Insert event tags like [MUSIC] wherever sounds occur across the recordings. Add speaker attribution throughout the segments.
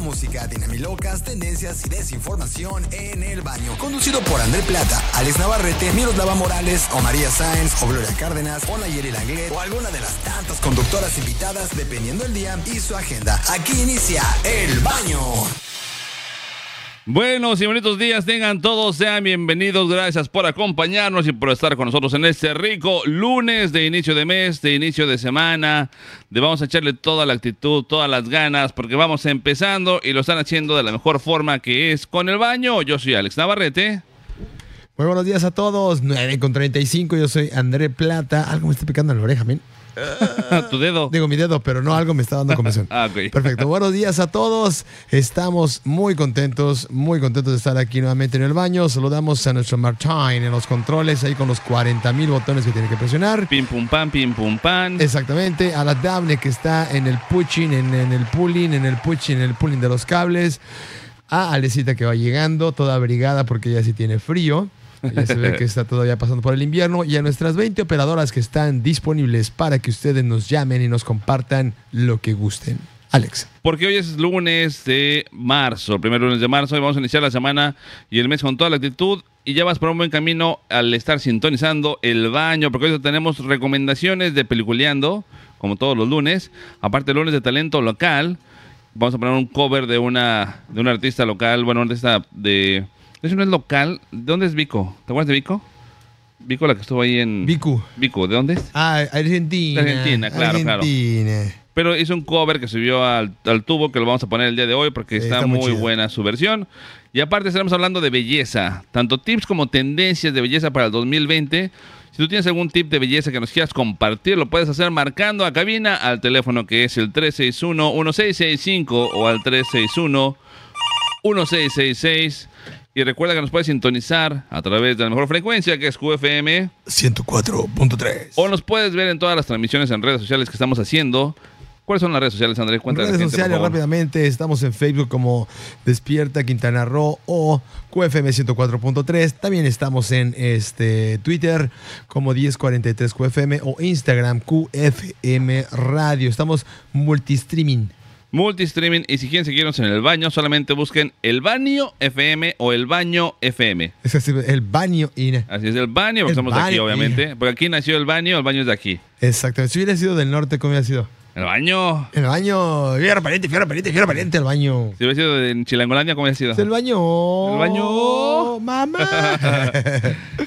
Speaker 1: música, dinamilocas, tendencias y desinformación en el baño. Conducido por André Plata, Alex Navarrete, Miroslava Morales o María Sáenz o Gloria Cárdenas o Nayeli Langlet o alguna de las tantas conductoras invitadas dependiendo el día y su agenda. Aquí inicia El Baño.
Speaker 2: Buenos y bonitos días tengan todos, sean bienvenidos, gracias por acompañarnos y por estar con nosotros en este rico lunes de inicio de mes, de inicio de semana, de vamos a echarle toda la actitud, todas las ganas, porque vamos empezando y lo están haciendo de la mejor forma que es con el baño. Yo soy Alex Navarrete.
Speaker 3: Muy buenos días a todos, 9 con 35, yo soy André Plata. Algo me está picando en la oreja, men.
Speaker 2: Ah, tu dedo.
Speaker 3: Digo mi dedo, pero no, algo me está dando comezón.
Speaker 2: [LAUGHS] Ah, ok.
Speaker 3: Perfecto, buenos días a todos. Estamos muy contentos, muy contentos de estar aquí nuevamente en el baño. Saludamos a nuestro Martín en los controles, ahí con los 40 mil botones que tiene que presionar.
Speaker 2: Pim pum pam, pim pum pam.
Speaker 3: Exactamente, a la Dable que está en el pushing, en, en el pulling, en el pushing, en el pulling de los cables. A Alecita que va llegando, toda abrigada porque ya sí tiene frío. Ya se ve que está todavía pasando por el invierno. Y a nuestras 20 operadoras que están disponibles para que ustedes nos llamen y nos compartan lo que gusten. Alex.
Speaker 2: Porque hoy es lunes de marzo, el primer lunes de marzo, y vamos a iniciar la semana y el mes con toda la actitud. Y ya vas por un buen camino al estar sintonizando el baño, porque hoy tenemos recomendaciones de Peliculeando, como todos los lunes. Aparte, lunes de talento local. Vamos a poner un cover de una de un artista local, bueno, un artista de. Eso no es local. ¿De dónde es Vico? ¿Te acuerdas de Vico? Vico, la que estuvo ahí en.
Speaker 3: Vicu.
Speaker 2: Vico, ¿de dónde es?
Speaker 3: Ah, Argentina.
Speaker 2: Argentina, claro, claro.
Speaker 3: Argentina.
Speaker 2: Pero hizo un cover que subió al, al tubo, que lo vamos a poner el día de hoy porque
Speaker 3: Sí,
Speaker 2: está,
Speaker 3: está muy
Speaker 2: muy
Speaker 3: chido.
Speaker 2: buena su versión. Y aparte estaremos hablando de belleza, tanto tips como tendencias de belleza para el 2020. Si tú tienes algún tip de belleza que nos quieras compartir, lo puedes hacer marcando a cabina al teléfono que es el 361-1665 o al 361-1666. Y recuerda que nos puedes sintonizar a través de la mejor frecuencia que es QFM
Speaker 3: 104.3.
Speaker 2: o nos puedes ver en todas las transmisiones en redes sociales que estamos haciendo. ¿Cuáles son las redes sociales, Andrés? Cuéntale a la
Speaker 3: redes
Speaker 2: gente, por
Speaker 3: sociales
Speaker 2: favor.
Speaker 3: rápidamente. Estamos en Facebook como Despierta Quintana Roo o QFM 104.3. También estamos en este Twitter como 1043 QFM o Instagram QFM Radio. Estamos multistreaming.
Speaker 2: Multistreaming. Y si quieren seguirnos en el baño, solamente busquen el baño FM o el baño FM.
Speaker 3: Es decir, el baño in.
Speaker 2: Así es, el baño, porque
Speaker 3: El
Speaker 2: estamos de aquí,
Speaker 3: baño,
Speaker 2: obviamente.
Speaker 3: mira.
Speaker 2: Porque aquí nació el baño, el baño es de aquí.
Speaker 3: Exactamente. Si hubiera sido del norte, ¿cómo hubiera sido?
Speaker 2: El baño.
Speaker 3: El baño. Fierro pariente, fierro pariente, fierro pariente, el baño.
Speaker 2: Si hubiera sido en Chilangolandia, ¿cómo hubiera sido?
Speaker 3: Es el baño.
Speaker 2: El baño. [LAUGHS]
Speaker 3: Mamá.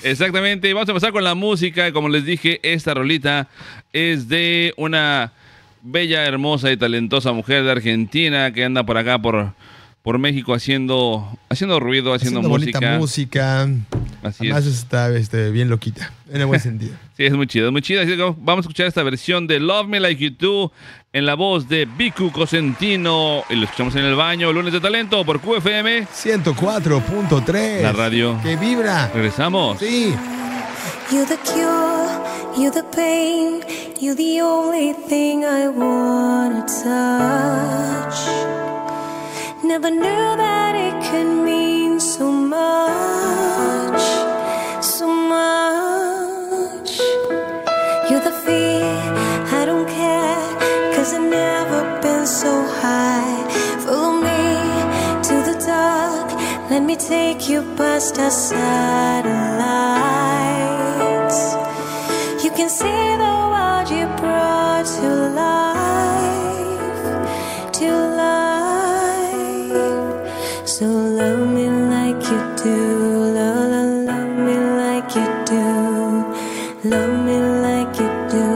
Speaker 2: Exactamente, y vamos a empezar con la música. Y Como les dije, esta rolita es de una bella, hermosa y talentosa mujer de Argentina que anda por acá, por, por México, haciendo, haciendo ruido, haciendo,
Speaker 3: haciendo bonita
Speaker 2: música.
Speaker 3: música.
Speaker 2: Así
Speaker 3: Además
Speaker 2: es.
Speaker 3: está este, bien loquita, en el
Speaker 2: [LAUGHS]
Speaker 3: buen sentido.
Speaker 2: Sí, es muy chido, es muy chido. Así que vamos a escuchar esta versión de Love Me Like You Do en la voz de Vicu Cosentino. Y lo escuchamos en el baño, lunes de talento por QFM.
Speaker 3: 104.3.
Speaker 2: La radio.
Speaker 3: Que vibra.
Speaker 2: Regresamos.
Speaker 3: Sí.
Speaker 4: You're the cure, you're the pain, you're the only thing I wanna touch. Never knew that it could mean so much, so much. You're the fear, I don't care, cause I've never been so high. Follow me to the dark, let me take you past our satellites. You can see the world you brought to life, to life. So love me like you do, love, love, love me like you do, love me like you do,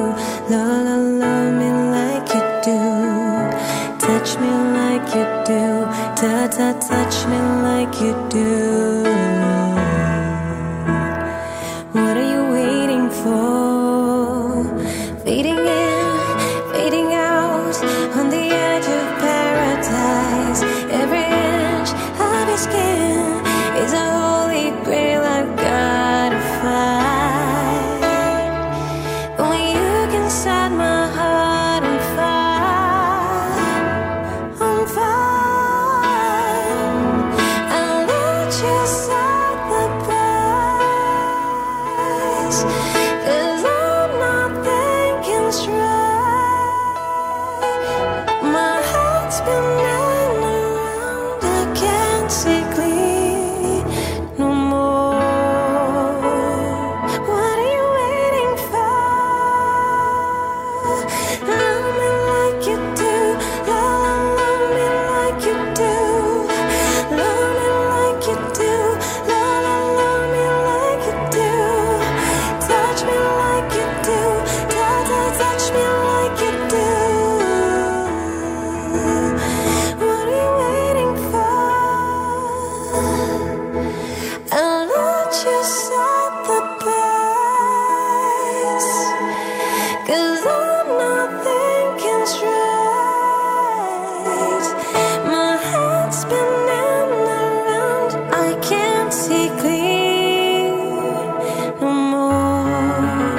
Speaker 4: love, love, love me like you do, touch me like you do, ta ta touch me like you do. What are you waiting for? Fading in, fading out, on the edge of paradise. Every inch of your skin is a holy grail I've gotta find. Only you can set my heart on fire, on fire. I'll let you set the price, 'cause I'm not thinking straight. My heart's been running like you do. Tell to touch me like you do. What are you waiting for? I loved you at the best. Cause I'm not thinking straight. My head's spinning around. I can't see clear no more.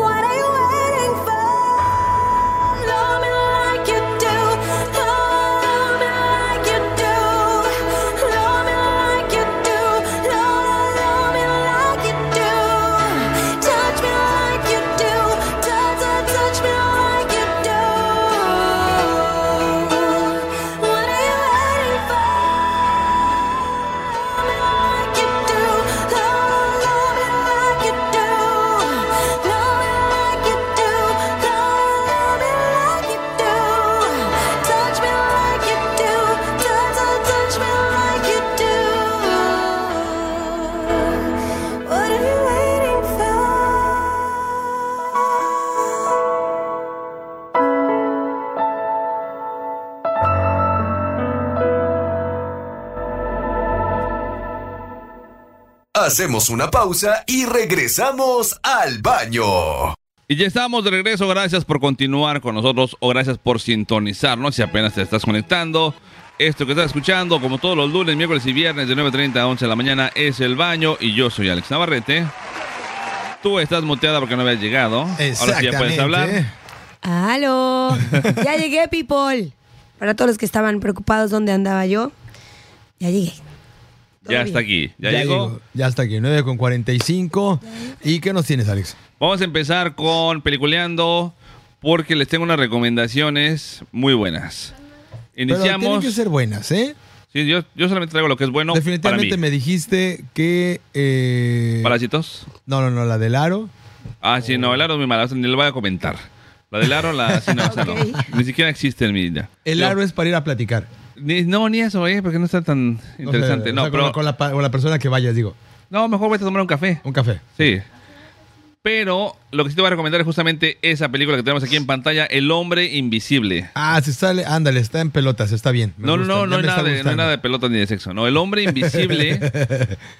Speaker 4: What are you waiting for? Love me like you do. Love me like you do. Love me like you do. Love, love me like you do. Touch me like you do. Touch, touch, touch me like you do. What are you waiting for? Love me like you do. Love, love me like you do. Love me like you do. Love, love me like you do. Touch me like you do. Touch, touch, touch me like you do. What are you waiting for?
Speaker 5: Hacemos una pausa y regresamos al baño.
Speaker 2: Y ya estamos de regreso. Gracias por continuar con nosotros o gracias por sintonizarnos. Si apenas te estás conectando, esto que estás escuchando, como todos los lunes, miércoles y viernes de 9.30 a 11 de la mañana, es el baño. Y yo soy Alex Navarrete. Tú estás muteada porque no habías llegado. Ahora sí ya puedes hablar. [LAUGHS]
Speaker 6: ¡Aló! Ya llegué, people. Para todos los que estaban preocupados dónde andaba yo, ya llegué.
Speaker 2: Ya
Speaker 6: Todo bien.
Speaker 2: está aquí. Ya, llegó.
Speaker 3: ¿eh? Ya está aquí, 9 con 45. ¿Y qué nos tienes, Alex?
Speaker 2: Vamos a empezar con Peliculeando porque les tengo unas recomendaciones muy buenas.
Speaker 3: Pero tienen
Speaker 2: Iniciamos.
Speaker 3: que ser buenas, ¿eh?
Speaker 2: Sí, yo, yo solamente traigo lo que es bueno
Speaker 3: Definitivamente
Speaker 2: para mí.
Speaker 3: me dijiste que. eh,
Speaker 2: Parásitos.
Speaker 3: No, no, no, la del aro.
Speaker 2: Ah, sí, no, el aro es muy mala, o sea, ni lo voy a comentar. La del aro, la sí, no, o sea, no.
Speaker 6: Ok.
Speaker 2: Ni siquiera existe en mi vida.
Speaker 3: El aro es para ir a platicar.
Speaker 2: Ni- no, ni eso, ¿eh? Porque no está tan
Speaker 3: O
Speaker 2: interesante.
Speaker 3: sea,
Speaker 2: no,
Speaker 3: o sea, con
Speaker 2: pero.
Speaker 3: la- con, la, pa- con la persona que vayas, digo.
Speaker 2: No, mejor voy a tomar un café.
Speaker 3: Un café.
Speaker 2: Sí. Pero lo que sí te voy a recomendar es justamente esa película que tenemos aquí en pantalla, El hombre invisible.
Speaker 3: Ah, se sale. Ándale, está en pelotas, está bien. me
Speaker 2: No, no,
Speaker 3: gusta,
Speaker 2: no,
Speaker 3: ya
Speaker 2: no hay,
Speaker 3: me está
Speaker 2: nada de, no hay
Speaker 3: gustando.
Speaker 2: nada de pelotas ni de sexo. No, El hombre invisible.
Speaker 3: [LAUGHS]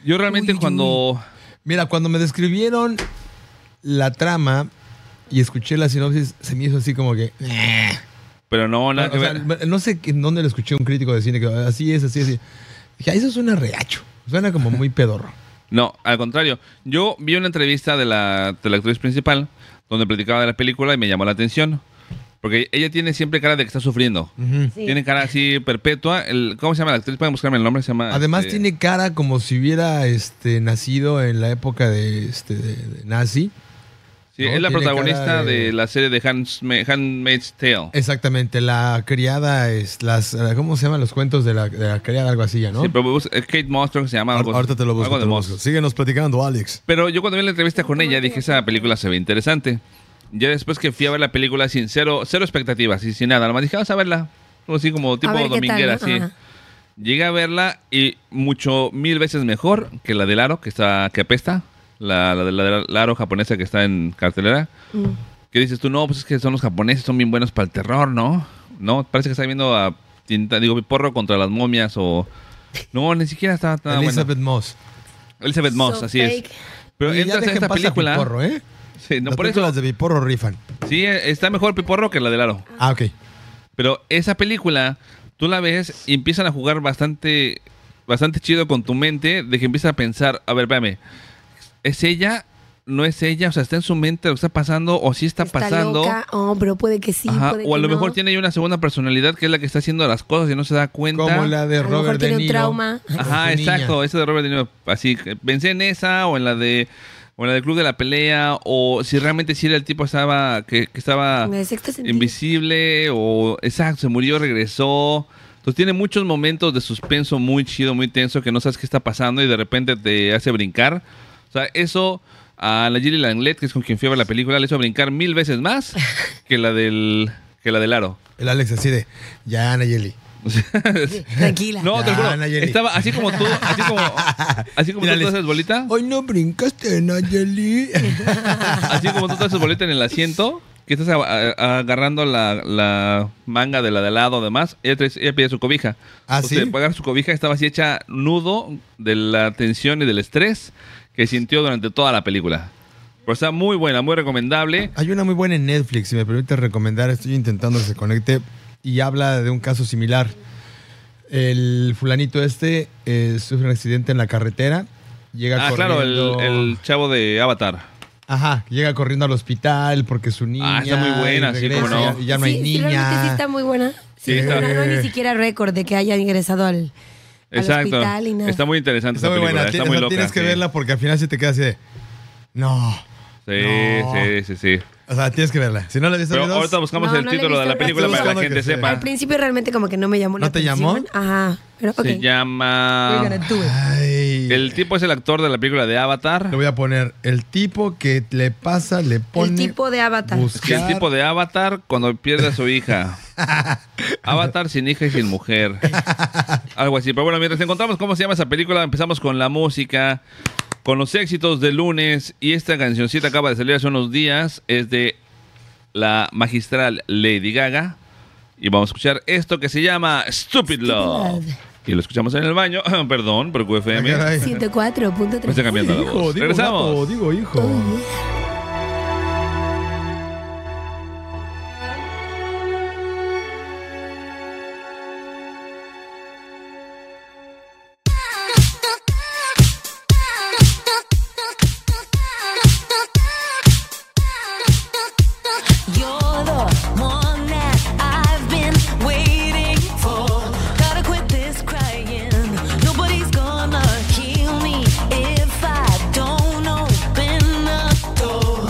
Speaker 2: yo realmente cuando.
Speaker 3: Mira, cuando me describieron la trama y escuché la sinopsis, se me hizo así como que.
Speaker 2: Pero no, nada
Speaker 3: O
Speaker 2: que
Speaker 3: sea,
Speaker 2: ver.
Speaker 3: no sé en dónde lo escuché a un crítico de cine que así es, así es. Dije, "Ah, eso suena reacho. Suena
Speaker 2: [LAUGHS]
Speaker 3: como muy pedorro.
Speaker 2: No, al contrario. Yo vi una entrevista de la, de la actriz principal donde platicaba de la película y me llamó la atención. Porque ella tiene siempre cara de que está sufriendo.
Speaker 6: Sí.
Speaker 2: Tiene cara así perpetua. El, ¿Cómo se llama la actriz? Pueden buscarme el nombre. Se llama,
Speaker 3: Además
Speaker 2: este,
Speaker 3: tiene cara como si hubiera este, nacido en la época de, este, de- de nazi.
Speaker 2: sí,
Speaker 3: no,
Speaker 2: es la
Speaker 3: tiene cara
Speaker 2: protagonista
Speaker 3: de-
Speaker 2: de... la serie de Hands- Me- Handmaid's Tale.
Speaker 3: Exactamente, la criada, es, las, ¿cómo se llaman los cuentos de la, de la criada? Algo así ya, ¿no?
Speaker 2: Sí, pero bus- eh, Kate Moss creo que se llama.
Speaker 3: Ahor-
Speaker 2: algo-
Speaker 3: Ahorita te lo busco.
Speaker 2: algo
Speaker 3: te
Speaker 2: de
Speaker 3: lo
Speaker 2: Moss.
Speaker 3: busco. Síguenos platicando, Alex.
Speaker 2: Pero yo cuando vi la entrevista con ella dije, esa película se ve interesante. Ya después que fui a ver la película sin cero, cero expectativas y sin nada, nomás dije, vamos a verla. Algo Así como tipo
Speaker 6: ver qué tal,
Speaker 2: dominguera,
Speaker 6: ¿no?
Speaker 2: así.
Speaker 6: Ajá.
Speaker 2: Llegué a verla y mucho, mil veces mejor que la del aro, que está, que apesta. La, la, de- la del aro japonesa que está en cartelera.
Speaker 6: Mm.
Speaker 2: Que dices tú, no, pues es que son los japoneses, son bien buenos para el terror, ¿no? No, parece que está viendo a tinta, digo, porro contra las momias o... No, ni siquiera estaba tan buena.
Speaker 3: Elizabeth Moss.
Speaker 2: Elizabeth Moss,
Speaker 6: So
Speaker 2: así
Speaker 6: fake.
Speaker 2: es. Pero
Speaker 3: Oye, ya
Speaker 2: entras en
Speaker 3: dejen
Speaker 2: esta
Speaker 3: paz a
Speaker 2: película...
Speaker 3: Piporro, ¿eh?
Speaker 2: Sí, no,
Speaker 3: Las
Speaker 2: por eso.
Speaker 3: películas de Piporro rifan.
Speaker 2: Sí, eh, está mejor Piporro que la del Aro.
Speaker 3: Ah, ok.
Speaker 2: Pero esa película, tú la ves y empiezan a jugar bastante, bastante chido con tu mente, de que empiezas a pensar, a ver, espérame, ¿es ella? ¿No es ella? O sea, ¿está en su mente lo que está pasando o sí está, pasando?
Speaker 6: loca. Oh, pero puede que sí.
Speaker 2: Ajá,
Speaker 6: puede
Speaker 2: o a
Speaker 6: que
Speaker 2: lo
Speaker 6: no.
Speaker 2: mejor tiene ahí una segunda personalidad que es la que está haciendo las cosas y no se da cuenta.
Speaker 3: Como la de
Speaker 6: A lo mejor
Speaker 3: Robert De
Speaker 6: tiene
Speaker 3: Niro.
Speaker 6: un trauma.
Speaker 3: con
Speaker 2: Ajá,
Speaker 3: su niña.
Speaker 2: exacto, esa de Robert De Niro. Así, que pensé en esa o en la de o en la del Club de la Pelea o si realmente sí era el tipo estaba que, que estaba
Speaker 6: En el sexto sentido.
Speaker 2: invisible o exacto, se murió, regresó. Entonces tiene muchos momentos de suspenso muy chido, muy tenso que no sabes qué está pasando y de repente te hace brincar. O sea, eso a la Gilly Langlet, que es con quien fui a ver la película, le hizo brincar
Speaker 6: [LAUGHS]
Speaker 2: mil veces más que la del que la del Aro.
Speaker 3: El Alex así de, ya, Nayeli, [LAUGHS]
Speaker 6: Tranquila.
Speaker 2: No, te lo
Speaker 3: Ya,
Speaker 2: juro.
Speaker 3: Nayeli.
Speaker 2: Estaba así como tú, así como, así como tú
Speaker 3: Mírales.
Speaker 2: todas esas bolitas.
Speaker 3: Hoy no brincaste,
Speaker 6: [LAUGHS]
Speaker 3: Nayeli.
Speaker 2: Así como tú te haces bolita en el asiento, que estás a- a- agarrando la, la manga de la de lado, además, ella, trae- ella pide su cobija.
Speaker 3: ¿Ah,
Speaker 2: Usted
Speaker 3: sí?
Speaker 2: puede agarrar su cobija, estaba así hecha nudo de la tensión y del estrés que sintió durante toda la película. Pero está muy buena, muy recomendable.
Speaker 3: Hay una muy buena en Netflix, si me permite recomendar, estoy intentando que se conecte y habla de un caso similar. El fulanito este eh, sufre un accidente en la carretera, llega
Speaker 2: Ah, claro, el,
Speaker 3: corriendo-
Speaker 2: el chavo de Avatar.
Speaker 3: Ajá, llega corriendo al hospital porque su niña.
Speaker 2: Ah, está muy buena,
Speaker 3: y
Speaker 2: sí, cómo
Speaker 3: regresa,
Speaker 2: no.
Speaker 3: Y ya no hay
Speaker 6: Sí, sí, realmente
Speaker 3: niña.
Speaker 6: sí está muy buena.
Speaker 2: Sí,
Speaker 6: Sí,
Speaker 2: está-
Speaker 6: no, no hay ni siquiera récord de que haya ingresado al, al
Speaker 2: Exacto.
Speaker 6: hospital y nada.
Speaker 2: Está muy interesante.
Speaker 3: Está
Speaker 2: esa
Speaker 3: muy
Speaker 2: película,
Speaker 3: buena,
Speaker 2: Está
Speaker 3: ti-
Speaker 2: muy
Speaker 3: o sea,
Speaker 2: loca.
Speaker 3: tienes que
Speaker 2: sí.
Speaker 3: verla porque al final sí te quedas así de. No.
Speaker 2: Sí,
Speaker 3: No.
Speaker 2: sí, sí, sí.
Speaker 3: O sea, tienes que verla. Si no la viste,
Speaker 2: Pero
Speaker 3: amigos,
Speaker 2: ahorita buscamos
Speaker 6: No,
Speaker 2: el
Speaker 6: no le he
Speaker 2: título de
Speaker 6: visto
Speaker 2: la
Speaker 6: el
Speaker 2: película
Speaker 6: resto.
Speaker 2: para que la
Speaker 3: Buscando
Speaker 2: gente
Speaker 3: que sea.
Speaker 6: Al
Speaker 2: sepa.
Speaker 6: principio realmente como que no me llamó la
Speaker 3: ¿No te llamó?
Speaker 6: atención. Ajá. Pero, ok.
Speaker 2: Se llama...
Speaker 6: We're gonna do it.
Speaker 3: ay,
Speaker 2: El tipo es el actor de la película de Avatar.
Speaker 3: Le voy a poner el tipo que le pasa, le pone.
Speaker 6: El tipo de Avatar.
Speaker 2: Sí, el tipo de Avatar cuando pierde a su hija. Avatar sin hija y sin mujer. Algo así. Pero bueno, mientras encontramos cómo se llama esa película, empezamos con la música, con los éxitos de lunes. Y esta cancioncita acaba de salir hace unos días. Es de la magistral Lady Gaga. Y vamos a escuchar esto que se llama Stupid Love.
Speaker 6: Stupid Love.
Speaker 2: Y lo escuchamos en el baño. [CLEARS THROAT] Perdón, por QFM. Me
Speaker 6: [LAUGHS]
Speaker 3: Caray.
Speaker 6: 104.3.
Speaker 2: está cambiando la voz. Regresamos.
Speaker 3: gato, digo hijo.
Speaker 7: You're the one that I've been waiting for. Gotta quit this crying. Nobody's gonna heal me if I don't open the door.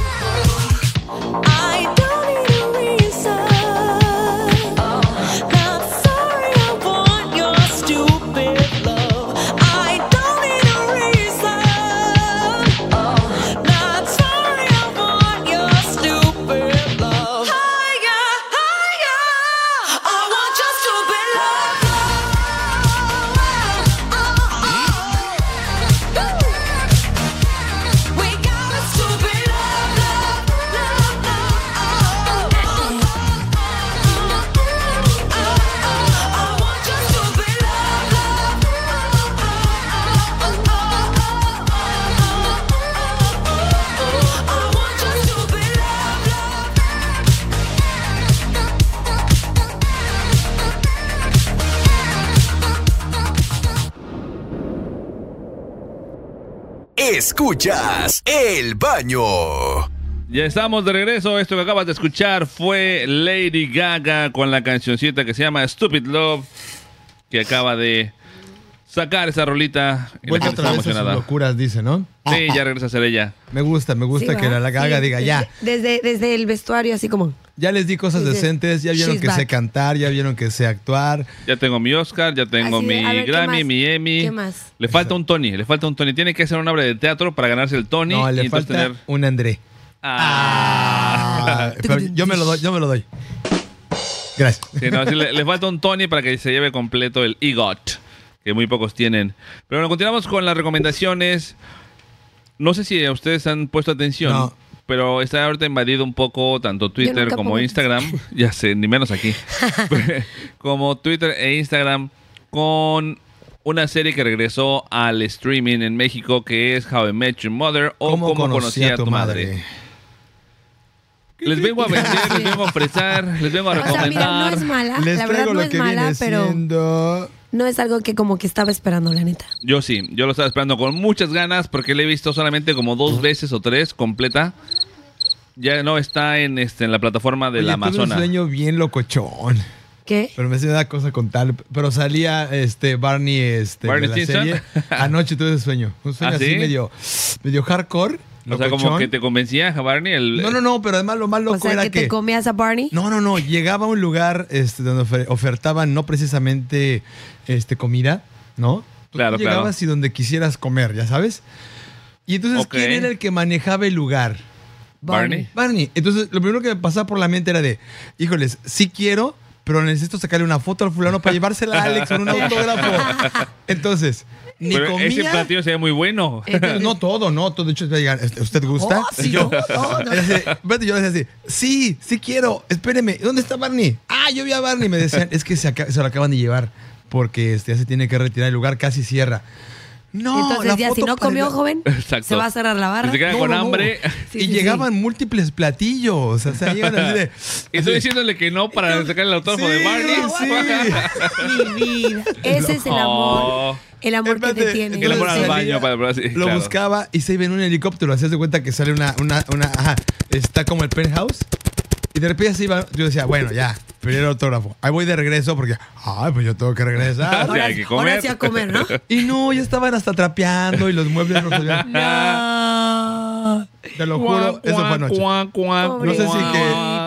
Speaker 8: Oh, Oh, Oh,
Speaker 5: Escuchas El Baño.
Speaker 2: Ya estamos de regreso. Esto que acabas de escuchar fue Lady Gaga con la cancioncita que se llama Stupid Love, que acaba de sacar esa rolita. en la
Speaker 3: Vuelve
Speaker 2: que
Speaker 3: otra
Speaker 2: está
Speaker 3: vez a sus
Speaker 2: emocionada.
Speaker 3: locuras, dice, ¿no?
Speaker 2: Sí, ya regresa a ser ella.
Speaker 3: Me gusta, me gusta
Speaker 6: Sí,
Speaker 3: que
Speaker 6: ¿va?
Speaker 3: la, la gaga
Speaker 6: Sí,
Speaker 3: diga,
Speaker 6: desde-
Speaker 3: ya,
Speaker 6: Desde, desde el vestuario, así como.
Speaker 3: ya les di cosas
Speaker 6: Dice,
Speaker 3: decentes, ya vieron
Speaker 6: "She's
Speaker 3: que sé
Speaker 6: back".
Speaker 3: cantar, ya vieron que sé actuar.
Speaker 2: Ya tengo mi Oscar, ya tengo
Speaker 6: Así de,
Speaker 2: mi
Speaker 6: a ver, ¿qué
Speaker 2: Grammy,
Speaker 6: más?
Speaker 2: mi Emmy.
Speaker 6: ¿Qué más?
Speaker 2: Le falta un Tony, le falta un Tony. Tiene que hacer una obra de teatro para ganarse el Tony
Speaker 3: No,
Speaker 2: y
Speaker 3: le
Speaker 2: entonces
Speaker 3: falta
Speaker 2: tener.
Speaker 3: un André.
Speaker 2: Ah.
Speaker 3: Ah, [LAUGHS] pero yo me lo doy, yo me lo doy. Gracias.
Speaker 2: Sí, no, sí, le, le falta un Tony para que se lleve completo el EGOT, que muy pocos tienen. Pero bueno, continuamos con las recomendaciones. No sé si ustedes han puesto atención,
Speaker 3: No.
Speaker 2: pero está ahorita invadido un poco tanto Twitter
Speaker 6: nunca
Speaker 2: como
Speaker 6: pongo
Speaker 2: Instagram, [LAUGHS] ya sé, ni menos
Speaker 6: [LAUGHS]
Speaker 2: aquí, como Twitter e Instagram, con una serie que regresó al streaming en México, que es How I Met Your Mother o Cómo, conocí a tu madre. Les vengo a vender, les vengo a prestar, les vengo
Speaker 6: [LAUGHS]
Speaker 2: a
Speaker 6: O sea,
Speaker 2: recomendar.
Speaker 6: Ah, mira, no es mala.
Speaker 3: Les
Speaker 6: la verdad
Speaker 3: traigo
Speaker 6: no
Speaker 3: lo
Speaker 6: es
Speaker 3: que viene
Speaker 6: mala, pero
Speaker 3: siendo.
Speaker 6: no es algo que como que estaba esperando, la neta.
Speaker 2: Yo sí, yo lo estaba esperando con muchas ganas porque le he visto solamente como dos veces o tres completa. Ya no está en este en la plataforma de
Speaker 3: Oye,
Speaker 2: la
Speaker 3: tuve
Speaker 2: Amazona.
Speaker 3: un sueño bien locochón.
Speaker 6: ¿Qué?
Speaker 3: Pero me hacía da cosa con tal. Pero salía este Barney este,
Speaker 2: ¿Barney
Speaker 3: de la
Speaker 2: Stinson? [LAUGHS]
Speaker 3: serie. Anoche tuve ese sueño. Un sueño
Speaker 2: ¿Ah,
Speaker 3: así
Speaker 2: sí?
Speaker 3: medio, medio hardcore.
Speaker 2: O sea, como
Speaker 3: locochón.
Speaker 2: que te convencía, Barney. El,
Speaker 3: No, no, no, pero además lo más loco
Speaker 6: o sea,
Speaker 3: era
Speaker 6: que, te comías a Barney.
Speaker 3: No, no, no. Llegaba a un lugar este, donde ofer- ofertaban no precisamente este, comida, ¿no? Tú
Speaker 2: Claro, claro.
Speaker 3: llegabas y donde quisieras comer, ya sabes. Y entonces,
Speaker 2: Ok.
Speaker 3: ¿quién era el que manejaba el lugar?
Speaker 2: Barney.
Speaker 3: Barney. Entonces, lo primero que me pasaba por la mente era de, híjoles, sí quiero, pero necesito sacarle una foto al fulano para llevársela a Alex
Speaker 2: [LAUGHS]
Speaker 3: con un autógrafo. Entonces, ni
Speaker 2: Pero ese
Speaker 3: comía. Eh,
Speaker 2: platillo se ve muy bueno.
Speaker 3: [LAUGHS] No todo, no todo. De hecho, te va a llegar, "Este, ¿usted gusta?
Speaker 6: Oh, sí, no, no, no.
Speaker 3: Era [LAUGHS] así de, espérate, yo le decía así, sí, sí quiero, espéreme, ¿dónde está Barney? Ah, yo vi a Barney, me decían, es que se, aca- se lo acaban de llevar, porque este, ya se tiene que retirar el lugar, casi cierra. No, la
Speaker 6: Entonces ya si
Speaker 3: foto
Speaker 6: no
Speaker 3: para
Speaker 6: comió,
Speaker 3: el-
Speaker 6: joven,
Speaker 2: Exacto.
Speaker 6: se va a cerrar la barra.
Speaker 2: Si te queda
Speaker 3: No,
Speaker 2: con
Speaker 3: no, no.
Speaker 2: hambre.
Speaker 6: Sí,
Speaker 3: y
Speaker 6: sí, sí.
Speaker 3: llegaban múltiples platillos, o sea, iban así de...
Speaker 2: Y estoy diciéndole que no para sacar el autógrafo de [LAUGHS]
Speaker 3: Sí,
Speaker 2: Barney.
Speaker 3: sí. [LAUGHS]
Speaker 6: Mi vida. Ese es el amor.
Speaker 2: Oh.
Speaker 6: El amor que te
Speaker 3: Espérate,
Speaker 6: tiene.
Speaker 2: Que le ponen al
Speaker 3: Entonces,
Speaker 2: baño para para- sí,
Speaker 3: Lo
Speaker 2: claro.
Speaker 3: buscaba y se iba en un helicóptero. Hacías de cuenta que sale una, una, una, ajá, está como el penthouse. Y de repente se iba, yo decía, bueno, ya, primer autógrafo. Ahí voy de regreso porque, ay, pues yo tengo
Speaker 2: [LAUGHS]
Speaker 3: que regresar.
Speaker 2: Ah, Sí,
Speaker 6: Ahora,
Speaker 2: hay que comer.
Speaker 6: ahora sí a comer, ¿no?
Speaker 2: [LAUGHS]
Speaker 3: Y no, ya estaban hasta trapeando y los muebles no se veían.
Speaker 2: Ah.
Speaker 3: Te Ah, lo juro, eso fue anoche.
Speaker 2: Cuac, cuac,
Speaker 6: Pobre.
Speaker 3: No sé
Speaker 2: cuac.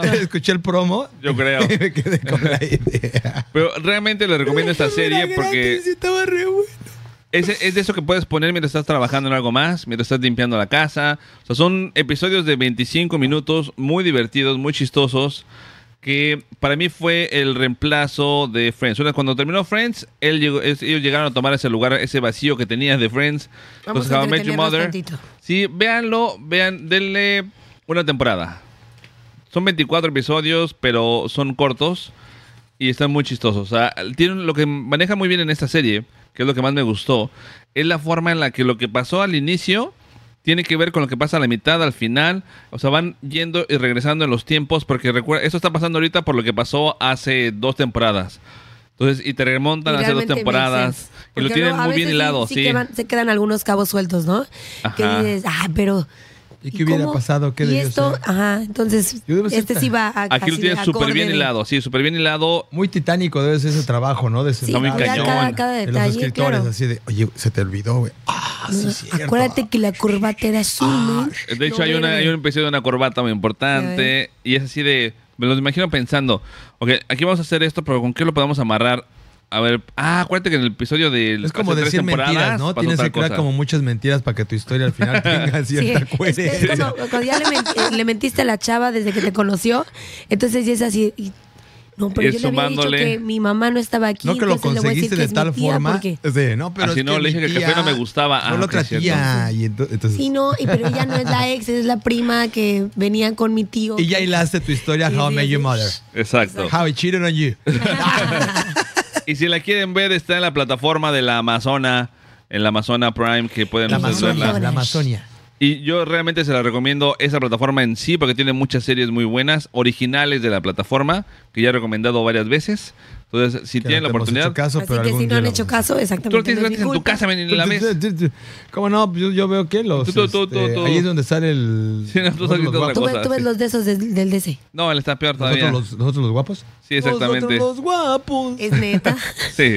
Speaker 3: si que [LAUGHS] escuché el promo.
Speaker 2: Yo
Speaker 3: [LAUGHS]
Speaker 2: creo.
Speaker 3: Y me quedé con la idea.
Speaker 2: Pero realmente les recomiendo esta serie
Speaker 3: Era
Speaker 2: porque
Speaker 3: gratis y estaba re bueno.
Speaker 2: Es, es de eso que puedes poner mientras estás trabajando en algo más, mientras estás limpiando la casa. O sea, son episodios de 25 minutos muy divertidos, muy chistosos, que para mí fue el reemplazo de Friends. O sea, Cuando terminó Friends, él llegó- es- ellos llegaron a tomar ese lugar, ese vacío que tenía de Friends.
Speaker 6: Vamos a
Speaker 2: How I Met Your
Speaker 6: entretenernos tantito.
Speaker 2: Sí, véanlo, vean, denle una temporada. Son 24 episodios, pero son cortos y están muy chistosos. O sea, tienen lo que maneja muy bien en esta serie, que es lo que más me gustó, es la forma en la que lo que pasó al inicio tiene que ver con lo que pasa a la mitad, al final. O sea, van yendo y regresando en los tiempos, porque recuerda, esto está pasando ahorita por lo que pasó hace dos temporadas. Entonces, y te remontan
Speaker 6: Y
Speaker 2: hace dos
Speaker 6: realmente makes
Speaker 2: temporadas.
Speaker 6: sense.
Speaker 2: Y lo
Speaker 6: Porque
Speaker 2: tienen
Speaker 6: luego, a
Speaker 2: muy bien
Speaker 6: veces
Speaker 2: hilado,
Speaker 6: sí
Speaker 2: sí.
Speaker 6: quedan- se quedan algunos cabos sueltos, ¿no? Que
Speaker 2: Ajá.
Speaker 6: dices, ah, pero.
Speaker 3: ¿Y qué hubiera
Speaker 6: cómo?
Speaker 3: pasado? ¿Qué
Speaker 6: y
Speaker 3: debió
Speaker 6: esto,
Speaker 3: ser?
Speaker 6: ajá, entonces
Speaker 3: Yo debo ser
Speaker 6: este
Speaker 3: tan-
Speaker 6: sí va a
Speaker 2: Aquí lo
Speaker 6: así de
Speaker 2: tienen súper
Speaker 6: acorde
Speaker 2: bien
Speaker 6: de-
Speaker 2: hilado, sí, súper bien hilado.
Speaker 3: Muy titánico debe ser ese trabajo, ¿no? De
Speaker 6: Sí,
Speaker 2: Está muy
Speaker 6: cuidar
Speaker 2: cañón.
Speaker 6: Cada, cada
Speaker 3: de
Speaker 6: detalle,
Speaker 3: los escritores,
Speaker 6: claro.
Speaker 3: así de, oye, se te olvidó, güey. Ah, sí, cierto. Ah,
Speaker 6: Acuérdate que la corbata era azul, ¿no?
Speaker 2: Eh, De hecho,
Speaker 6: No,
Speaker 2: hay, una,
Speaker 6: verde.
Speaker 2: hay un episodio de una corbata muy importante. Y es así de. Me los imagino pensando. Ok, aquí vamos a hacer esto, pero ¿con qué lo podemos amarrar? A ver. Ah, acuérdate que en el episodio de.
Speaker 3: Es como
Speaker 2: hace tres
Speaker 3: decir
Speaker 2: temporadas
Speaker 3: mentiras, ¿no?
Speaker 2: pasó
Speaker 3: Tienes
Speaker 2: tal
Speaker 3: que crear
Speaker 2: cosa.
Speaker 3: como muchas mentiras para que tu historia al
Speaker 6: [LAUGHS]
Speaker 3: final tenga
Speaker 6: Sí,
Speaker 3: cierta
Speaker 6: es- es
Speaker 3: coherencia.
Speaker 6: como cuando ya le, ment- le mentiste a la chava desde que te conoció, entonces ya es así. y- no, pero
Speaker 2: Y
Speaker 6: yo le había dicho
Speaker 2: sumándole.
Speaker 6: que mi mamá no estaba aquí.
Speaker 3: no que lo
Speaker 6: entonces le voy a decir
Speaker 3: conseguiste
Speaker 6: que
Speaker 3: de
Speaker 6: es mi
Speaker 3: tal
Speaker 6: tía
Speaker 3: forma.
Speaker 6: porque-
Speaker 3: de, no, pero
Speaker 2: Así
Speaker 3: es
Speaker 2: no,
Speaker 3: que
Speaker 2: le dije
Speaker 3: mi
Speaker 2: que el café
Speaker 3: tía
Speaker 2: no me gustaba. Ah,
Speaker 3: No lo
Speaker 2: ok, es cierto.
Speaker 3: tratía. Y ento- entonces.
Speaker 6: Sí, no, y- pero ella no es la ex, es la prima que venía con mi tío.
Speaker 3: Y ya hilaste tu historia, How I Met Your Mother.
Speaker 2: Exacto.
Speaker 3: How I Cheated on
Speaker 6: [LAUGHS]
Speaker 3: You.
Speaker 2: Y si la quieren ver, está en la plataforma de la Amazona. En la Amazona Prime, que pueden
Speaker 3: La
Speaker 2: ustedes
Speaker 3: Amazonia.
Speaker 2: verla.
Speaker 3: La Amazonia.
Speaker 2: Y yo realmente se la recomiendo esa plataforma en sí porque tiene muchas series muy buenas, originales de la plataforma, que ya he recomendado varias veces. Entonces, si
Speaker 3: Que
Speaker 2: tienen
Speaker 3: no
Speaker 2: la
Speaker 3: te hemos
Speaker 2: oportunidad...
Speaker 3: hecho caso,
Speaker 6: Así
Speaker 3: pero
Speaker 6: que
Speaker 3: algún
Speaker 6: si no
Speaker 3: día
Speaker 6: han
Speaker 3: lo
Speaker 6: hecho
Speaker 3: vamos a
Speaker 6: caso, exactamente.
Speaker 2: Tú lo tienes
Speaker 6: no es mi
Speaker 2: gratis en tu
Speaker 6: culpa.
Speaker 2: casa, ven y
Speaker 3: Pues,
Speaker 2: la ves.
Speaker 3: ¿Cómo no? Yo, yo veo que los.
Speaker 2: Tú, tú, tú,
Speaker 3: este,
Speaker 2: tú, tú.
Speaker 3: Ahí es donde sale el.
Speaker 2: Sí, no, tú
Speaker 3: nosotros
Speaker 2: saquiste
Speaker 3: los
Speaker 2: otra
Speaker 3: guapos.
Speaker 6: Tú, ves-
Speaker 2: cosa,
Speaker 6: tú ves
Speaker 2: sí.
Speaker 6: los de esos del- del DC.
Speaker 2: No, él está peor todavía.
Speaker 3: Nosotros los, nosotros los guapos.
Speaker 2: Sí, exactamente.
Speaker 3: Nosotros los guapos.
Speaker 6: Es neta.
Speaker 3: [LAUGHS]
Speaker 2: Sí.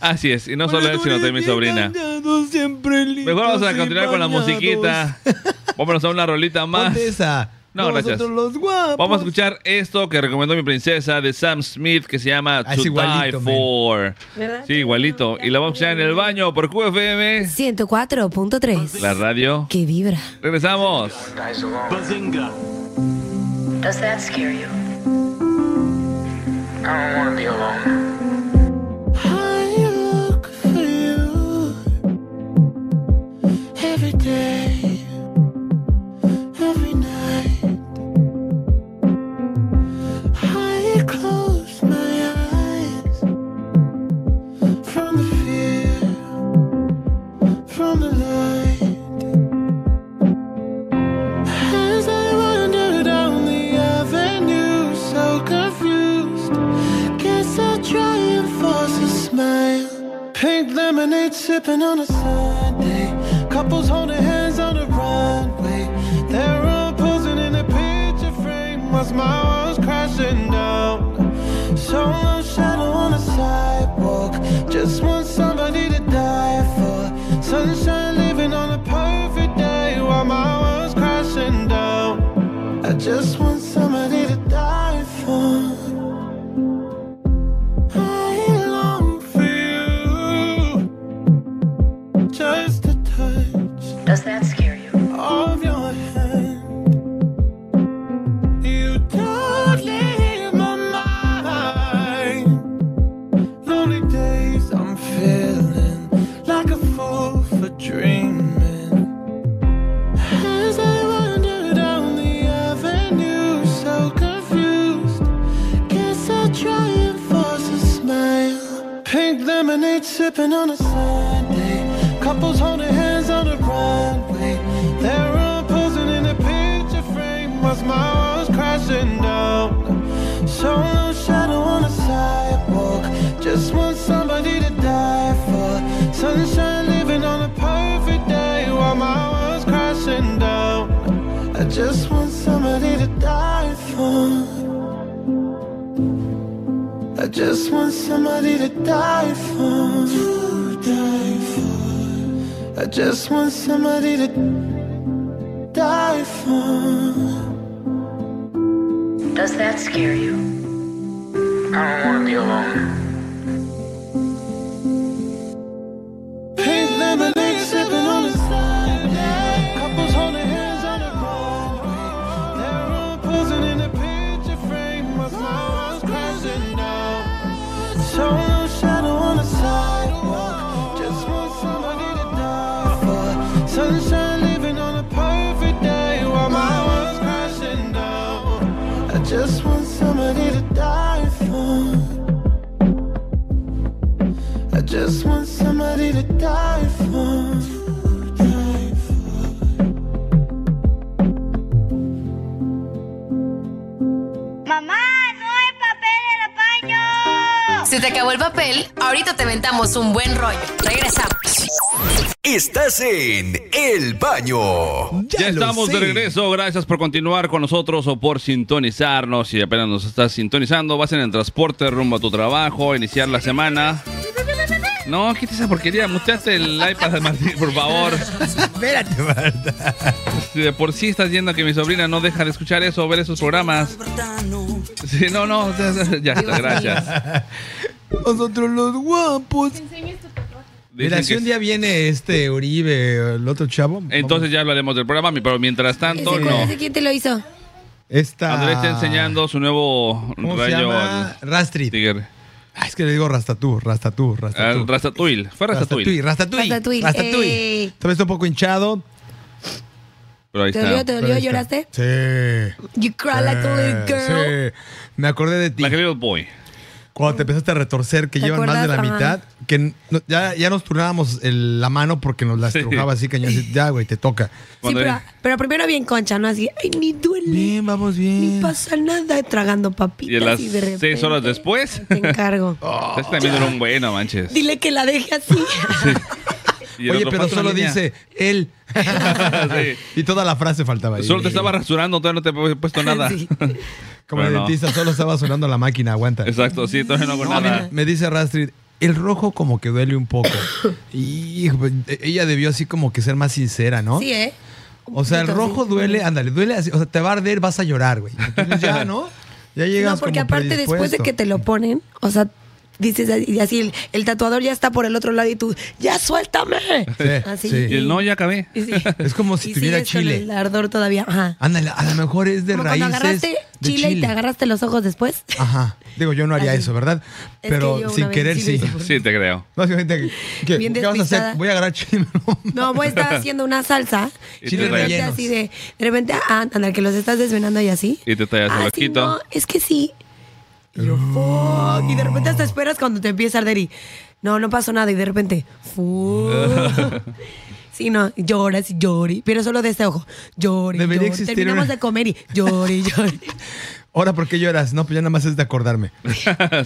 Speaker 2: Así es. Y no solo él, sino también mi sobrina.
Speaker 3: Bañados, siempre
Speaker 2: Mejor vamos a
Speaker 3: lindos y
Speaker 2: continuar con la
Speaker 3: bañados.
Speaker 2: musiquita. [LAUGHS] Vámonos a una rolita más.
Speaker 3: Ponte esa.
Speaker 2: No, gracias.
Speaker 3: Nosotros los guapos.
Speaker 2: Vamos a escuchar esto que recomendó mi princesa de Sam Smith que se llama
Speaker 3: Ah, es
Speaker 2: To
Speaker 3: igualito,
Speaker 2: Die
Speaker 3: man.
Speaker 2: For.
Speaker 6: ¿Verdad?
Speaker 2: Sí, igualito. Y la vamos a escuchar en el baño por QFM,
Speaker 6: 104.3.
Speaker 2: la radio.
Speaker 6: Que vibra.
Speaker 2: Regresamos.
Speaker 9: Does that scare you? I don't want to be alone.
Speaker 8: As I wander down the avenue, so confused. Guess I'll try and force a smile. Pink lemonade sipping on a Sunday. Couples holding hands on the runway. They're all posing in a picture frame. Whilst my world's crashing down. So much shadow on the sidewalk. Just want somebody to die for. Sunshine living on a perfect day while my world's crashing down. I just want somebody to die for. I long for you, just a touch
Speaker 9: Does that scare you?
Speaker 8: of your hand. You don't leave my mind. Lonely days, I'm feeling like a fool for dreaming. As I wander down the avenue, so confused. Guess I'll try and force a smile. Pink lemonade sipping on a Sunday. Couples holding hands on the runway. They're all posing in a picture frame. Whilst my world's crashing down. So no shadow on the sidewalk. Just want somebody to die for. Sunshine living on a perfect day while my world's crashing down. I just want somebody to die for. I just want somebody to die for. To die for. I just want somebody to die for.
Speaker 9: Does that scare you? I don't want to be alone.
Speaker 8: Pink lemonade sipping on a Sunday. Couples holding hands on the runway. They're all posing in a picture frame. My smile's crashing down. So no shadow on the sidewalk. Just want somebody to die for. Sunshine living on a perfect day while my world's crashing down. I just want somebody to die for. I just want somebody to die for.
Speaker 10: Mamá, no hay papel en el baño.
Speaker 7: Se te acabó el papel, ahorita te ventamos un buen rollo. Regresamos.
Speaker 5: Estás en El Baño.
Speaker 2: Ya, estamos de regreso. Gracias por continuar con nosotros o por sintonizarnos. Si apenas nos estás sintonizando, vas en el transporte rumbo a tu trabajo, iniciar la semana. No, quita esa porquería. Muteaste el iPad de Martín, por favor.
Speaker 3: Espérate, Marta.
Speaker 2: Si de por sí estás viendo que mi sobrina no deja de escuchar eso o ver esos programas. Sí, no, no. Ya, ya, ya está, gracias.
Speaker 3: Nosotros los guapos. Mira,
Speaker 2: Dicen
Speaker 3: si
Speaker 2: que-
Speaker 3: un día viene este Uribe, el otro chavo.
Speaker 2: Entonces ya hablaremos del programa, mi- pero mientras tanto,
Speaker 6: ¿Ese,
Speaker 2: no.
Speaker 6: ese quién te lo hizo?
Speaker 3: vamos. Esta.
Speaker 2: Andrés está enseñando su nuevo
Speaker 3: Ah. ¿Cómo se
Speaker 2: rayo
Speaker 3: llama?
Speaker 2: al
Speaker 3: Rastri.
Speaker 2: tigre.
Speaker 3: Ah, es que le digo Rastatú, Rastatú, Rastatú.
Speaker 2: Al Ah, Ratatouille. Fue Ratatouille.
Speaker 3: Rastatouille, Rastatouille.
Speaker 6: Ratatouille,
Speaker 3: Rastatouille.
Speaker 6: ey.
Speaker 3: Todavía está un poco hinchado.
Speaker 2: Pero ahí
Speaker 6: ¿Te dolió? ¿Te
Speaker 2: está.
Speaker 6: dolió?
Speaker 3: pero ahí está.
Speaker 6: ¿Lloraste?
Speaker 3: Sí.
Speaker 6: You cry like a little
Speaker 3: Sí,
Speaker 6: girl.
Speaker 3: sí. Me acordé de ti.
Speaker 2: La querido boy.
Speaker 3: Cuando te empezaste a retorcer, que
Speaker 6: ¿Te
Speaker 3: llevan más de la
Speaker 6: acuerdas? Ajá.
Speaker 3: mitad, que n- no- ya, ya nos turnábamos el- la mano porque nos la
Speaker 2: Sí.
Speaker 3: estrujaba así,
Speaker 2: [LAUGHS]
Speaker 3: cañón. así, ya, güey, te toca.
Speaker 6: Sí, pero, pero primero bien concha, ¿no? Así, ay, ni duele.
Speaker 3: Bien, vamos
Speaker 6: Ni
Speaker 3: bien.
Speaker 6: pasa nada tragando papitas
Speaker 2: Y a las
Speaker 6: y de repente
Speaker 2: seis horas después,
Speaker 6: te
Speaker 3: [LAUGHS]
Speaker 6: encargo.
Speaker 3: Ah.
Speaker 2: este también era un bueno, manches.
Speaker 6: Dile que la deje así.
Speaker 2: Y el
Speaker 3: Oye,
Speaker 2: otro,
Speaker 3: pero
Speaker 2: "Falta una
Speaker 3: solo
Speaker 2: línea".
Speaker 3: dice él.
Speaker 2: [LAUGHS] Sí.
Speaker 3: Y toda la frase faltaba ahí.
Speaker 2: Solo te estaba rasurando, todavía no te había puesto nada.
Speaker 6: [LAUGHS] Sí.
Speaker 3: Como
Speaker 2: Pero
Speaker 3: el
Speaker 2: no.
Speaker 3: dentista, solo estaba sonando la máquina, aguanta.
Speaker 2: [LAUGHS] Exacto, sí, todavía no hago
Speaker 3: No,
Speaker 2: nada.
Speaker 3: mira, me dice Rastrid, el rojo como que duele un
Speaker 6: [COUGHS]
Speaker 3: poco. y hijo, ella debió así como que ser más sincera, ¿no?
Speaker 6: Sí, ¿eh?
Speaker 3: O sea, el
Speaker 6: poquito,
Speaker 3: rojo
Speaker 6: sí.
Speaker 3: duele, ándale, duele así, o sea, te va a arder, vas a llorar, güey.
Speaker 2: [LAUGHS]
Speaker 3: Entonces ya, ¿no? Ya llegas
Speaker 6: No, porque
Speaker 3: como
Speaker 6: aparte después de
Speaker 3: predispuesto.
Speaker 6: que te lo ponen, o sea, dices así, y así el, el tatuador ya está por el otro lado y tú,
Speaker 3: [LAUGHS]
Speaker 6: ¡ya suéltame!
Speaker 3: Sí,
Speaker 6: [LAUGHS] así.
Speaker 3: sí.
Speaker 2: Y el no, ya acabé.
Speaker 6: Y sí.
Speaker 3: Es como si
Speaker 6: Y
Speaker 3: tuviera
Speaker 6: sigues con
Speaker 3: chile.
Speaker 6: el ardor todavía. Ajá.
Speaker 3: Ándale, a lo mejor es de
Speaker 6: Como
Speaker 3: raíces
Speaker 6: cuando agarraste
Speaker 3: de
Speaker 6: chile, y te agarraste los ojos después.
Speaker 3: Ajá. Digo, yo no haría
Speaker 6: Así.
Speaker 3: eso, ¿verdad?
Speaker 6: que
Speaker 3: Pero
Speaker 6: yo una
Speaker 3: sin
Speaker 6: vez
Speaker 3: querer
Speaker 6: sí
Speaker 3: sí.
Speaker 6: lo hice.
Speaker 2: [LAUGHS] Sí, te creo. [LAUGHS]
Speaker 3: No, sí, gente, ¿qué,
Speaker 6: Bien
Speaker 3: ¿qué vas a
Speaker 6: despistada.
Speaker 3: hacer? Voy a agarrar chile.
Speaker 6: No, voy a estar haciendo una salsa.
Speaker 2: Y
Speaker 6: y
Speaker 2: te
Speaker 6: de repente
Speaker 3: rellenos.
Speaker 6: así de, de repente, ah, anda, que los estás desvenando y así.
Speaker 2: Y te tallas el
Speaker 6: Ah, sí,
Speaker 2: ojito.
Speaker 6: no, es que sí. Y yo, fuck. Y de repente hasta esperas cuando te empieza a arder y, no, no pasó nada. Y de repente, fuck. Sí, no, lloras y llori, pero solo de este ojo. Llori,
Speaker 3: Debería
Speaker 6: llori.
Speaker 3: existir
Speaker 6: Terminamos
Speaker 3: una-
Speaker 6: de comer y llori, [LAUGHS] llori.
Speaker 3: Ahora, ¿por qué lloras? No, pues ya nada más es de acordarme.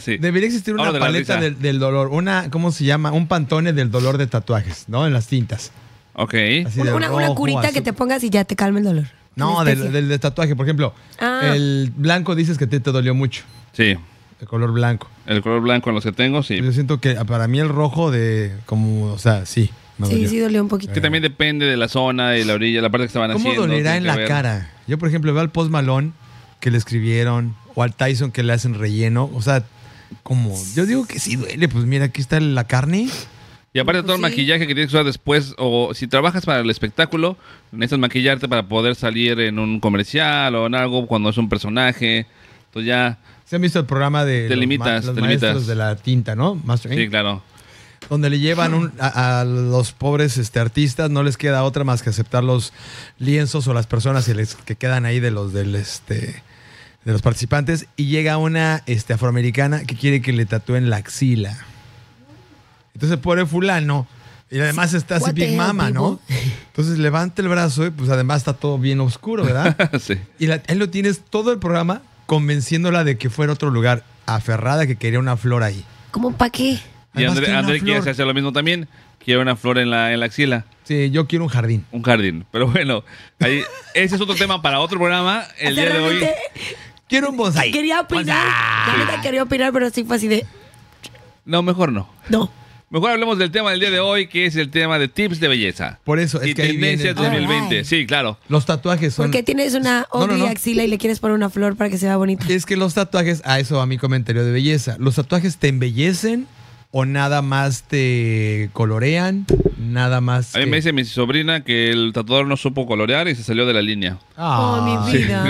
Speaker 2: sí.
Speaker 3: Debería existir una
Speaker 2: Ahora de la
Speaker 3: paleta
Speaker 2: risa.
Speaker 3: del, del dolor, una, ¿cómo se llama? Un pantone del dolor de tatuajes, ¿no? En las tintas.
Speaker 2: Ok.
Speaker 3: Así
Speaker 6: Una,
Speaker 3: de
Speaker 6: una- una
Speaker 3: rojo,
Speaker 6: curita que
Speaker 3: azul.
Speaker 6: te pongas y ya te calma el dolor.
Speaker 3: No,
Speaker 6: Una
Speaker 3: del,
Speaker 6: especie.
Speaker 3: del- del tatuaje, por ejemplo.
Speaker 6: Ah.
Speaker 3: El blanco dices que te, te dolió mucho,
Speaker 2: Sí.
Speaker 3: el color blanco.
Speaker 2: El color blanco en los que tengo, sí.
Speaker 3: Yo siento que ah, para mí el rojo de, como, o sea, sí, me
Speaker 6: Sí,
Speaker 3: dolió.
Speaker 6: sí, dolió un poquito.
Speaker 2: Que también depende de la zona, de la orilla, la parte que estaban
Speaker 3: ¿Cómo
Speaker 2: haciendo.
Speaker 3: dolerá
Speaker 2: tiene
Speaker 3: en
Speaker 2: que
Speaker 3: la
Speaker 2: ver.
Speaker 3: cara? Yo, por ejemplo, veo al Post Malone que le escribieron o al Tyson que le hacen relleno. O sea, como yo digo que sí duele, pues mira, aquí está la carne.
Speaker 2: Y aparte
Speaker 6: Pues
Speaker 2: todo el
Speaker 6: sí.
Speaker 2: maquillaje que tienes que usar después, o si trabajas para el espectáculo, necesitas maquillarte para poder salir en un comercial o en algo cuando es un personaje. Entonces ya,
Speaker 3: ¿Se han visto el programa de
Speaker 2: Te
Speaker 3: los,
Speaker 2: limitas,
Speaker 3: los
Speaker 2: te
Speaker 3: maestros
Speaker 2: limitas.
Speaker 3: de la tinta, no? Master Ink,
Speaker 2: sí, claro. [LAUGHS]
Speaker 3: Donde le llevan un- a, a los pobres este, artistas, no les queda otra más que aceptar los lienzos o las personas que, les- que quedan ahí de los del este de los participantes y llega una este, afroamericana que quiere que le tatúen la axila. Entonces pobre fulano y además está así
Speaker 6: What the
Speaker 3: Big
Speaker 6: hell,
Speaker 3: Mama, ¿no? Entonces levanta el brazo y pues además está todo bien oscuro,
Speaker 6: [LAUGHS]
Speaker 3: ¿verdad?
Speaker 2: sí.
Speaker 3: Y la- él lo tienes todo el programa convenciéndola de que fuera a otro lugar, aferrada que quería una flor ahí.
Speaker 6: ¿Cómo pa' qué?
Speaker 2: Y
Speaker 3: Además,
Speaker 2: André,
Speaker 3: quiere una
Speaker 2: André
Speaker 3: flor.
Speaker 2: quiere hacer lo mismo también. Quiere una flor en la, en la axila,
Speaker 3: Sí, yo quiero un jardín.
Speaker 2: un jardín. Pero bueno, ahí, ese es otro tema para otro programa. El
Speaker 6: O sea,
Speaker 2: día de hoy...
Speaker 6: realmente
Speaker 3: Quiero un bonsai.
Speaker 6: Quería opinar. La neta quería opinar, pero sí fue así de,
Speaker 2: No, mejor no.
Speaker 6: no.
Speaker 2: Mejor hablemos del tema del día de hoy, que es el tema de tips de belleza.
Speaker 3: Por eso, es
Speaker 2: y
Speaker 3: que ahí viene
Speaker 2: tendencias
Speaker 3: el tema.
Speaker 2: 2020. Sí, claro.
Speaker 3: Los tatuajes son...
Speaker 6: Porque tienes una
Speaker 3: No, no,
Speaker 6: ugly
Speaker 3: no.
Speaker 6: axila y le quieres poner una flor para que se vea bonita.
Speaker 3: Es que los tatuajes, a eso va mi comentario de belleza. ¿Los tatuajes te embellecen o nada más te colorean? Nada más...
Speaker 2: A mí
Speaker 3: que-
Speaker 2: me dice mi sobrina que el tatuador no supo colorear y se salió de la línea.
Speaker 3: Ah,
Speaker 6: Oh,
Speaker 2: [LAUGHS]
Speaker 6: mi
Speaker 3: sí.
Speaker 6: vida.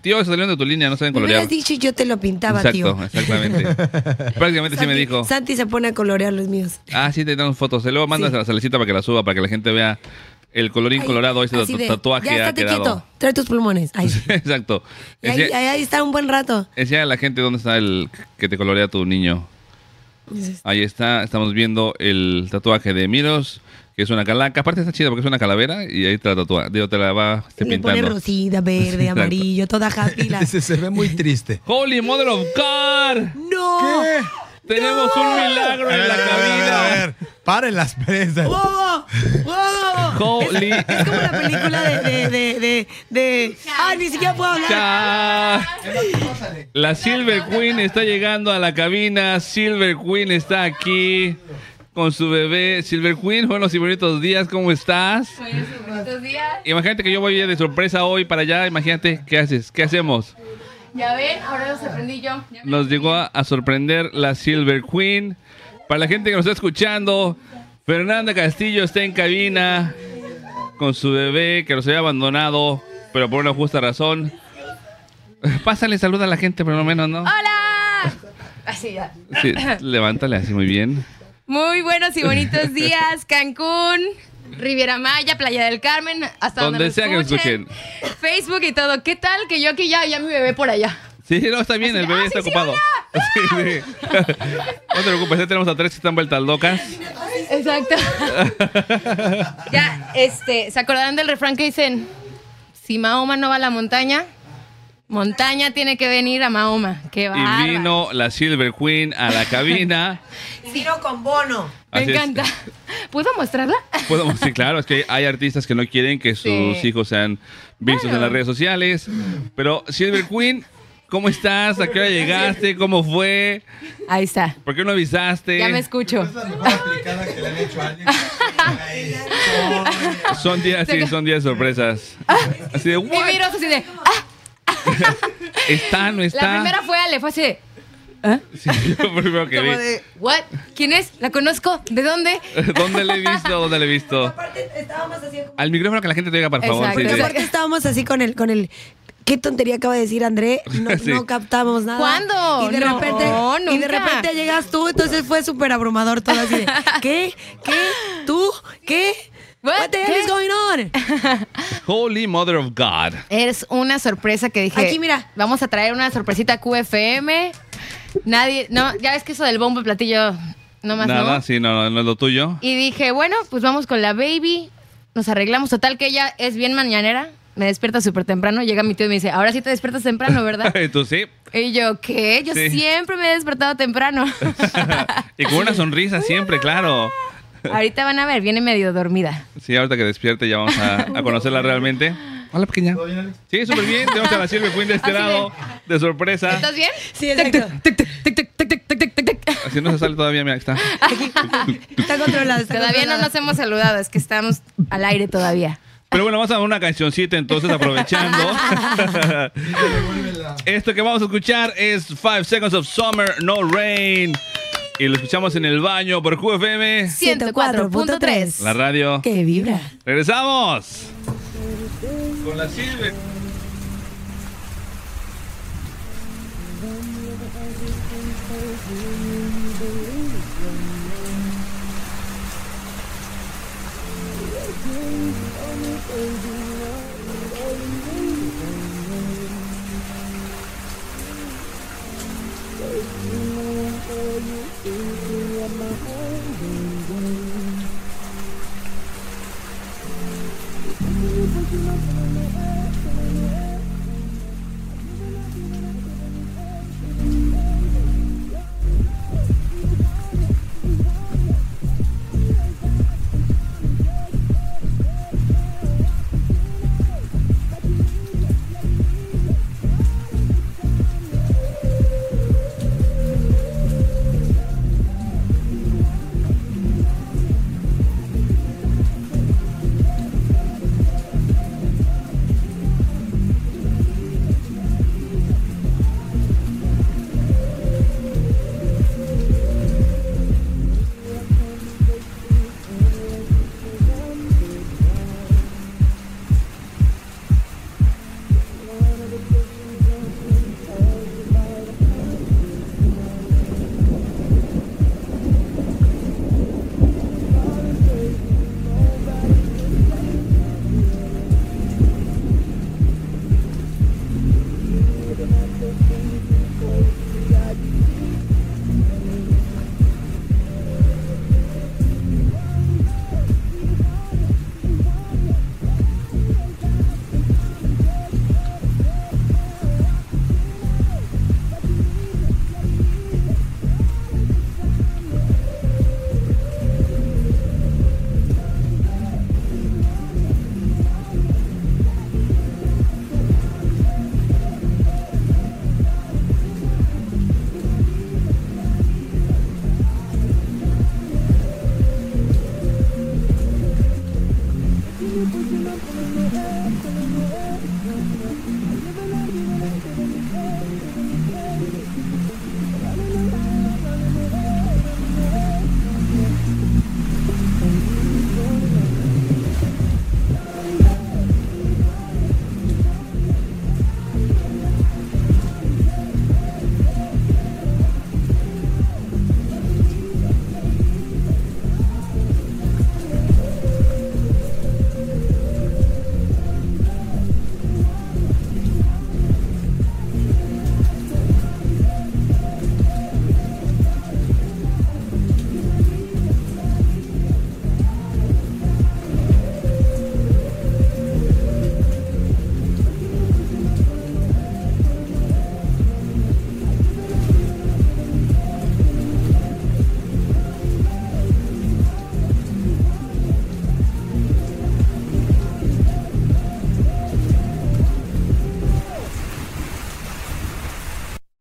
Speaker 2: Tío, se salieron de tu línea, no saben
Speaker 6: Me hubieras
Speaker 2: colorear.
Speaker 6: dicho y yo te lo pintaba, tío.
Speaker 2: Exacto, exactamente. Prácticamente sí me
Speaker 6: Santi-
Speaker 2: dijo.
Speaker 6: Santi se pone a colorear los míos.
Speaker 2: Ah, sí, tenemos fotos. Luego mandas
Speaker 6: Sí.
Speaker 2: a la salecita para que la suba, para que la gente vea el colorín
Speaker 6: Ay,
Speaker 2: colorado, este
Speaker 6: así
Speaker 2: tatu-
Speaker 6: de,
Speaker 2: tatuaje
Speaker 6: Ya
Speaker 2: ha
Speaker 6: estate quieto,
Speaker 2: quedado.
Speaker 6: trae tus pulmones. Ay,
Speaker 2: [LAUGHS] Exacto.
Speaker 6: y ahí,
Speaker 2: Enseña
Speaker 6: ahí- ahí está un buen rato.
Speaker 2: enseña a la gente dónde está el que te colorea tu niño. Ahí está, estamos viendo el tatuaje de Miros, que es una calaca. Aparte está chida porque es una calavera y ahí te la tatúa. Digo, te la va este,
Speaker 6: Le pone
Speaker 2: pintando.
Speaker 6: rosita, verde,
Speaker 2: Exacto.
Speaker 6: amarillo, toda happy.
Speaker 3: [LAUGHS]
Speaker 6: la-
Speaker 3: Se, se ve muy triste.
Speaker 2: ¡Holy Mother of God!
Speaker 6: ¡No!
Speaker 2: ¡Tenemos un milagro
Speaker 3: A
Speaker 2: en
Speaker 3: ver,
Speaker 2: la
Speaker 3: a ver, a ver, a
Speaker 2: cabina!
Speaker 3: ver. Paren las prensas.
Speaker 6: ¡Bobo! ¡Bobo!
Speaker 2: Holy-
Speaker 6: Es, es como la película de... de, de, de, de- ¡Ay, ni siquiera puedo hablar!
Speaker 2: Cha. La Silver Queen está llegando a la cabina. Silver Queen está aquí con su bebé. Silver Queen, buenos y bonitos días, ¿cómo estás?
Speaker 11: Pues, Buenos días.
Speaker 2: Imagínate que yo voy de sorpresa hoy para allá. Imagínate, ¿qué haces? ¿Qué hacemos?
Speaker 11: Ya ven, ahora los aprendí yo. Ya ven.
Speaker 2: Nos llegó a, a sorprender la Silver Queen. Para la gente que nos está escuchando, Fernanda Castillo está en cabina con su bebé que los había abandonado, pero por una justa razón. [LAUGHS] Pásale, saluda a la gente, por lo menos, ¿no?
Speaker 11: ¡Hola! Así ya.
Speaker 2: Sí, levántale así muy bien.
Speaker 11: Muy buenos
Speaker 2: [LAUGHS]
Speaker 11: y bonitos días, Cancún. Riviera Maya, Playa del Carmen, hasta donde,
Speaker 2: Donde
Speaker 11: nos
Speaker 2: sea que nos
Speaker 11: escuchen, Facebook y todo. ¿Qué tal que yo aquí ya, ya mi bebé por allá?
Speaker 2: Sí, no, está bien,
Speaker 11: Así
Speaker 2: el
Speaker 11: que,
Speaker 2: bebé
Speaker 11: ah,
Speaker 2: está
Speaker 11: sí, sí,
Speaker 2: ocupado.
Speaker 11: hola.
Speaker 2: [LAUGHS] No te preocupes, ya tenemos a tres que están vueltas locas. [LAUGHS]
Speaker 11: Exacto. ya, este, ¿se acordarán del refrán que dicen? Si Mahoma no va a la montaña, montaña tiene que venir a Mahoma. Qué
Speaker 2: Y
Speaker 11: va.
Speaker 2: vino la Silver Queen a la cabina.
Speaker 6: [LAUGHS] Tiro con bono.
Speaker 11: Me
Speaker 2: Así es.
Speaker 11: encanta. ¿Puedo mostrarla?
Speaker 2: Podemos- [LAUGHS] sí, claro, es que hay artistas que no quieren que sus
Speaker 11: Sí.
Speaker 2: hijos sean vistos en las redes sociales. Pero Silver Queen, ¿cómo estás? ¿A qué hora llegaste? ¿Cómo fue?
Speaker 11: Ahí está.
Speaker 2: ¿Por qué no avisaste?
Speaker 11: Ya me escucho.
Speaker 2: Son días, sí, son días de sorpresas.
Speaker 11: Ah.
Speaker 2: Así de,
Speaker 11: Y
Speaker 2: "What?
Speaker 11: miro así de,
Speaker 2: ¿Está? ¿No
Speaker 11: La
Speaker 2: está?
Speaker 11: primera fue Ale, fue así de,
Speaker 2: [LAUGHS] Sí, lo primero que
Speaker 11: como
Speaker 2: vi.
Speaker 11: de, ¿what? ¿Quién es? ¿La conozco? ¿De dónde?
Speaker 2: [LAUGHS] ¿Dónde le he visto? ¿Dónde le he visto?
Speaker 6: Estábamos así
Speaker 2: Al micrófono que la gente te oiga, por favor. sí,
Speaker 6: Pero
Speaker 2: sí.
Speaker 6: aparte estábamos así con el, con el qué tontería acaba de decir André, no,
Speaker 2: [LAUGHS] Sí.
Speaker 6: no captamos nada.
Speaker 11: ¿Cuándo?
Speaker 6: Y de
Speaker 11: No,
Speaker 6: repente, y de
Speaker 11: nunca.
Speaker 6: repente llegas tú, entonces fue súper abrumador todo
Speaker 11: [LAUGHS]
Speaker 6: así de, ¿qué? ¿Qué? ¿Tú? ¿Qué?
Speaker 11: What?
Speaker 6: What the hell
Speaker 11: ¿Qué?
Speaker 6: is going on?
Speaker 2: Holy Mother of God.
Speaker 11: Es una sorpresa que dije.
Speaker 6: Aquí, mira.
Speaker 11: Vamos a traer una sorpresita a QFM. Nadie, no, ya ves que eso del bombo y platillo, no más
Speaker 2: Nada,
Speaker 11: no.
Speaker 2: sí, no, no, no es lo tuyo.
Speaker 11: Y dije, bueno, pues vamos con la baby. Nos arreglamos. Total que ella es bien mañanera. Me despierta súper temprano. Llega mi tío y me dice, ahora sí te despiertas temprano, ¿verdad?
Speaker 2: Tú [LAUGHS]
Speaker 11: [LAUGHS]
Speaker 2: sí.
Speaker 11: y yo, ¿qué? Yo
Speaker 2: Sí.
Speaker 11: siempre me he
Speaker 2: [LAUGHS]
Speaker 11: despertado temprano. [LAUGHS]
Speaker 2: Y con una sonrisa siempre, claro.
Speaker 11: Ahorita van a ver, viene medio dormida.
Speaker 2: Sí, ahorita que despierte ya vamos a, a conocerla realmente. Hola, pequeña. Sí, súper bien. Tenemos a la Silver Queen de este
Speaker 11: Así
Speaker 2: lado, de sorpresa.
Speaker 11: ¿Estás bien?
Speaker 6: Sí, exacto.
Speaker 2: Así no se sale todavía, mira, aquí está.
Speaker 6: Está controlado. Está
Speaker 11: Todavía no
Speaker 6: controlado.
Speaker 11: nos hemos saludado, es que estamos al aire todavía.
Speaker 2: Pero bueno, vamos a una cancioncita entonces, aprovechando. [LAUGHS] Esto que vamos a escuchar es Five Seconds of Summer, No Rain. Y lo escuchamos en el baño por QFM,
Speaker 11: 104.3.
Speaker 2: la radio.
Speaker 6: Que vibra.
Speaker 2: ¡Regresamos! Con la Silver.
Speaker 8: Thank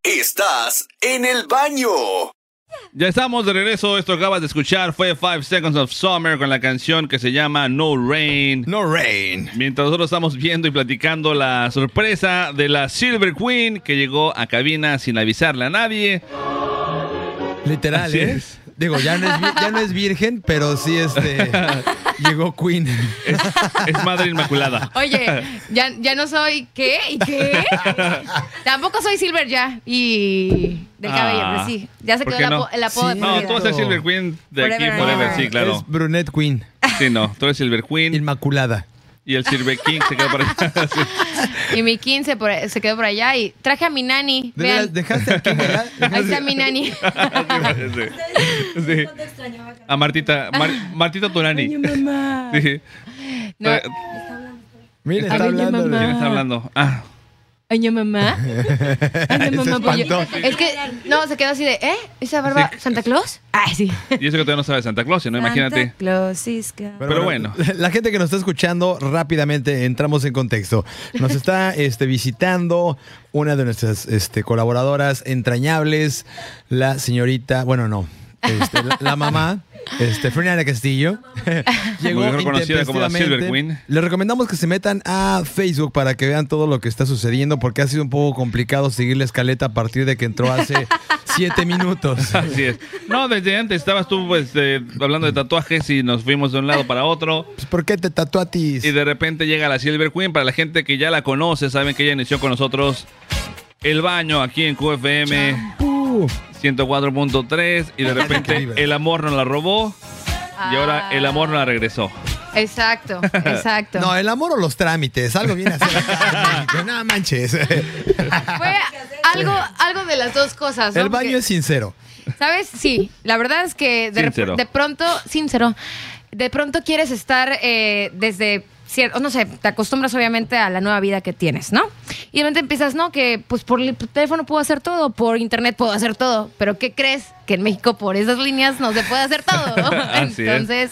Speaker 5: Estás en el baño.
Speaker 2: Ya estamos de regreso. Esto que acabas de escuchar fue Five Seconds of Summer con la canción que se llama No Rain.
Speaker 1: No Rain.
Speaker 2: Mientras nosotros estamos viendo y platicando la sorpresa de la Silver Queen que llegó a cabina sin avisarle a nadie.
Speaker 3: Literal,
Speaker 2: Así
Speaker 3: ¿eh?
Speaker 2: es.
Speaker 3: Digo, ya no, es, vi- ya no es virgen, pero
Speaker 2: [LAUGHS]
Speaker 3: sí este llegó Queen.
Speaker 2: Es Madre Inmaculada.
Speaker 11: [LAUGHS] Oye, ya, ya no soy qué y qué. Tampoco soy Silver ya. Y del cabello,
Speaker 2: Ah,
Speaker 11: pero sí. Ya se
Speaker 2: ¿por
Speaker 11: quedó
Speaker 2: qué
Speaker 11: el,
Speaker 2: no?
Speaker 11: apo- el apodo. de por
Speaker 2: No,
Speaker 11: vida.
Speaker 2: tú vas a ser Silver Queen de aquí
Speaker 11: Forever and
Speaker 2: forever,
Speaker 11: ever.
Speaker 6: Ah.
Speaker 2: sí, claro.
Speaker 3: Es Brunette Queen.
Speaker 2: Sí, no, tú eres Silver Queen.
Speaker 3: Inmaculada.
Speaker 2: Y el Silver King se queda por ahí. [LAUGHS]
Speaker 11: [LAUGHS]
Speaker 2: Sí.
Speaker 11: Y mi 15 por- se quedó por allá. Y traje a mi nani.
Speaker 3: De veras,
Speaker 11: Vean,
Speaker 3: Dejaste aquí, ¿verdad?
Speaker 11: [LAUGHS] ahí
Speaker 2: [LAUGHS]
Speaker 11: está mi nani.
Speaker 2: Sí. Sí. A Martita, Mar- Martita Turani.
Speaker 11: mamá.
Speaker 2: Sí.
Speaker 11: No.
Speaker 2: Tra-
Speaker 3: Mira,
Speaker 11: está Ay, mi hablando. mamá.
Speaker 2: ¿Quién está hablando? Ah.
Speaker 11: Año mamá.
Speaker 2: [LAUGHS]
Speaker 3: [LAUGHS]
Speaker 11: Año
Speaker 3: Se
Speaker 11: mamá. pues yo-
Speaker 3: espantó.
Speaker 11: Es que, no, se quedó así de, ¿eh? ¿Esa barba Santa Claus? Ay, sí.
Speaker 2: Y eso que todavía no sabe Santa Claus, ¿no? Imagínate.
Speaker 11: Claus is
Speaker 2: Pero bueno.
Speaker 3: [LAUGHS] La gente que nos está escuchando, rápidamente entramos en contexto.
Speaker 2: [LAUGHS]
Speaker 3: Nos está este, visitando una de nuestras este, colaboradoras entrañables, la señorita, bueno, no, este, la, la mamá, este, Fernanda
Speaker 2: [LAUGHS]
Speaker 3: Castillo.
Speaker 2: Mejor conocida como la Silver
Speaker 3: intempestivamente.
Speaker 2: Queen.
Speaker 3: Les recomendamos que se metan a Facebook para que vean todo lo que está sucediendo, porque ha sido un poco complicado seguir la escaleta a partir de que
Speaker 2: [LAUGHS]
Speaker 3: entró hace siete minutos.
Speaker 2: Así es. No, desde antes estabas tú pues, eh, hablando de tatuajes y nos fuimos de un lado para otro.
Speaker 3: Pues, ¿Por qué te tatuatis?
Speaker 2: Y de repente llega la Silver Queen. Para la gente que ya la conoce, saben que ella inició con nosotros el baño aquí en QFM
Speaker 3: Uh,
Speaker 2: 104.3. Y de repente el amor nos la robó. Y ahora el amor nos la regresó. [LAUGHS]
Speaker 11: Exacto, exacto.
Speaker 3: No, el amor o los trámites, algo viene a hacer
Speaker 11: [LAUGHS]
Speaker 3: acá en México, No manches.
Speaker 11: Fue algo, algo de las dos cosas. ¿no?
Speaker 3: El baño
Speaker 11: Porque-
Speaker 3: es sincero.
Speaker 11: ¿Sabes? Sí, la verdad es que de, rep-
Speaker 2: Sincero.
Speaker 11: de pronto, sincero, de pronto quieres estar eh, desde cierto, no sé, te acostumbras obviamente a la nueva vida que tienes, ¿no? Y de repente empiezas, no, que pues por el teléfono puedo hacer todo, por internet puedo hacer todo, pero ¿qué crees? Que en México por esas líneas no se puede hacer todo.
Speaker 2: [LAUGHS] Así es.
Speaker 11: Entonces,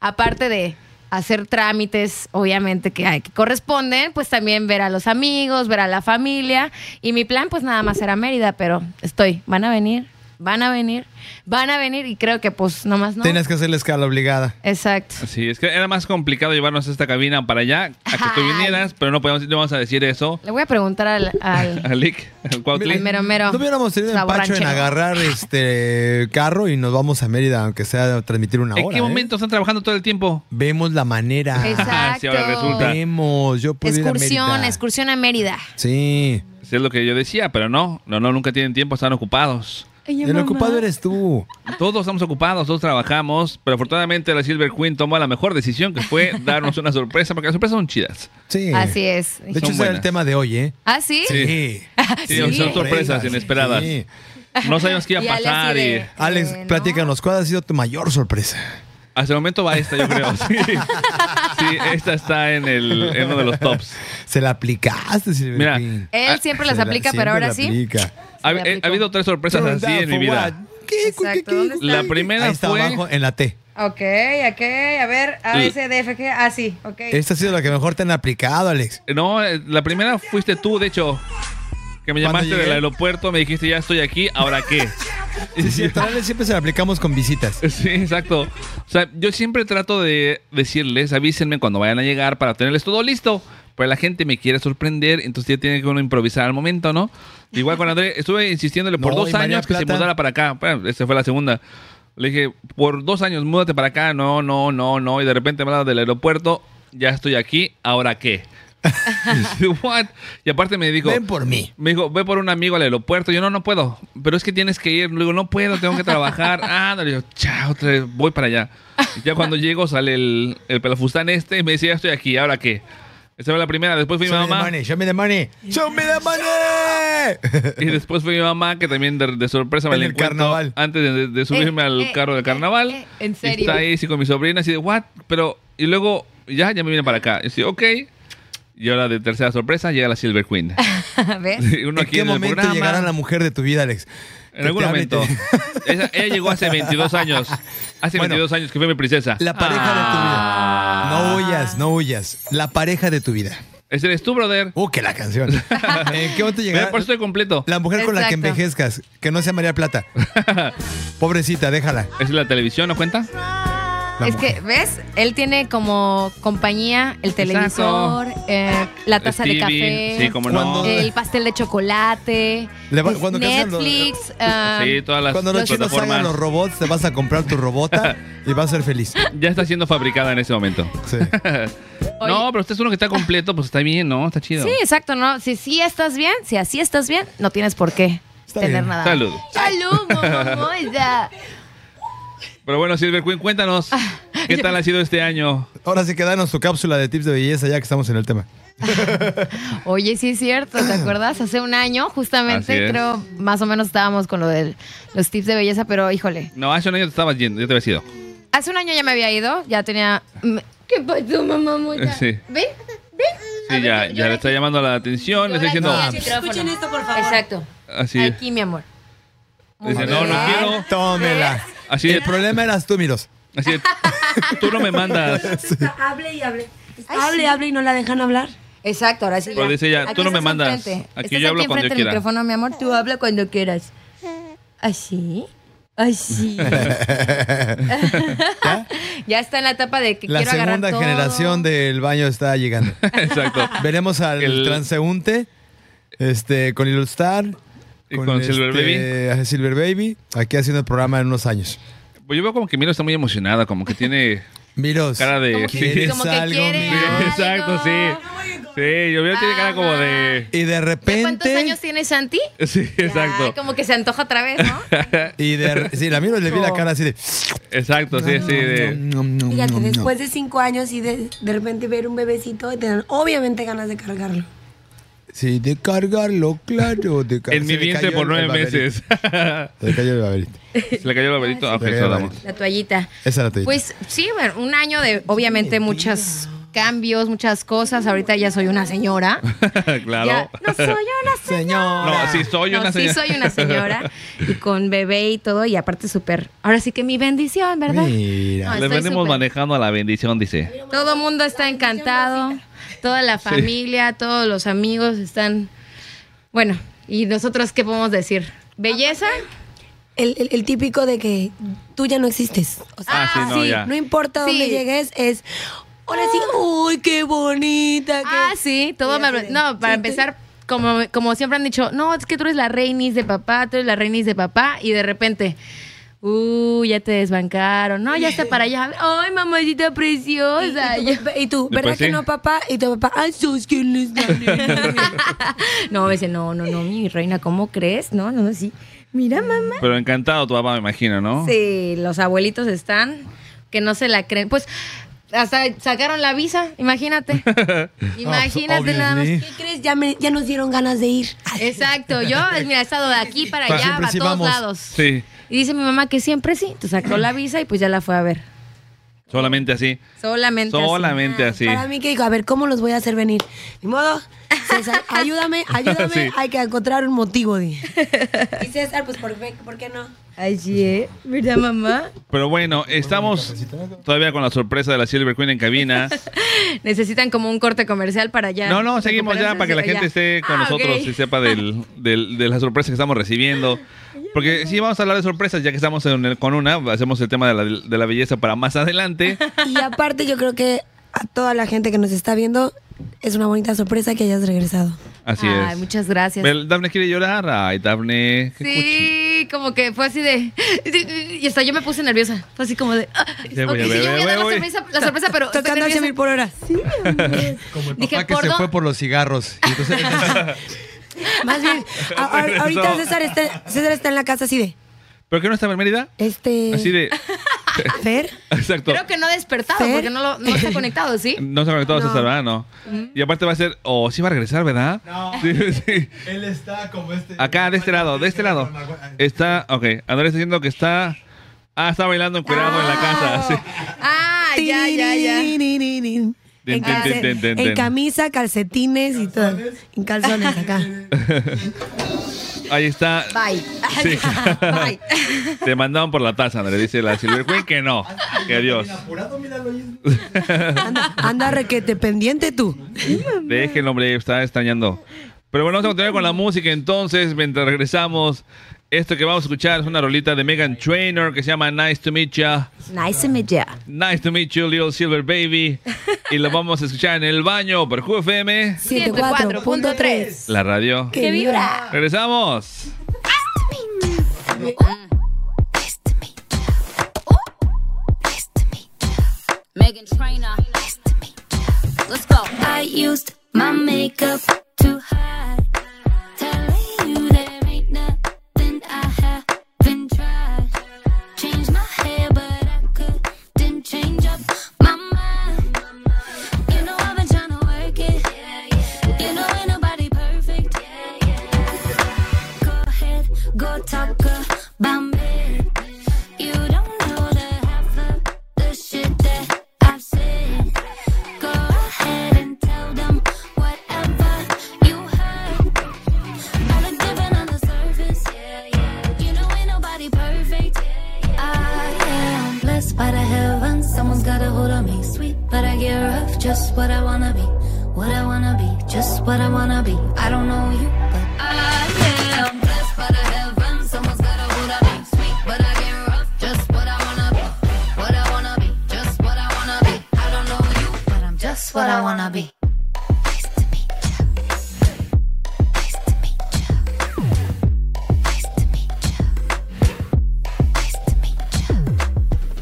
Speaker 11: aparte de hacer trámites, obviamente que, hay- que corresponden, pues también ver a los amigos, ver a la familia. Y mi plan, pues nada más era Mérida, pero estoy, van a venir, van a venir, van a venir y creo que pues nomás no.
Speaker 3: Tienes que hacer la escala obligada.
Speaker 11: Exacto.
Speaker 2: Sí, es que era más complicado llevarnos esta cabina para allá, a que tú
Speaker 11: Ay.
Speaker 2: vinieras, pero no podíamos, no vamos a decir eso.
Speaker 11: Le voy a preguntar al,
Speaker 3: [LAUGHS]
Speaker 11: al, [LAUGHS]
Speaker 2: A Lick, al Cuautli.
Speaker 11: al mero mero.
Speaker 3: No hubiéramos tenido
Speaker 11: sabor
Speaker 3: empacho en
Speaker 11: ranchero.
Speaker 3: agarrar este carro y nos vamos a Mérida, aunque sea a transmitir una
Speaker 2: ¿En
Speaker 3: hora.
Speaker 2: qué
Speaker 3: ¿eh?
Speaker 2: momento están trabajando todo el tiempo?
Speaker 3: Vemos la manera.
Speaker 11: Exacto.
Speaker 2: Sí, ahora resulta.
Speaker 3: Vemos, yo puedo Pues ir a
Speaker 11: Excursión,
Speaker 3: Mérida.
Speaker 11: excursión a Mérida.
Speaker 2: Sí,
Speaker 3: Sí.
Speaker 2: Pues es lo que yo decía, pero no, no, no, nunca tienen tiempo, están ocupados.
Speaker 3: El ocupado eres tú.
Speaker 2: Todos estamos ocupados, todos trabajamos, pero afortunadamente la Silver Queen tomó la mejor decisión que fue darnos una sorpresa, porque las sorpresas son chidas.
Speaker 3: Sí.
Speaker 11: Así es.
Speaker 3: De hecho, ese era
Speaker 2: buenas.
Speaker 3: el tema de hoy, ¿eh?
Speaker 11: ¿Ah, sí?
Speaker 2: Sí, son sorpresas inesperadas.
Speaker 3: Sí.
Speaker 2: No sabíamos qué iba
Speaker 11: Y
Speaker 2: a
Speaker 11: Ale así
Speaker 2: pasar y
Speaker 11: de-
Speaker 3: Alex,
Speaker 11: Eh, ¿no?
Speaker 3: platícanos, ¿cuál ha sido tu mayor sorpresa?
Speaker 2: hasta el momento va esta, yo creo. Sí, Sí, esta está en, el, en uno de los tops.
Speaker 3: Se la aplicaste, Silver
Speaker 2: Mira,
Speaker 3: King.
Speaker 11: Él siempre las
Speaker 3: Ah, Se la-
Speaker 11: aplica,
Speaker 3: siempre
Speaker 11: pero ahora
Speaker 3: la
Speaker 11: sí.
Speaker 3: aplica.
Speaker 2: Ha,
Speaker 11: le
Speaker 2: he- eh, ha
Speaker 11: aplicó.
Speaker 2: habido tres sorpresas así en mi vida.
Speaker 3: ¿Qué?
Speaker 11: Exacto, ¿dónde está?
Speaker 2: La primera
Speaker 3: Ahí está
Speaker 2: fue...
Speaker 3: abajo en la T.
Speaker 11: Ok, ok, a ver, A,
Speaker 2: L-
Speaker 11: B, C, D, F, G, ah, sí, ok.
Speaker 3: Esta ha sido la que mejor te han aplicado, Alex.
Speaker 2: No, eh, la primera fuiste tú, de hecho, que me
Speaker 3: ¿Cuándo
Speaker 2: llamaste del
Speaker 3: llegué?
Speaker 2: aeropuerto, me dijiste, ya estoy aquí, ¿ahora qué?
Speaker 3: Sí, sí, a Alex siempre se la aplicamos con visitas.
Speaker 2: [LAUGHS] Sí, exacto. O sea, yo siempre trato de decirles, avísenme cuando vayan a llegar para tenerles todo listo. Pero la gente me quiere sorprender, entonces ya tiene que uno improvisar al momento, ¿no? Igual con André, estuve insistiéndole por
Speaker 3: No,
Speaker 2: dos
Speaker 3: y María
Speaker 2: años que se
Speaker 3: Plata.
Speaker 2: mudara para acá. Bueno, esta fue la segunda. Le dije, por dos años, múdate para acá. No, no, no, no. Y de repente me habla del aeropuerto, ya estoy aquí, ¿ahora qué? [LAUGHS] Y yo, What? Y aparte me dijo,
Speaker 3: Ven por mí.
Speaker 2: me dijo, ve por un amigo al aeropuerto. Yo, no, no puedo. Pero es que tienes que ir. Le digo, no puedo, tengo que
Speaker 3: [LAUGHS]
Speaker 2: trabajar. Ah, no, le digo, chao, otra vez, voy para allá. Y ya cuando llego sale el, el pelafustán este y me dice, ya estoy aquí, ¿ahora qué? Esa fue la primera. Después fue mi
Speaker 3: Show me the
Speaker 2: mamá.
Speaker 3: money, show me the money. Show me the money.
Speaker 2: Y después fue mi mamá, que también de, de sorpresa me
Speaker 3: En
Speaker 2: la
Speaker 3: el
Speaker 2: encuentro
Speaker 3: carnaval.
Speaker 2: Antes de, de subirme
Speaker 11: Eh,
Speaker 2: al
Speaker 11: eh,
Speaker 2: carro del carnaval.
Speaker 11: eh, eh, en
Speaker 2: Y
Speaker 11: serio.
Speaker 2: está ahí, sí, con mi sobrina, así de, what? Pero, y luego, ya, ya me vine para acá. Y así, ok. Y ahora de tercera sorpresa llega la Silver
Speaker 3: [LAUGHS]
Speaker 2: Queen.
Speaker 11: [LAUGHS]
Speaker 2: [LAUGHS]
Speaker 11: A ver.
Speaker 2: Uno
Speaker 3: ¿En
Speaker 2: aquí
Speaker 3: qué
Speaker 2: en el
Speaker 3: momento
Speaker 2: programa.
Speaker 3: llegará la mujer de tu vida, Alex? Que
Speaker 2: En
Speaker 3: te
Speaker 2: algún
Speaker 3: hable y te-
Speaker 2: momento. Esa- ella llegó hace 22 años. Hace
Speaker 3: Bueno,
Speaker 2: 22 años que fue mi princesa. Ah.
Speaker 3: La pareja de tu vida. No huyas, no huyas. La pareja de tu vida.
Speaker 2: Ese eres tú, brother.
Speaker 3: Uh, que la
Speaker 2: [LAUGHS]
Speaker 3: canción. ¿En qué momento llegará?
Speaker 2: Mira, por eso estoy completo.
Speaker 3: La mujer con la que
Speaker 11: Exacto.
Speaker 3: envejezcas, que no sea
Speaker 2: [LAUGHS]
Speaker 3: María Plata. Pobrecita, déjala.
Speaker 2: ¿Es la televisión, no cuenta?
Speaker 3: La
Speaker 11: es
Speaker 3: mujer.
Speaker 11: que, ¿ves? Él tiene como compañía el televisor, eh, la taza de
Speaker 2: Stevie,
Speaker 11: café, Eh,
Speaker 2: Sí, como no.
Speaker 3: Cuando-
Speaker 11: el pastel de chocolate,
Speaker 3: Le va-
Speaker 11: es
Speaker 3: cuando crezcan los-
Speaker 11: Netflix. ah,
Speaker 2: Sí, todas las
Speaker 3: Cuando los chinos salgan
Speaker 2: plataformas.
Speaker 3: los robots, te vas a comprar tu robota y vas a ser feliz.
Speaker 2: Ya está siendo fabricada en ese momento.
Speaker 3: Sí.
Speaker 11: Oye.
Speaker 2: No, pero usted es uno que está completo, pues está bien, ¿no? Está chido.
Speaker 11: sí, exacto, ¿no? Si sí estás bien, si así estás bien, no tienes por qué
Speaker 3: Está
Speaker 11: tener
Speaker 3: bien.
Speaker 11: nada.
Speaker 2: Salud.
Speaker 11: Salud,
Speaker 2: [LAUGHS]
Speaker 11: momomoya.
Speaker 2: Pero bueno, Silver Queen, cuéntanos.
Speaker 11: Ah,
Speaker 2: ¿Qué tal ha sido este año?
Speaker 3: Ahora sí que danos tu cápsula de tips de belleza ya que estamos en el tema.
Speaker 11: Oye, sí es cierto, ¿te acuerdas? Hace un año,
Speaker 2: Así
Speaker 11: justamente,
Speaker 2: es.
Speaker 11: creo, más o menos estábamos con lo de los tips de belleza, pero híjole.
Speaker 2: No, hace un año te estabas yendo, yo te había ido.
Speaker 11: Hace un año ya me había ido, ya tenía... ¿Qué pasó, mamomoya?
Speaker 2: Eh, Sí.
Speaker 11: ¿Ven?
Speaker 2: Sí, ya, ya le está llamando la atención, le está diciendo.
Speaker 11: Llora aquí,
Speaker 2: "Ah,
Speaker 11: micrófono.
Speaker 6: Escuchen esto, por favor.
Speaker 11: Exacto.
Speaker 2: Así.
Speaker 11: Aquí, mi amor.
Speaker 2: Dice, no, no quiero.
Speaker 3: Tómela.
Speaker 2: Así de-
Speaker 3: El problema eras tú,
Speaker 2: [LAUGHS]
Speaker 3: Miros.
Speaker 2: Así de, tú no me
Speaker 11: [LAUGHS]
Speaker 2: mandas.
Speaker 6: Hable y hable. hable, hable y no la dejan hablar.
Speaker 11: Exacto, ahora sí.
Speaker 2: Pero
Speaker 11: ya.
Speaker 2: dice ella,
Speaker 11: Aquí
Speaker 2: tú no me
Speaker 11: estás
Speaker 2: mandas.
Speaker 11: enfrente.
Speaker 2: Aquí
Speaker 11: Estás
Speaker 2: yo hablo cuando yo
Speaker 11: enfrente del
Speaker 2: quiera.
Speaker 11: micrófono, mi amor, tú habla cuando quieras. ¿Ah, Así.
Speaker 2: [LAUGHS]
Speaker 11: Así. ya está en la etapa de
Speaker 3: [LAUGHS]
Speaker 11: que
Speaker 3: La
Speaker 11: quiero agarrar
Speaker 3: segunda
Speaker 11: todo.
Speaker 3: generación del baño está llegando.
Speaker 2: Exacto.
Speaker 3: Veremos al
Speaker 2: El-
Speaker 3: transeúnte este, con Illustar.
Speaker 2: Y con Silver
Speaker 3: Baby. Silver Baby. Aquí haciendo el programa en unos años.
Speaker 2: Pues yo veo como que Miro está muy emocionada, como que tiene
Speaker 3: Miros.
Speaker 2: cara de.
Speaker 11: Como
Speaker 2: Sí, [LAUGHS]
Speaker 11: que,
Speaker 3: ¿Quieres
Speaker 11: como que
Speaker 3: algo,
Speaker 11: quiere
Speaker 3: mi-
Speaker 11: algo.
Speaker 2: exacto, sí. Sí, yo veo que tiene cara como de.
Speaker 3: Y de
Speaker 11: ¿De ¿Cuántos
Speaker 3: repente.
Speaker 11: años tiene Shanti?
Speaker 2: Sí,
Speaker 11: Ay,
Speaker 2: exacto.
Speaker 11: como que se antoja otra vez, ¿no?
Speaker 3: Y de. Sí, la Miros le vi la cara así de.
Speaker 2: Exacto, sí, sí. de-
Speaker 6: Fíjate, después de cinco años y de, de repente ver un bebecito, te dan obviamente ganas de cargarlo.
Speaker 3: Sí, de cargarlo, claro. De car-
Speaker 2: En
Speaker 3: Se
Speaker 2: mi
Speaker 3: le
Speaker 2: vientre
Speaker 3: cayó
Speaker 2: por
Speaker 3: el
Speaker 2: nueve
Speaker 3: baberito.
Speaker 2: meses. [LAUGHS]
Speaker 3: Se le cayó el baberito.
Speaker 2: Se le cayó el baberito. Ah, ok,
Speaker 3: Se le
Speaker 2: se lo
Speaker 3: cayó el
Speaker 2: damos.
Speaker 3: baberito.
Speaker 11: La toallita.
Speaker 3: Esa la te
Speaker 11: Pues sí, bueno, un año de obviamente muchos cambios, muchas cosas. Ahorita ya soy una señora.
Speaker 2: [LAUGHS] claro.
Speaker 11: Ya, no soy una
Speaker 3: Señor.
Speaker 2: [LAUGHS] No, sí soy
Speaker 11: No,
Speaker 2: una
Speaker 11: sí
Speaker 2: señora.
Speaker 11: soy
Speaker 2: [LAUGHS]
Speaker 11: una señora y con bebé y todo y aparte súper. Ahora sí que mi bendición, ¿verdad?
Speaker 3: Mira.
Speaker 11: No,
Speaker 2: Le
Speaker 11: estoy
Speaker 2: venimos
Speaker 11: súper.
Speaker 2: manejando a la bendición, dice.
Speaker 11: Todo el mundo está encantado, toda la familia, todos los amigos están bueno, y nosotros qué podemos decir? Belleza,
Speaker 6: El, el- el típico de que tú ya no existes. O sea,
Speaker 2: Ah, sí, no,
Speaker 6: sí,
Speaker 2: ya.
Speaker 6: no importa
Speaker 11: Sí.
Speaker 6: dónde llegues, es. Ahora sí, uy, qué bonita. qué-
Speaker 11: ah sí, todo me no, para
Speaker 6: Sí, sí.
Speaker 11: empezar como, como siempre han dicho, no, es que tú eres la reinis de papá, tú eres la reinis de papá, y de repente, uh, ya te desbancaron, no, ya está para allá. Ay, mamacita
Speaker 6: [LAUGHS]
Speaker 11: preciosa.
Speaker 6: Y
Speaker 11: ya-
Speaker 6: tú, y tú,
Speaker 2: Pues
Speaker 6: ¿verdad
Speaker 2: sí.
Speaker 6: que no, papá? Y tu papá, ay, sos quien les
Speaker 2: [LAUGHS]
Speaker 6: da.
Speaker 11: [LAUGHS] No, me dice, no, no, no, mi reina, ¿cómo crees? No, no, sí. Mira, mamá.
Speaker 2: Pero encantado tu papá, me imagino, ¿no?
Speaker 11: Sí, los abuelitos están que no se la creen. Pues hasta sacaron la visa, imagínate. Imagínate nada más.
Speaker 6: ¿Qué crees? Ya, me, ya nos dieron ganas de ir.
Speaker 11: Exacto, yo, mira, he estado de aquí para
Speaker 3: Para
Speaker 11: allá,
Speaker 3: siempre
Speaker 11: a
Speaker 3: sí
Speaker 11: todos
Speaker 3: vamos.
Speaker 11: lados.
Speaker 2: Sí,
Speaker 11: Y dice mi mamá que siempre sí, entonces sacó la visa y pues ya la fue a ver.
Speaker 2: solamente así.
Speaker 11: Solamente. así.
Speaker 2: Solamente así.
Speaker 6: Para mí que digo, a ver, ¿cómo los voy a hacer venir? Ni modo. César, ayúdame, ayúdame.
Speaker 2: [LAUGHS] Sí.
Speaker 6: Hay que encontrar un motivo. De...
Speaker 11: [LAUGHS]
Speaker 6: Y César, pues, ¿por, qué- por qué no?
Speaker 11: Ay, sí, ¿eh? Mira, mamá,
Speaker 2: Pero bueno, estamos todavía con la sorpresa de la Silver Queen en cabina.
Speaker 11: necesitan como un corte comercial para [LAUGHS] ya.
Speaker 2: No, no, seguimos ya
Speaker 11: recuperarse,
Speaker 2: para que la
Speaker 11: ya.
Speaker 2: gente esté con
Speaker 11: Ah,
Speaker 2: nosotros
Speaker 11: ok.
Speaker 2: y sepa
Speaker 11: [LAUGHS]
Speaker 2: del, del- de las sorpresas que estamos recibiendo.
Speaker 11: Ah,
Speaker 2: Porque sí, vamos a hablar de sorpresas, ya que estamos en el- con una, hacemos el tema de la, de la belleza para más
Speaker 11: [LAUGHS]
Speaker 2: adelante.
Speaker 6: Y aparte, yo creo que a toda la gente que nos está viendo, es una bonita sorpresa que hayas regresado.
Speaker 2: Así
Speaker 11: Ay,
Speaker 2: es.
Speaker 11: muchas gracias.
Speaker 2: Bel- Dafne quiere llorar. Ay, Dafne. qué cuchi.
Speaker 11: Sí, como que fue así de. Y hasta yo me puse nerviosa. Fue así como de. ah,
Speaker 2: Ya voy,
Speaker 11: ok,
Speaker 2: ya voy,
Speaker 11: sí, yo voy a
Speaker 2: ya
Speaker 11: dar la
Speaker 2: voy.
Speaker 11: sorpresa, la sorpresa, pero. estoy
Speaker 6: Tocando a
Speaker 11: nerviosa.
Speaker 6: mil
Speaker 11: [LAUGHS]
Speaker 6: por hora.
Speaker 3: Como el
Speaker 11: Dije,
Speaker 3: papá que se
Speaker 11: ¿por
Speaker 3: fue
Speaker 11: dó-
Speaker 3: por los cigarros. Y entonces
Speaker 2: [LAUGHS]
Speaker 6: Más bien, a- a- ahorita César está, César está en la casa así de.
Speaker 2: ¿Pero qué no está en Mérida?
Speaker 6: Este.
Speaker 2: Así
Speaker 11: [LAUGHS]
Speaker 2: de. [LAUGHS]
Speaker 6: Fer,
Speaker 2: Exacto.
Speaker 11: Creo que no ha despertado
Speaker 6: Fer.
Speaker 11: porque no, lo, no está conectado, ¿sí?
Speaker 2: [LAUGHS] No se ha conectado a César, ¿verdad? No. Y aparte va a ser. O sí va a regresar, ¿verdad? No. [LAUGHS] Sí, sí.
Speaker 3: él está como este.
Speaker 2: Acá, de este lado, de este lado. Está. Ok, Andrés está diciendo que está. Ah, está bailando encuerado en la casa. Sí.
Speaker 11: Ah, ya, ya, ya.
Speaker 6: Tiririririririn.
Speaker 2: Ten,
Speaker 6: En,
Speaker 2: ten,
Speaker 6: calce-
Speaker 2: ten, ten,
Speaker 6: en
Speaker 2: ten.
Speaker 6: camisa, calcetines y todo. En calzones acá.
Speaker 2: Ahí está.
Speaker 6: Bye.
Speaker 2: Sí.
Speaker 6: [LAUGHS] Bye.
Speaker 2: [LAUGHS] Te mandaban por la taza, André. Dice la Silverqueen que no. Que adiós.
Speaker 6: Anda, anda requete pendiente tú.
Speaker 2: Déjenlo, hombre. Está extrañando. Pero bueno, vamos a continuar con la música entonces. Mientras regresamos, esto que vamos a escuchar es una rolita de Megan Trainor que se llama Nice to Meet Ya.
Speaker 6: Nice me ya.
Speaker 2: Nice to meet you, Little Silver Baby. Y lo vamos a escuchar en el baño por QFM,
Speaker 6: 74.3.
Speaker 2: la radio.
Speaker 6: Que vibra.
Speaker 2: ¡Regresamos!
Speaker 12: Megan Trainer. Nice to meet ya. Let's go. I used my makeup to hide, telling you there ain't nothing I haven't tried. Changed my hair, but I couldn't change up my mind. You know I've been trying to work it. You know ain't nobody perfect. Go ahead, go talk about me. You don't know the half of the shit that I've said. Go ahead and tell them whatever you heard. I've been living on the surface. You know ain't nobody perfect. I am blessed by the heavens. Someone's got a hold on me. Sweet, but I get rough. Just what I wanna be. What I wanna be. Just what I wanna be. I don't know you, but I am blessed by the heavens. Someone's got a hold on me. Sweet, but I get rough. Just what I wanna be. What I wanna be. Just what I wanna be. I don't know you, but I'm just what I wanna be.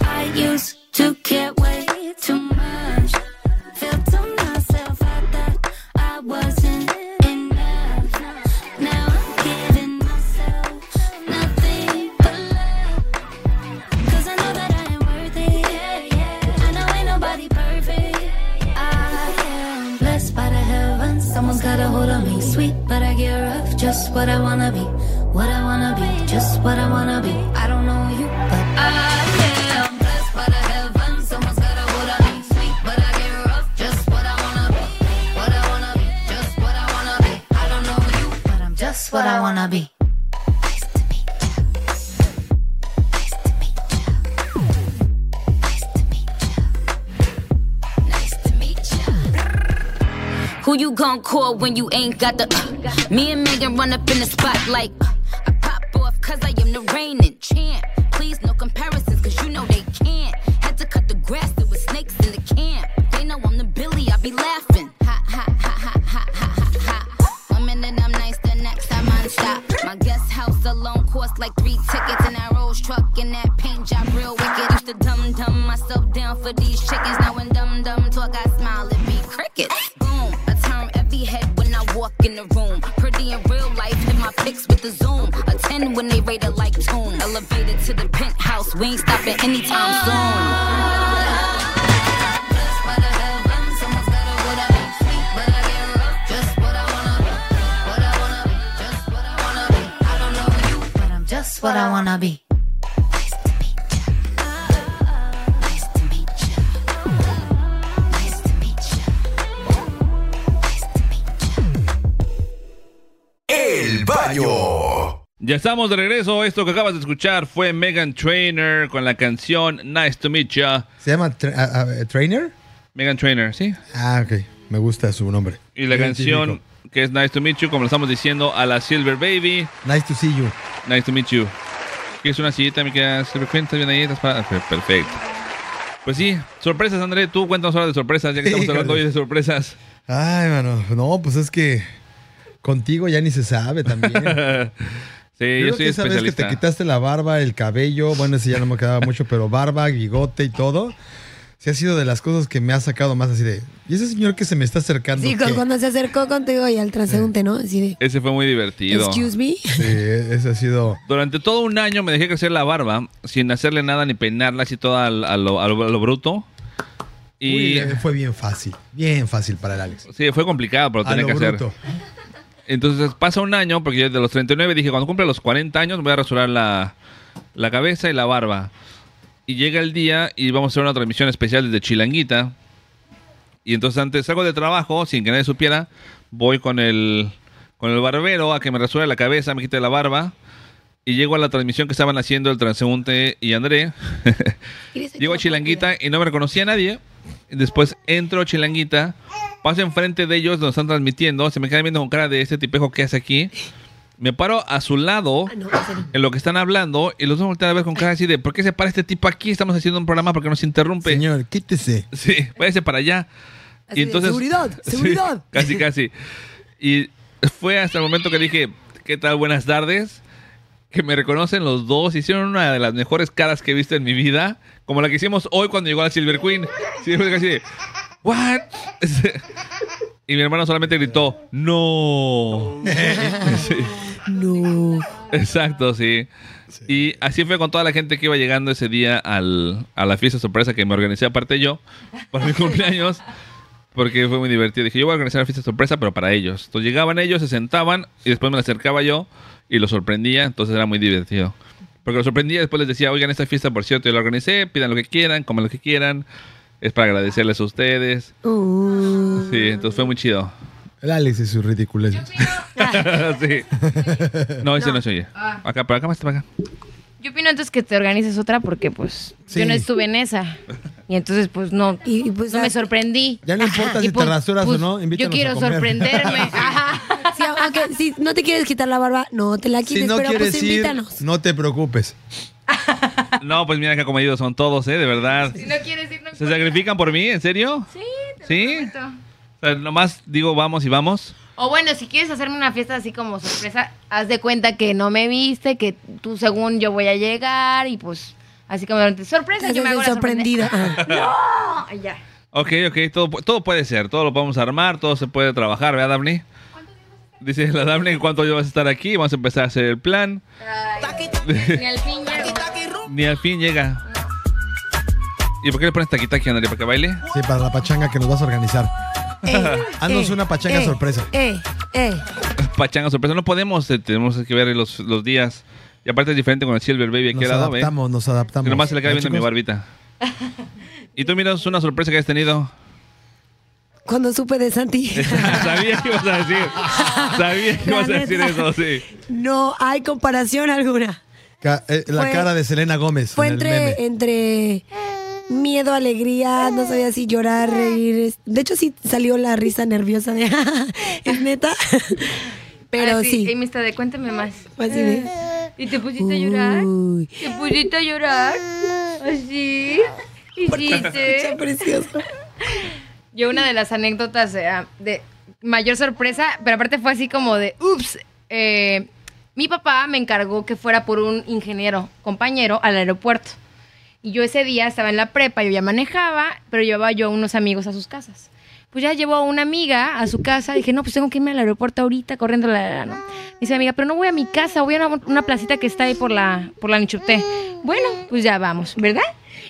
Speaker 12: I used to get way too much. Felt to myself I thought I wasn't enough. Now I'm giving myself nothing but love. 'Cause I know that I am worth it. I know ain't nobody perfect. I am blessed by the heavens. Someone's got a hold on me. Sweet, but I get rough. Just what I wanna be. What I wanna be. Just what I wanna be. I don't know you, but I am blessed by the heavens. Someone's got a hold on me. Sweet, but I get rough. Just what I wanna be. What I wanna be. Just what I wanna be. I don't know you, but I'm just what I wanna be. Who you gon' call when you ain't got the? uh, Me and Megan run up in the spot like I pop off cause I am the reigning champ. Please no comparisons cause you know they can't. Had to cut the grass, there was snakes in the camp. They know I'm the Billy, I be laughing. Ha ha ha ha ha ha ha ha. One minute I'm nice, the next I'm on top. My guest house alone cost like three tickets in that Rolls truck and that paint job real wicked. Used to dumb dumb myself down for these chickens. Now when dumb dumb talk, I smile and be crickets. Boom, I turn every head when I walk in the room. Pretty in real life, in my pics with the zoom. A 10 when they rate it like tune. Elevated to the penthouse, we ain't stopping anytime soon. Just what I wanna be.
Speaker 5: El baño.
Speaker 2: Ya estamos de regreso. Esto que acabas de escuchar fue Megan Trainor con la canción Nice to Meet Ya.
Speaker 3: ¿Se llama Tra- a- a- Trainer?
Speaker 2: Megan Trainor, ¿sí?
Speaker 3: Ah, ok. Me gusta su nombre.
Speaker 2: Y la canción que es Nice to Meet You, como lo estamos diciendo, a la Silver Baby.
Speaker 3: Nice to see you.
Speaker 2: Nice to meet you. ¿Quieres una sillita, mi querida Silver Queen? ¿Estás bien ahí? ¿Estás para- Pe- Perfecto. Pues sí, sorpresas, André. Tú cuéntanos ahora de sorpresas, ya que estamos hablando hoy de sorpresas.
Speaker 3: Ay, mano. No, pues es que contigo ya ni se sabe también.
Speaker 2: [LAUGHS] sí,
Speaker 3: Yo
Speaker 2: yo
Speaker 3: creo
Speaker 2: soy
Speaker 3: que esa vez que te
Speaker 2: especialista.
Speaker 3: quitaste la barba, el cabello, bueno, ese ya no
Speaker 2: [LAUGHS]
Speaker 3: me quedaba mucho, pero barba, bigote y todo, sí ha sido de las cosas que me ha sacado más así de, ¿y ese señor que se me está acercando?
Speaker 6: Sí, cu-
Speaker 3: qué?"
Speaker 6: cuando se acercó contigo y al transeúnte, ¿no? Así de,
Speaker 2: Ese fue muy divertido.
Speaker 6: excuse me.
Speaker 3: Sí, ese ha sido...
Speaker 2: Durante todo un año me dejé crecer la barba sin hacerle nada ni peinarla, así toda al- a lo, a lo- a lo bruto.
Speaker 3: Uy,
Speaker 2: Y
Speaker 3: le- fue bien fácil, bien fácil para el Alex.
Speaker 2: sí, fue complicado, pero lo
Speaker 3: A
Speaker 2: tenía
Speaker 3: lo
Speaker 2: que hacer.
Speaker 3: bruto.
Speaker 2: Entonces pasa un año, porque yo de los 39 dije, cuando cumpla los 40 años voy a rasurar la, la cabeza y la barba. Y llega el día y vamos a hacer una transmisión especial desde Chilanguita. Y entonces antes salgo de trabajo, sin que nadie supiera, voy con el, con el barbero a que me resuelva la cabeza, me quite la barba. Y llego a la transmisión que estaban haciendo el transeúnte y André. llego a Chilanguita y no me reconocía nadie. Después entro a Chilanguita, paso enfrente de ellos, nos están transmitiendo, se me quedan viendo con cara de este tipejo que hace aquí. Me paro a su lado en lo que están hablando y los dos voltean a ver con cara así de ¿por qué se para este tipo aquí? Estamos haciendo un programa porque nos interrumpe.
Speaker 3: Señor, quítese.
Speaker 2: [LAUGHS] Sí, váyase para allá.
Speaker 6: Así de, "Seguridad,
Speaker 2: [LAUGHS] Sí,
Speaker 6: seguridad".
Speaker 2: casi, casi. Y fue hasta el momento que dije, ¿qué tal? Buenas tardes. Que me reconocen los dos. Hicieron una de las mejores caras que he visto en mi vida. Como la que hicimos hoy cuando llegó la Silver Queen. Sí, fue casi de, ¿what? [LAUGHS] Y mi hermano solamente gritó, ¡no! Sí.
Speaker 6: No.
Speaker 2: Exacto, sí. Y así fue con toda la gente que iba llegando ese día al- a la fiesta sorpresa que me organizé aparte yo para mi cumpleaños. Porque fue muy divertido. Dije, yo voy a organizar una fiesta sorpresa, pero para ellos. Entonces llegaban ellos, se sentaban y después me la acercaba yo y los sorprendía. Entonces era muy divertido. Porque los sorprendía, después les decía, oigan, esta fiesta, por cierto, yo la organicé, pidan lo que quieran, coman lo que quieran. Es para agradecerles a ustedes.
Speaker 11: Uh.
Speaker 2: Sí, entonces fue muy chido.
Speaker 3: El Alex es su ridiculez.
Speaker 2: [LAUGHS] Sí. No, ese no, se oye.
Speaker 11: Ah.
Speaker 2: Acá, para acá, más para acá.
Speaker 11: Yo opino entonces que te organices otra porque pues yo no estuve en esa. Y entonces pues no, no
Speaker 6: ah,
Speaker 11: me sorprendí.
Speaker 3: Ya no importa si
Speaker 11: Y,
Speaker 3: te
Speaker 11: pues,
Speaker 3: rasuras
Speaker 11: pues,
Speaker 3: o no,
Speaker 11: Yo
Speaker 3: invítanos a
Speaker 11: quiero
Speaker 3: comer. [LAUGHS]
Speaker 11: sorprenderme.
Speaker 6: Si, aunque- si no te quieres quitar la barba, no te la quites,
Speaker 3: Si no
Speaker 6: pero
Speaker 3: quieres
Speaker 6: pues
Speaker 3: ir,
Speaker 6: invítanos.
Speaker 3: no te preocupes.
Speaker 2: No, pues mira qué comedidos son todos, ¿eh? De verdad.
Speaker 11: Si no quieres ir, no
Speaker 2: ¿Se sacrifican por mí? ¿En serio?
Speaker 11: Sí, te lo
Speaker 2: ¿Sí?
Speaker 11: prometo.
Speaker 2: O sea, nomás digo vamos y vamos.
Speaker 11: O bueno, si quieres hacerme una fiesta así como sorpresa, haz de cuenta que no me viste, que tú según yo voy a llegar y pues así como sorpresa,
Speaker 6: Te
Speaker 11: yo me hago
Speaker 6: haces
Speaker 11: la [LAUGHS]
Speaker 6: sorprendida. Ah.
Speaker 11: ¡No! Y ya.
Speaker 2: Ok, ok, todo, pu- todo puede ser, todo lo podemos armar, todo se puede trabajar, ¿verdad, Daphne? Dice la Daphne, ¿cuánto yo vas a estar aquí? Vamos a empezar a hacer el plan.
Speaker 11: Ni al fin llego.
Speaker 2: Ni al fin llega. ¿Y por qué le pones taquitaqui, Andrea? ¿Para que baile? [LAUGHS]
Speaker 3: Sí, para la pachanga que nos vas a organizar.
Speaker 2: Eh,
Speaker 3: Ah, Haznos
Speaker 2: eh,
Speaker 3: una pachanga
Speaker 2: eh.
Speaker 3: sorpresa.
Speaker 6: Eh, eh.
Speaker 2: Pachanga sorpresa, no podemos, eh, tenemos que ver los, los días. Y aparte es diferente con el Silver Baby aquí
Speaker 3: Nos
Speaker 2: al lado, ¿eh?
Speaker 3: adaptamos, nos adaptamos.
Speaker 2: Que nomás se le cae
Speaker 3: ¿No,
Speaker 2: viendo mi
Speaker 3: chicos?
Speaker 2: barbita. ¿Y tú miras una sorpresa que has tenido? [LAUGHS]
Speaker 6: Cuando supe
Speaker 3: [LAUGHS]
Speaker 6: de Santi.
Speaker 2: Sabía que ibas a decir. Sabía que
Speaker 6: La
Speaker 2: ibas a decir
Speaker 6: neta.
Speaker 2: eso, sí.
Speaker 6: No hay comparación alguna.
Speaker 3: Ca- eh, la
Speaker 6: Fue-
Speaker 3: cara de Selena Gómez.
Speaker 6: Fue
Speaker 3: en el meme.
Speaker 6: entre, entre miedo, alegría, no sabía si llorar, reír. De hecho, sí salió la risa nerviosa de, [LAUGHS] es neta. Pero
Speaker 11: Ah,
Speaker 6: sí.
Speaker 11: Y me está de cuéntame
Speaker 6: [LAUGHS]
Speaker 11: más.
Speaker 6: Fue así de-
Speaker 11: ¿Y te pusiste a llorar?
Speaker 6: Uy.
Speaker 11: ¿Te pusiste a llorar? Ah. ¿Así? [LAUGHS] ¿Hiciste?
Speaker 6: precioso.
Speaker 11: Yo una de las anécdotas eh, de mayor sorpresa, pero aparte fue así como de, ups, eh, mi papá me encargó que fuera por un ingeniero, compañero, al aeropuerto. Y yo ese día estaba en la prepa, yo ya manejaba, pero llevaba yo a unos amigos a sus casas. Pues ya llevo a una amiga a su casa, dije, no, pues tengo que irme al aeropuerto ahorita, corriendo la... la- la, ¿no? Dice mi amiga, pero no voy a mi casa, voy a una, una placita que está ahí por la, por la Nichupté. Bueno, pues ya vamos, ¿verdad?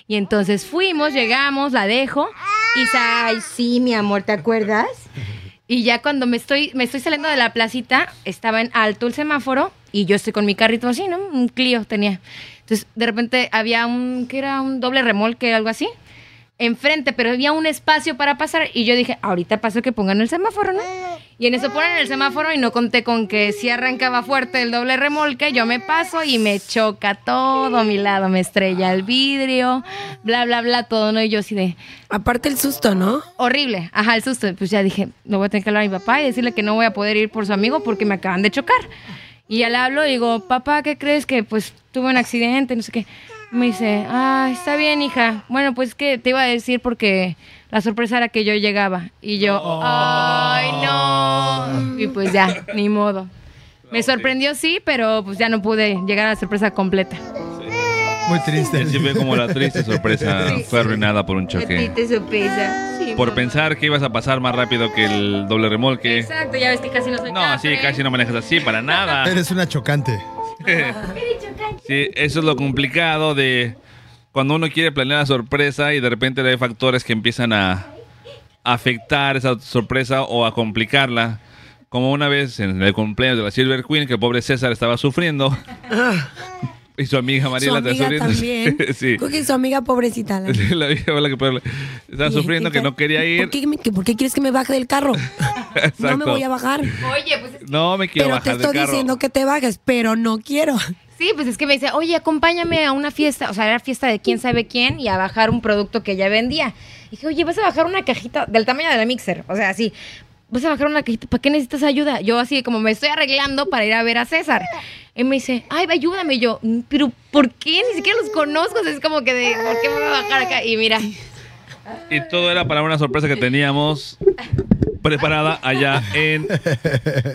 Speaker 11: Y entonces fuimos, llegamos, la dejo. Y dice, ay, sí, mi amor, ¿te acuerdas? Y ya cuando me estoy, me estoy saliendo de la placita, estaba en alto el semáforo y yo estoy con mi carrito así, ¿no? Un Clio tenía. Entonces, de repente había un, que era un doble remolque, algo así, enfrente, pero había un espacio para pasar y yo dije, ahorita paso que pongan el semáforo, ¿no? Y en eso ponen el semáforo y no conté con que si arrancaba fuerte el doble remolque, yo me paso y me choca todo a mi lado, me estrella el vidrio, bla, bla, bla, todo, ¿no? Y yo así de...
Speaker 6: Aparte el susto, ¿no?
Speaker 11: Horrible, ajá, el susto. Pues ya dije, no voy a tener que hablar a mi papá y decirle que no voy a poder ir por su amigo porque me acaban de chocar. Y ya le hablo y digo, papá, ¿qué crees que pues tuve un accidente? No sé qué. Me dice, ah, está bien, hija. Bueno, pues que te iba a decir porque la sorpresa era que yo llegaba. Y yo,
Speaker 2: Oh.
Speaker 11: ay, no. Y pues ya, ni modo. Me sorprendió, sí, pero pues ya no pude llegar a la sorpresa completa.
Speaker 3: Muy triste.
Speaker 2: Sí, fue como la triste sorpresa. Fue arruinada por un choque.
Speaker 11: sorpresa.
Speaker 2: Por pensar que ibas a pasar más rápido que el doble remolque.
Speaker 11: Exacto, ya ves que casi no soy
Speaker 2: No, sí, casi no manejas así, para nada.
Speaker 3: [LAUGHS] Eres una chocante.
Speaker 2: Sí, eso es lo complicado de cuando uno quiere planear la sorpresa y de repente hay factores que empiezan a afectar esa sorpresa o a complicarla. Como una vez en el cumpleaños de la Silver Queen, que el pobre César estaba sufriendo. [LAUGHS] Y su amiga Mariela
Speaker 6: Ah. su amiga
Speaker 2: está sufriendo. [LAUGHS]
Speaker 6: también.
Speaker 2: sí.
Speaker 6: Cookie, su amiga
Speaker 2: [LAUGHS]
Speaker 6: pobrecita. la-
Speaker 2: La vieja fue la que peor le- Estaba
Speaker 6: Oye,
Speaker 2: sufriendo
Speaker 6: ¿qué
Speaker 2: que no quería ir.
Speaker 6: ¿Por qué, me- que- por qué quieres que me baje del carro? No me
Speaker 2: [LAUGHS] Exacto.
Speaker 6: voy a bajar.
Speaker 11: Oye, pues
Speaker 2: No me quiero
Speaker 6: pero te
Speaker 2: bajar del
Speaker 6: estoy
Speaker 2: carro.
Speaker 6: diciendo que te bajes, pero no quiero.
Speaker 11: Sí, pues es que me dice, oye, acompáñame a una fiesta, o sea, era fiesta de quién sabe quién y a bajar un producto que ya vendía. dije, oye, vas a bajar una cajita del tamaño de la mixer, o sea, así, vas a bajar una cajita, ¿para qué necesitas ayuda? Yo así como me estoy arreglando para ir a ver a César. Y me dice, ay, ayúdame Y yo, "Mm, pero ¿por qué? Ni siquiera los conozco, o sea, es como que de, ¿por qué me voy a bajar acá? Y mira, [LAUGHS]
Speaker 2: Y todo era para una sorpresa que teníamos preparada allá en,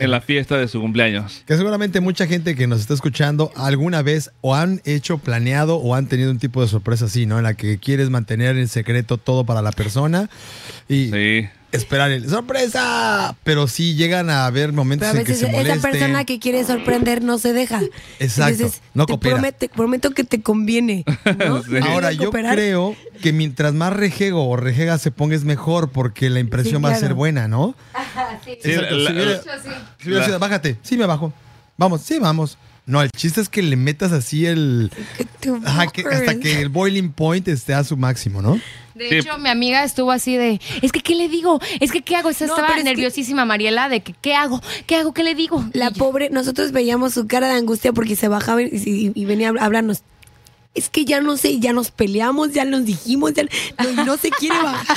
Speaker 2: en la fiesta de su cumpleaños.
Speaker 3: Que seguramente mucha gente que nos está escuchando alguna vez o han hecho, planeado o han tenido un tipo de sorpresa así, ¿no? En la que quieres mantener en secreto todo para la persona y esperar el sorpresa. Pero sí llegan a haber momentos
Speaker 6: Pero a
Speaker 3: en que
Speaker 6: veces
Speaker 3: se
Speaker 6: esa
Speaker 3: molesten.
Speaker 6: persona que quiere sorprender no se deja.
Speaker 3: Exacto,
Speaker 6: Entonces,
Speaker 3: no
Speaker 6: te
Speaker 3: coopera.
Speaker 6: promete- prometo que te
Speaker 2: [LAUGHS]
Speaker 6: conviene. ¿no?
Speaker 2: Sí.
Speaker 3: Ahora, yo
Speaker 6: Cooperar.
Speaker 3: creo que mientras más rejego o rejega se ponga es mejor porque la impresión va a ser
Speaker 6: claro.
Speaker 3: buena, ¿no?
Speaker 11: Ah,
Speaker 2: Sí,
Speaker 3: Exacto,
Speaker 2: la-
Speaker 3: si hubiera-
Speaker 2: la-
Speaker 3: Si hubiera
Speaker 2: la-
Speaker 3: sido, bájate. Sí, me bajo. Vamos, sí, vamos. No, el chiste es que le metas así el... Ajá, que- hasta que el boiling point esté a su máximo, ¿no?
Speaker 11: de
Speaker 3: Sí.
Speaker 11: hecho, mi amiga estuvo así de, es que, ¿qué le digo? Es que, ¿qué hago? O sea,
Speaker 6: No,
Speaker 11: estaba
Speaker 6: pero es que-
Speaker 11: nerviosísima Mariela de que, ¿qué hago? ¿Qué hago? ¿Qué le digo?
Speaker 6: La pobre, nosotros veíamos su cara de angustia porque se bajaba y, y- y venía a hablarnos. Es que ya no sé, ya nos peleamos, ya nos dijimos, ya no, y no se
Speaker 11: [LAUGHS]
Speaker 6: quiere bajar.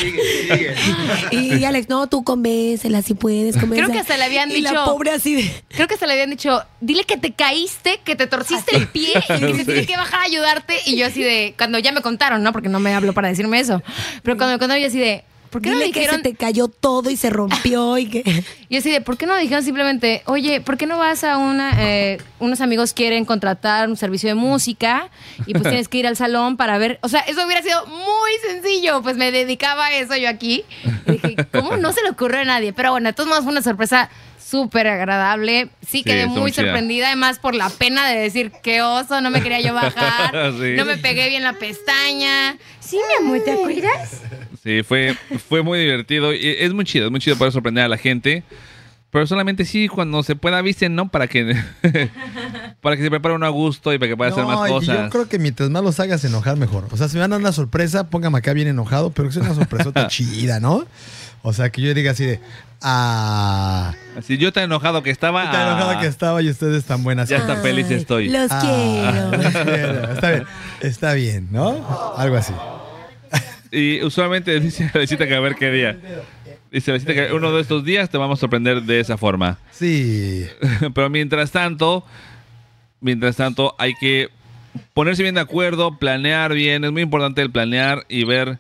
Speaker 6: Y Alex, no, tú convéncela si puedes, convéncela.
Speaker 11: Creo que hasta le habían
Speaker 6: Y
Speaker 11: dicho.
Speaker 6: la pobre así de.
Speaker 11: Creo que hasta le habían dicho, dile que te caíste, que te torciste el pie y que
Speaker 2: Sí.
Speaker 11: se tiene que bajar a ayudarte. Y yo así de, cuando ya me contaron, ¿no? Porque no me habló para decirme eso. Pero cuando me contaron, yo así de, ¿por qué no
Speaker 6: Dile
Speaker 11: le
Speaker 6: que
Speaker 11: dijeron?
Speaker 6: se te cayó todo y se rompió y
Speaker 3: [LAUGHS]
Speaker 6: que.
Speaker 11: Yo así de, ¿por qué no dijeron simplemente, oye, ¿por qué no vas a una, eh, unos amigos quieren contratar un servicio de música y pues tienes que ir al salón para ver? O sea, eso hubiera sido muy sencillo, pues me dedicaba a eso yo aquí. Y dije, ¿cómo no se le ocurrió a nadie? Pero bueno, de todos modos fue una sorpresa súper agradable. Sí,
Speaker 2: Sí,
Speaker 11: quedé
Speaker 2: estuvo
Speaker 11: muy
Speaker 2: chida.
Speaker 11: sorprendida, además por la pena de decir, qué oso, no me quería yo
Speaker 2: [LAUGHS]
Speaker 11: bajar,
Speaker 2: Sí.
Speaker 11: no me pegué bien la pestaña. Sí, mi amor, ¿te acuerdas?
Speaker 2: Sí, fue, fue muy divertido. Y es muy chido, es muy chido poder sorprender a la gente. Pero solamente sí, cuando se pueda, avisen, ¿no? Para que, [LAUGHS] para que se prepare uno a gusto y para que pueda hacer
Speaker 3: No,
Speaker 2: más
Speaker 3: y
Speaker 2: cosas.
Speaker 3: Yo creo que mientras más los hagas enojar, mejor. O sea, si me van a dar una sorpresa, póngame acá bien enojado, pero que sea una
Speaker 2: [LAUGHS]
Speaker 3: sorpresota chida, ¿no? O sea, que yo diga así de, ah,
Speaker 2: Así, yo tan enojado que estaba. ah,
Speaker 3: tan enojada que estaba y ustedes tan buenas.
Speaker 2: Ya tan
Speaker 6: Ah,
Speaker 3: Ay,
Speaker 2: feliz estoy.
Speaker 6: los
Speaker 3: Ah. [LAUGHS]
Speaker 6: quiero.
Speaker 3: los quiero. Está bien, está bien, ¿no? Algo así.
Speaker 2: Y usualmente dice [LAUGHS] a la cita que a ver qué día. Dice a la cita que uno de estos días te vamos a sorprender de esa forma.
Speaker 3: Sí.
Speaker 2: [LAUGHS] Pero mientras tanto, mientras tanto hay que ponerse bien de acuerdo, planear bien. Es muy importante el planear y ver.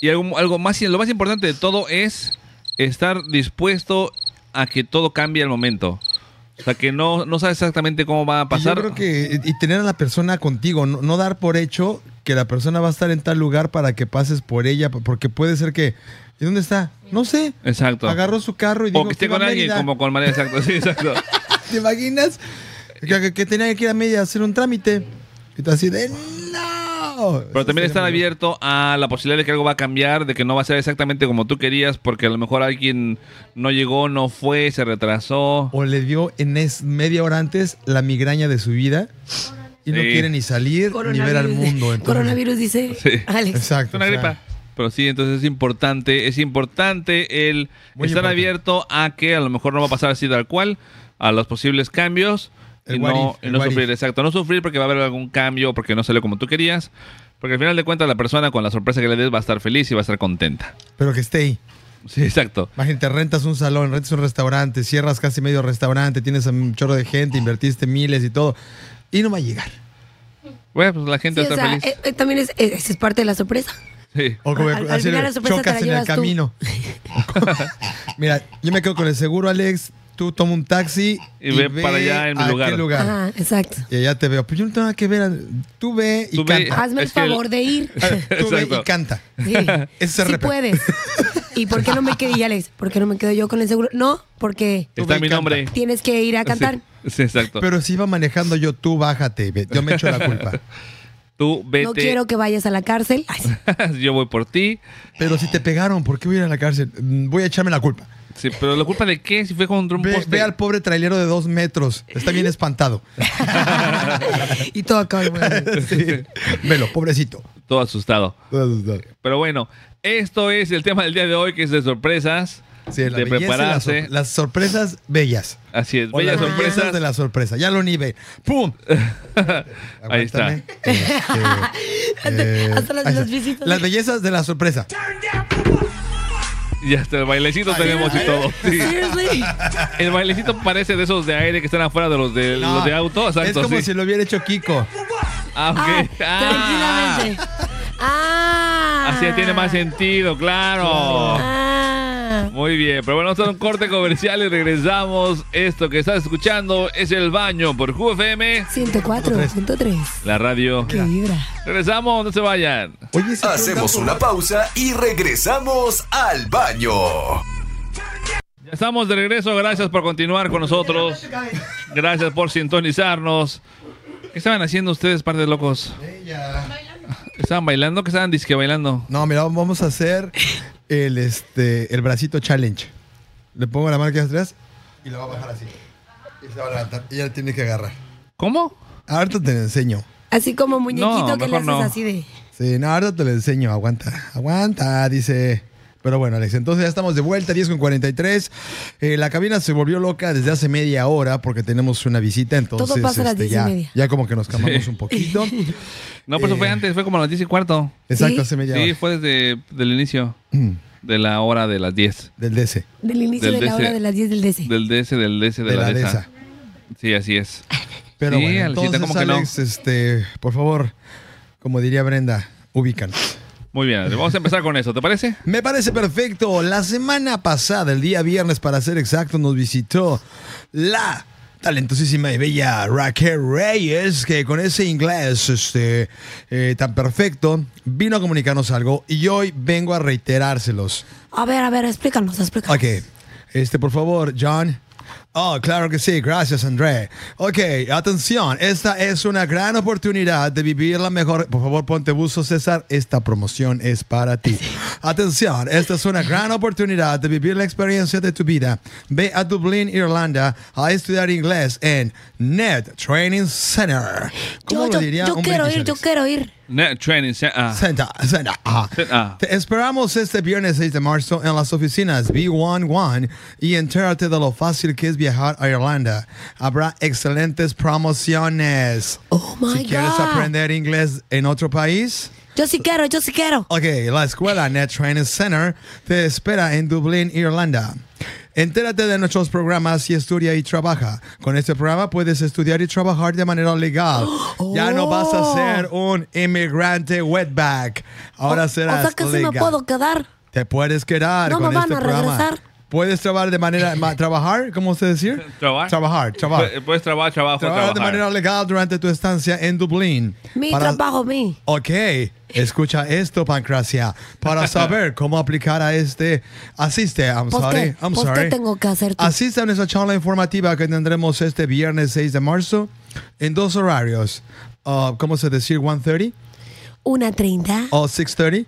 Speaker 2: Y algo, algo más, lo más importante de todo es estar dispuesto a que todo cambie al momento. O sea, que no, no sabes exactamente cómo va a
Speaker 3: Y Pues Yo
Speaker 2: pasar.
Speaker 3: creo que, y tener a la persona contigo, no, no dar por hecho que la persona va a estar en tal lugar para que pases por ella, porque puede ser que, ¿y dónde está? No sé.
Speaker 2: Exacto.
Speaker 3: Agarró su carro y Pues dijo,
Speaker 2: o que esté
Speaker 3: "Iba a
Speaker 2: con alguien,
Speaker 3: Mérida".
Speaker 2: como con María. Exacto, sí, exacto.
Speaker 3: [LAUGHS] ¿Te imaginas? Que, que- que tenía que ir a media a hacer un trámite. Y tú así de no.
Speaker 2: Pero también estar abierto a la posibilidad de que algo va a cambiar, de que no va a ser exactamente como tú querías, porque a lo mejor alguien no llegó, no fue, se retrasó.
Speaker 3: O le dio en es- media hora antes la migraña de su vida y no
Speaker 2: Sí.
Speaker 3: quiere ni salir ni ver al mundo. entonces-
Speaker 6: Coronavirus dice.
Speaker 2: Sí.
Speaker 6: Alex.
Speaker 3: Exacto.
Speaker 2: Una
Speaker 3: o sea,
Speaker 2: gripa. Pero sí, entonces es importante, es importante el
Speaker 3: Muy
Speaker 2: estar
Speaker 3: importante.
Speaker 2: abierto a que a lo mejor no va a pasar así tal cual, a los posibles cambios
Speaker 3: El
Speaker 2: y
Speaker 3: what
Speaker 2: no,
Speaker 3: if,
Speaker 2: y
Speaker 3: el
Speaker 2: no
Speaker 3: what
Speaker 2: sufrir,
Speaker 3: if.
Speaker 2: exacto, no sufrir porque va a haber algún cambio, porque no salió como tú querías, porque al final de cuentas la persona con la sorpresa que le des va a estar feliz y va a estar contenta. [LAUGHS]
Speaker 3: Pero que esté ahí.
Speaker 2: Sí, exacto.
Speaker 3: Imagínate, rentas un salón, rentas un restaurante, cierras casi medio restaurante, tienes a un chorro de gente, invertiste miles y todo. Y no va a llegar.
Speaker 2: Bueno, pues la gente va
Speaker 6: Sí,
Speaker 2: a
Speaker 6: o
Speaker 2: estar
Speaker 6: sea,
Speaker 2: feliz.
Speaker 6: eh, eh, también es, eh, esa es parte de la sorpresa.
Speaker 2: Sí.
Speaker 3: O como
Speaker 6: Al- al
Speaker 3: así,
Speaker 6: final la sorpresa te la
Speaker 3: chocas en el
Speaker 6: llevas tú. [LAUGHS]
Speaker 3: camino. Mira, yo me quedo con el seguro, Alex. Tú toma un taxi
Speaker 2: Y ve para allá en mi
Speaker 3: a
Speaker 2: lugar.
Speaker 3: aquel lugar.
Speaker 6: Ajá, exacto.
Speaker 3: Y allá te veo. Pues yo no tengo nada que ver. Tú ve y
Speaker 2: Tú ve- [LAUGHS]
Speaker 3: canta.
Speaker 6: Hazme el
Speaker 2: Es que el-
Speaker 6: favor de ir.
Speaker 3: [LAUGHS] Tú ve
Speaker 2: Exacto.
Speaker 3: y canta.
Speaker 6: Sí,
Speaker 3: [LAUGHS] Ese es
Speaker 6: sí
Speaker 3: RP. [LAUGHS]
Speaker 6: puedes. ¿Y por qué no me quedé, y Alex? ¿Por qué no me quedo yo con el seguro? No, porque
Speaker 3: Tú ve
Speaker 2: Está
Speaker 3: y
Speaker 2: mi
Speaker 3: canta.
Speaker 2: nombre.
Speaker 6: tienes que ir a cantar.
Speaker 2: Sí, sí, exacto.
Speaker 3: Pero si iba manejando yo, tú bájate. ve. Yo me echo la
Speaker 2: [LAUGHS]
Speaker 3: culpa.
Speaker 2: Tú vete.
Speaker 6: No quiero que vayas a la cárcel. Ay,
Speaker 2: [LAUGHS]
Speaker 6: sí.
Speaker 2: Yo voy por ti.
Speaker 3: Pero si te pegaron, ¿por qué voy a ir a la cárcel? Mm, Voy a echarme la culpa.
Speaker 2: Sí, pero la culpa de qué si fue contra un
Speaker 3: Ve,
Speaker 2: poste.
Speaker 3: ve al pobre trailero de dos metros. Está bien espantado.
Speaker 6: [LAUGHS] y todo acá, güey.
Speaker 3: Sí. Velo, pobrecito.
Speaker 2: Todo asustado.
Speaker 3: Todo asustado.
Speaker 2: Pero bueno, esto es el tema del día de hoy, que es de sorpresas.
Speaker 3: Sí, la
Speaker 2: de
Speaker 3: belleza y la
Speaker 2: prepararse.
Speaker 3: sor- las sorpresas bellas.
Speaker 2: Así es,
Speaker 3: O
Speaker 2: Pues bellas
Speaker 3: las bellezas
Speaker 2: sorpresas.
Speaker 3: de la sorpresa. Ya lo ni ve. ¡Pum!
Speaker 2: [LAUGHS] Ahí está.
Speaker 3: Aguántame. Eh,
Speaker 6: Hasta las-
Speaker 3: ahí está.
Speaker 6: las visitas.
Speaker 3: Las bellezas de la sorpresa.
Speaker 2: Y hasta el bailecito tenemos y todo. Sí.
Speaker 6: Seriously.
Speaker 2: El bailecito parece de esos de aire que están afuera de los de,
Speaker 3: No,
Speaker 2: los de auto. Exacto,
Speaker 3: es como
Speaker 2: sí.
Speaker 3: si lo hubiera hecho Kiko.
Speaker 2: Ah,
Speaker 6: Ah,
Speaker 2: ok. Ah,
Speaker 6: Tranquilamente. Ah.
Speaker 2: así tiene más sentido, claro.
Speaker 6: Ah.
Speaker 2: Muy bien, pero bueno, vamos a un corte comercial y regresamos. Esto que estás escuchando es El Baño por QFM,
Speaker 6: 104.3.
Speaker 2: la radio.
Speaker 6: Que vibra.
Speaker 2: Regresamos, no se vayan.
Speaker 5: Hacemos una pausa y regresamos al baño.
Speaker 2: Ya estamos de regreso, gracias por continuar con nosotros. Gracias por sintonizarnos. ¿Qué estaban haciendo ustedes, par de locos? ¿Estaban bailando? ¿Qué estaban disque bailando?
Speaker 3: No, mira, vamos a hacer el, este, el bracito challenge. Le pongo la mano aquí atrás y la va a bajar así. Y se va a levantar. Y ya tiene que agarrar.
Speaker 2: ¿Cómo?
Speaker 3: Ahorita te lo enseño.
Speaker 6: Así como muñequito que
Speaker 2: mejor
Speaker 6: le haces
Speaker 2: no.
Speaker 6: así de.
Speaker 3: Sí, no, ahorita te lo enseño. Aguanta, aguanta, dice. Pero bueno, Alex, entonces ya estamos de vuelta, 10 con 43. Eh, la cabina se volvió loca desde hace media hora porque tenemos una visita, entonces
Speaker 6: pasa a las
Speaker 3: este,
Speaker 6: 10 y
Speaker 3: ya,
Speaker 6: media.
Speaker 3: ya como que nos calmamos
Speaker 2: Sí.
Speaker 3: un poquito.
Speaker 2: No, pues eso fue
Speaker 3: Eh.
Speaker 2: antes, fue como a las 10 y cuarto.
Speaker 3: Exacto,
Speaker 6: ¿Sí?
Speaker 3: hace media
Speaker 2: Sí,
Speaker 3: hora.
Speaker 2: fue desde el inicio
Speaker 3: Mm,
Speaker 2: de la hora de las 10.
Speaker 3: del DC,
Speaker 6: Del inicio
Speaker 2: Del
Speaker 6: de la
Speaker 2: DC.
Speaker 6: hora de las 10 del DC.
Speaker 2: Del DS, del DS, de,
Speaker 3: de
Speaker 2: la,
Speaker 3: la
Speaker 2: DESA.
Speaker 3: DESA.
Speaker 2: Sí, así es.
Speaker 3: Pero
Speaker 2: Sí,
Speaker 3: bueno,
Speaker 2: Alexita,
Speaker 3: entonces,
Speaker 2: ¿cómo que no?
Speaker 3: Alex, este, por favor, como diría Brenda, ubícanos.
Speaker 2: Muy bien, Adri, vamos a empezar con eso, ¿te parece?
Speaker 3: Me parece perfecto. La semana pasada, el día viernes para ser exacto, nos visitó la talentosísima y bella Raquel Reyes, que con ese inglés este, eh, tan perfecto vino a comunicarnos algo y hoy vengo a reiterárselos.
Speaker 6: A ver, a ver, explícanos, explícanos.
Speaker 3: [LAUGHS] Ok, este, por favor, John. Oh, claro que sí, gracias André. Ok, atención, esta es una gran oportunidad de vivir la mejor... Por favor, ponte buzo César, esta promoción es para ti. Atención, esta es una gran oportunidad de vivir la experiencia de tu vida. Ve a Dublín, Irlanda, a estudiar inglés en Net Training Center. ¿Cómo
Speaker 6: Yo,
Speaker 3: lo
Speaker 6: yo,
Speaker 3: diría
Speaker 6: yo
Speaker 3: un
Speaker 6: quiero
Speaker 3: British
Speaker 6: ir, yo
Speaker 3: Alex?
Speaker 6: quiero ir.
Speaker 2: Ne- Training, se- ah.
Speaker 3: Senta, senta. Ah.
Speaker 2: Ah.
Speaker 3: Te esperamos este viernes 6 de marzo en las oficinas B11 y entérate de lo fácil que es viajar a Irlanda. Habrá excelentes promociones.
Speaker 6: Oh my
Speaker 3: si quieres
Speaker 6: God.
Speaker 3: aprender inglés en otro país,
Speaker 6: Yo sí quiero, yo sí quiero.
Speaker 3: Ok, la escuela Net Training Center te espera en Dublín, Irlanda. Entérate de nuestros programas y estudia y trabaja. Con este programa puedes estudiar y trabajar de manera legal. Ya no vas
Speaker 6: Oh.
Speaker 3: a ser un inmigrante wetback. Ahora serás
Speaker 6: O sea que sí me
Speaker 3: legal.
Speaker 6: puedo quedar.
Speaker 3: Te puedes quedar
Speaker 6: No me
Speaker 3: con
Speaker 6: van
Speaker 3: este
Speaker 6: a
Speaker 3: programa.
Speaker 6: regresar.
Speaker 3: Puedes trabajar de manera ma- trabajar, ¿cómo se decir?
Speaker 2: Trabajar.
Speaker 3: Trabajar, trabajar.
Speaker 2: Pu- Puedes trabajar, trabajo,
Speaker 3: Trabajar
Speaker 2: trabajar.
Speaker 3: de manera legal durante tu estancia en Dublín.
Speaker 6: Mi
Speaker 3: Para-
Speaker 6: trabajo, mi.
Speaker 3: Ok, escucha esto, Pancracia. Para saber cómo aplicar a este, asiste, I'm
Speaker 6: Pues,
Speaker 3: sorry,
Speaker 6: ¿qué?
Speaker 3: I'm
Speaker 6: Pues, ¿qué
Speaker 3: sorry.
Speaker 6: tengo que hacer tú?
Speaker 3: Asiste a nuestra charla informativa que tendremos este viernes 6 de marzo en dos horarios. Uh, ¿Cómo se decir? 1.30
Speaker 6: Una 30,
Speaker 3: o 6.30.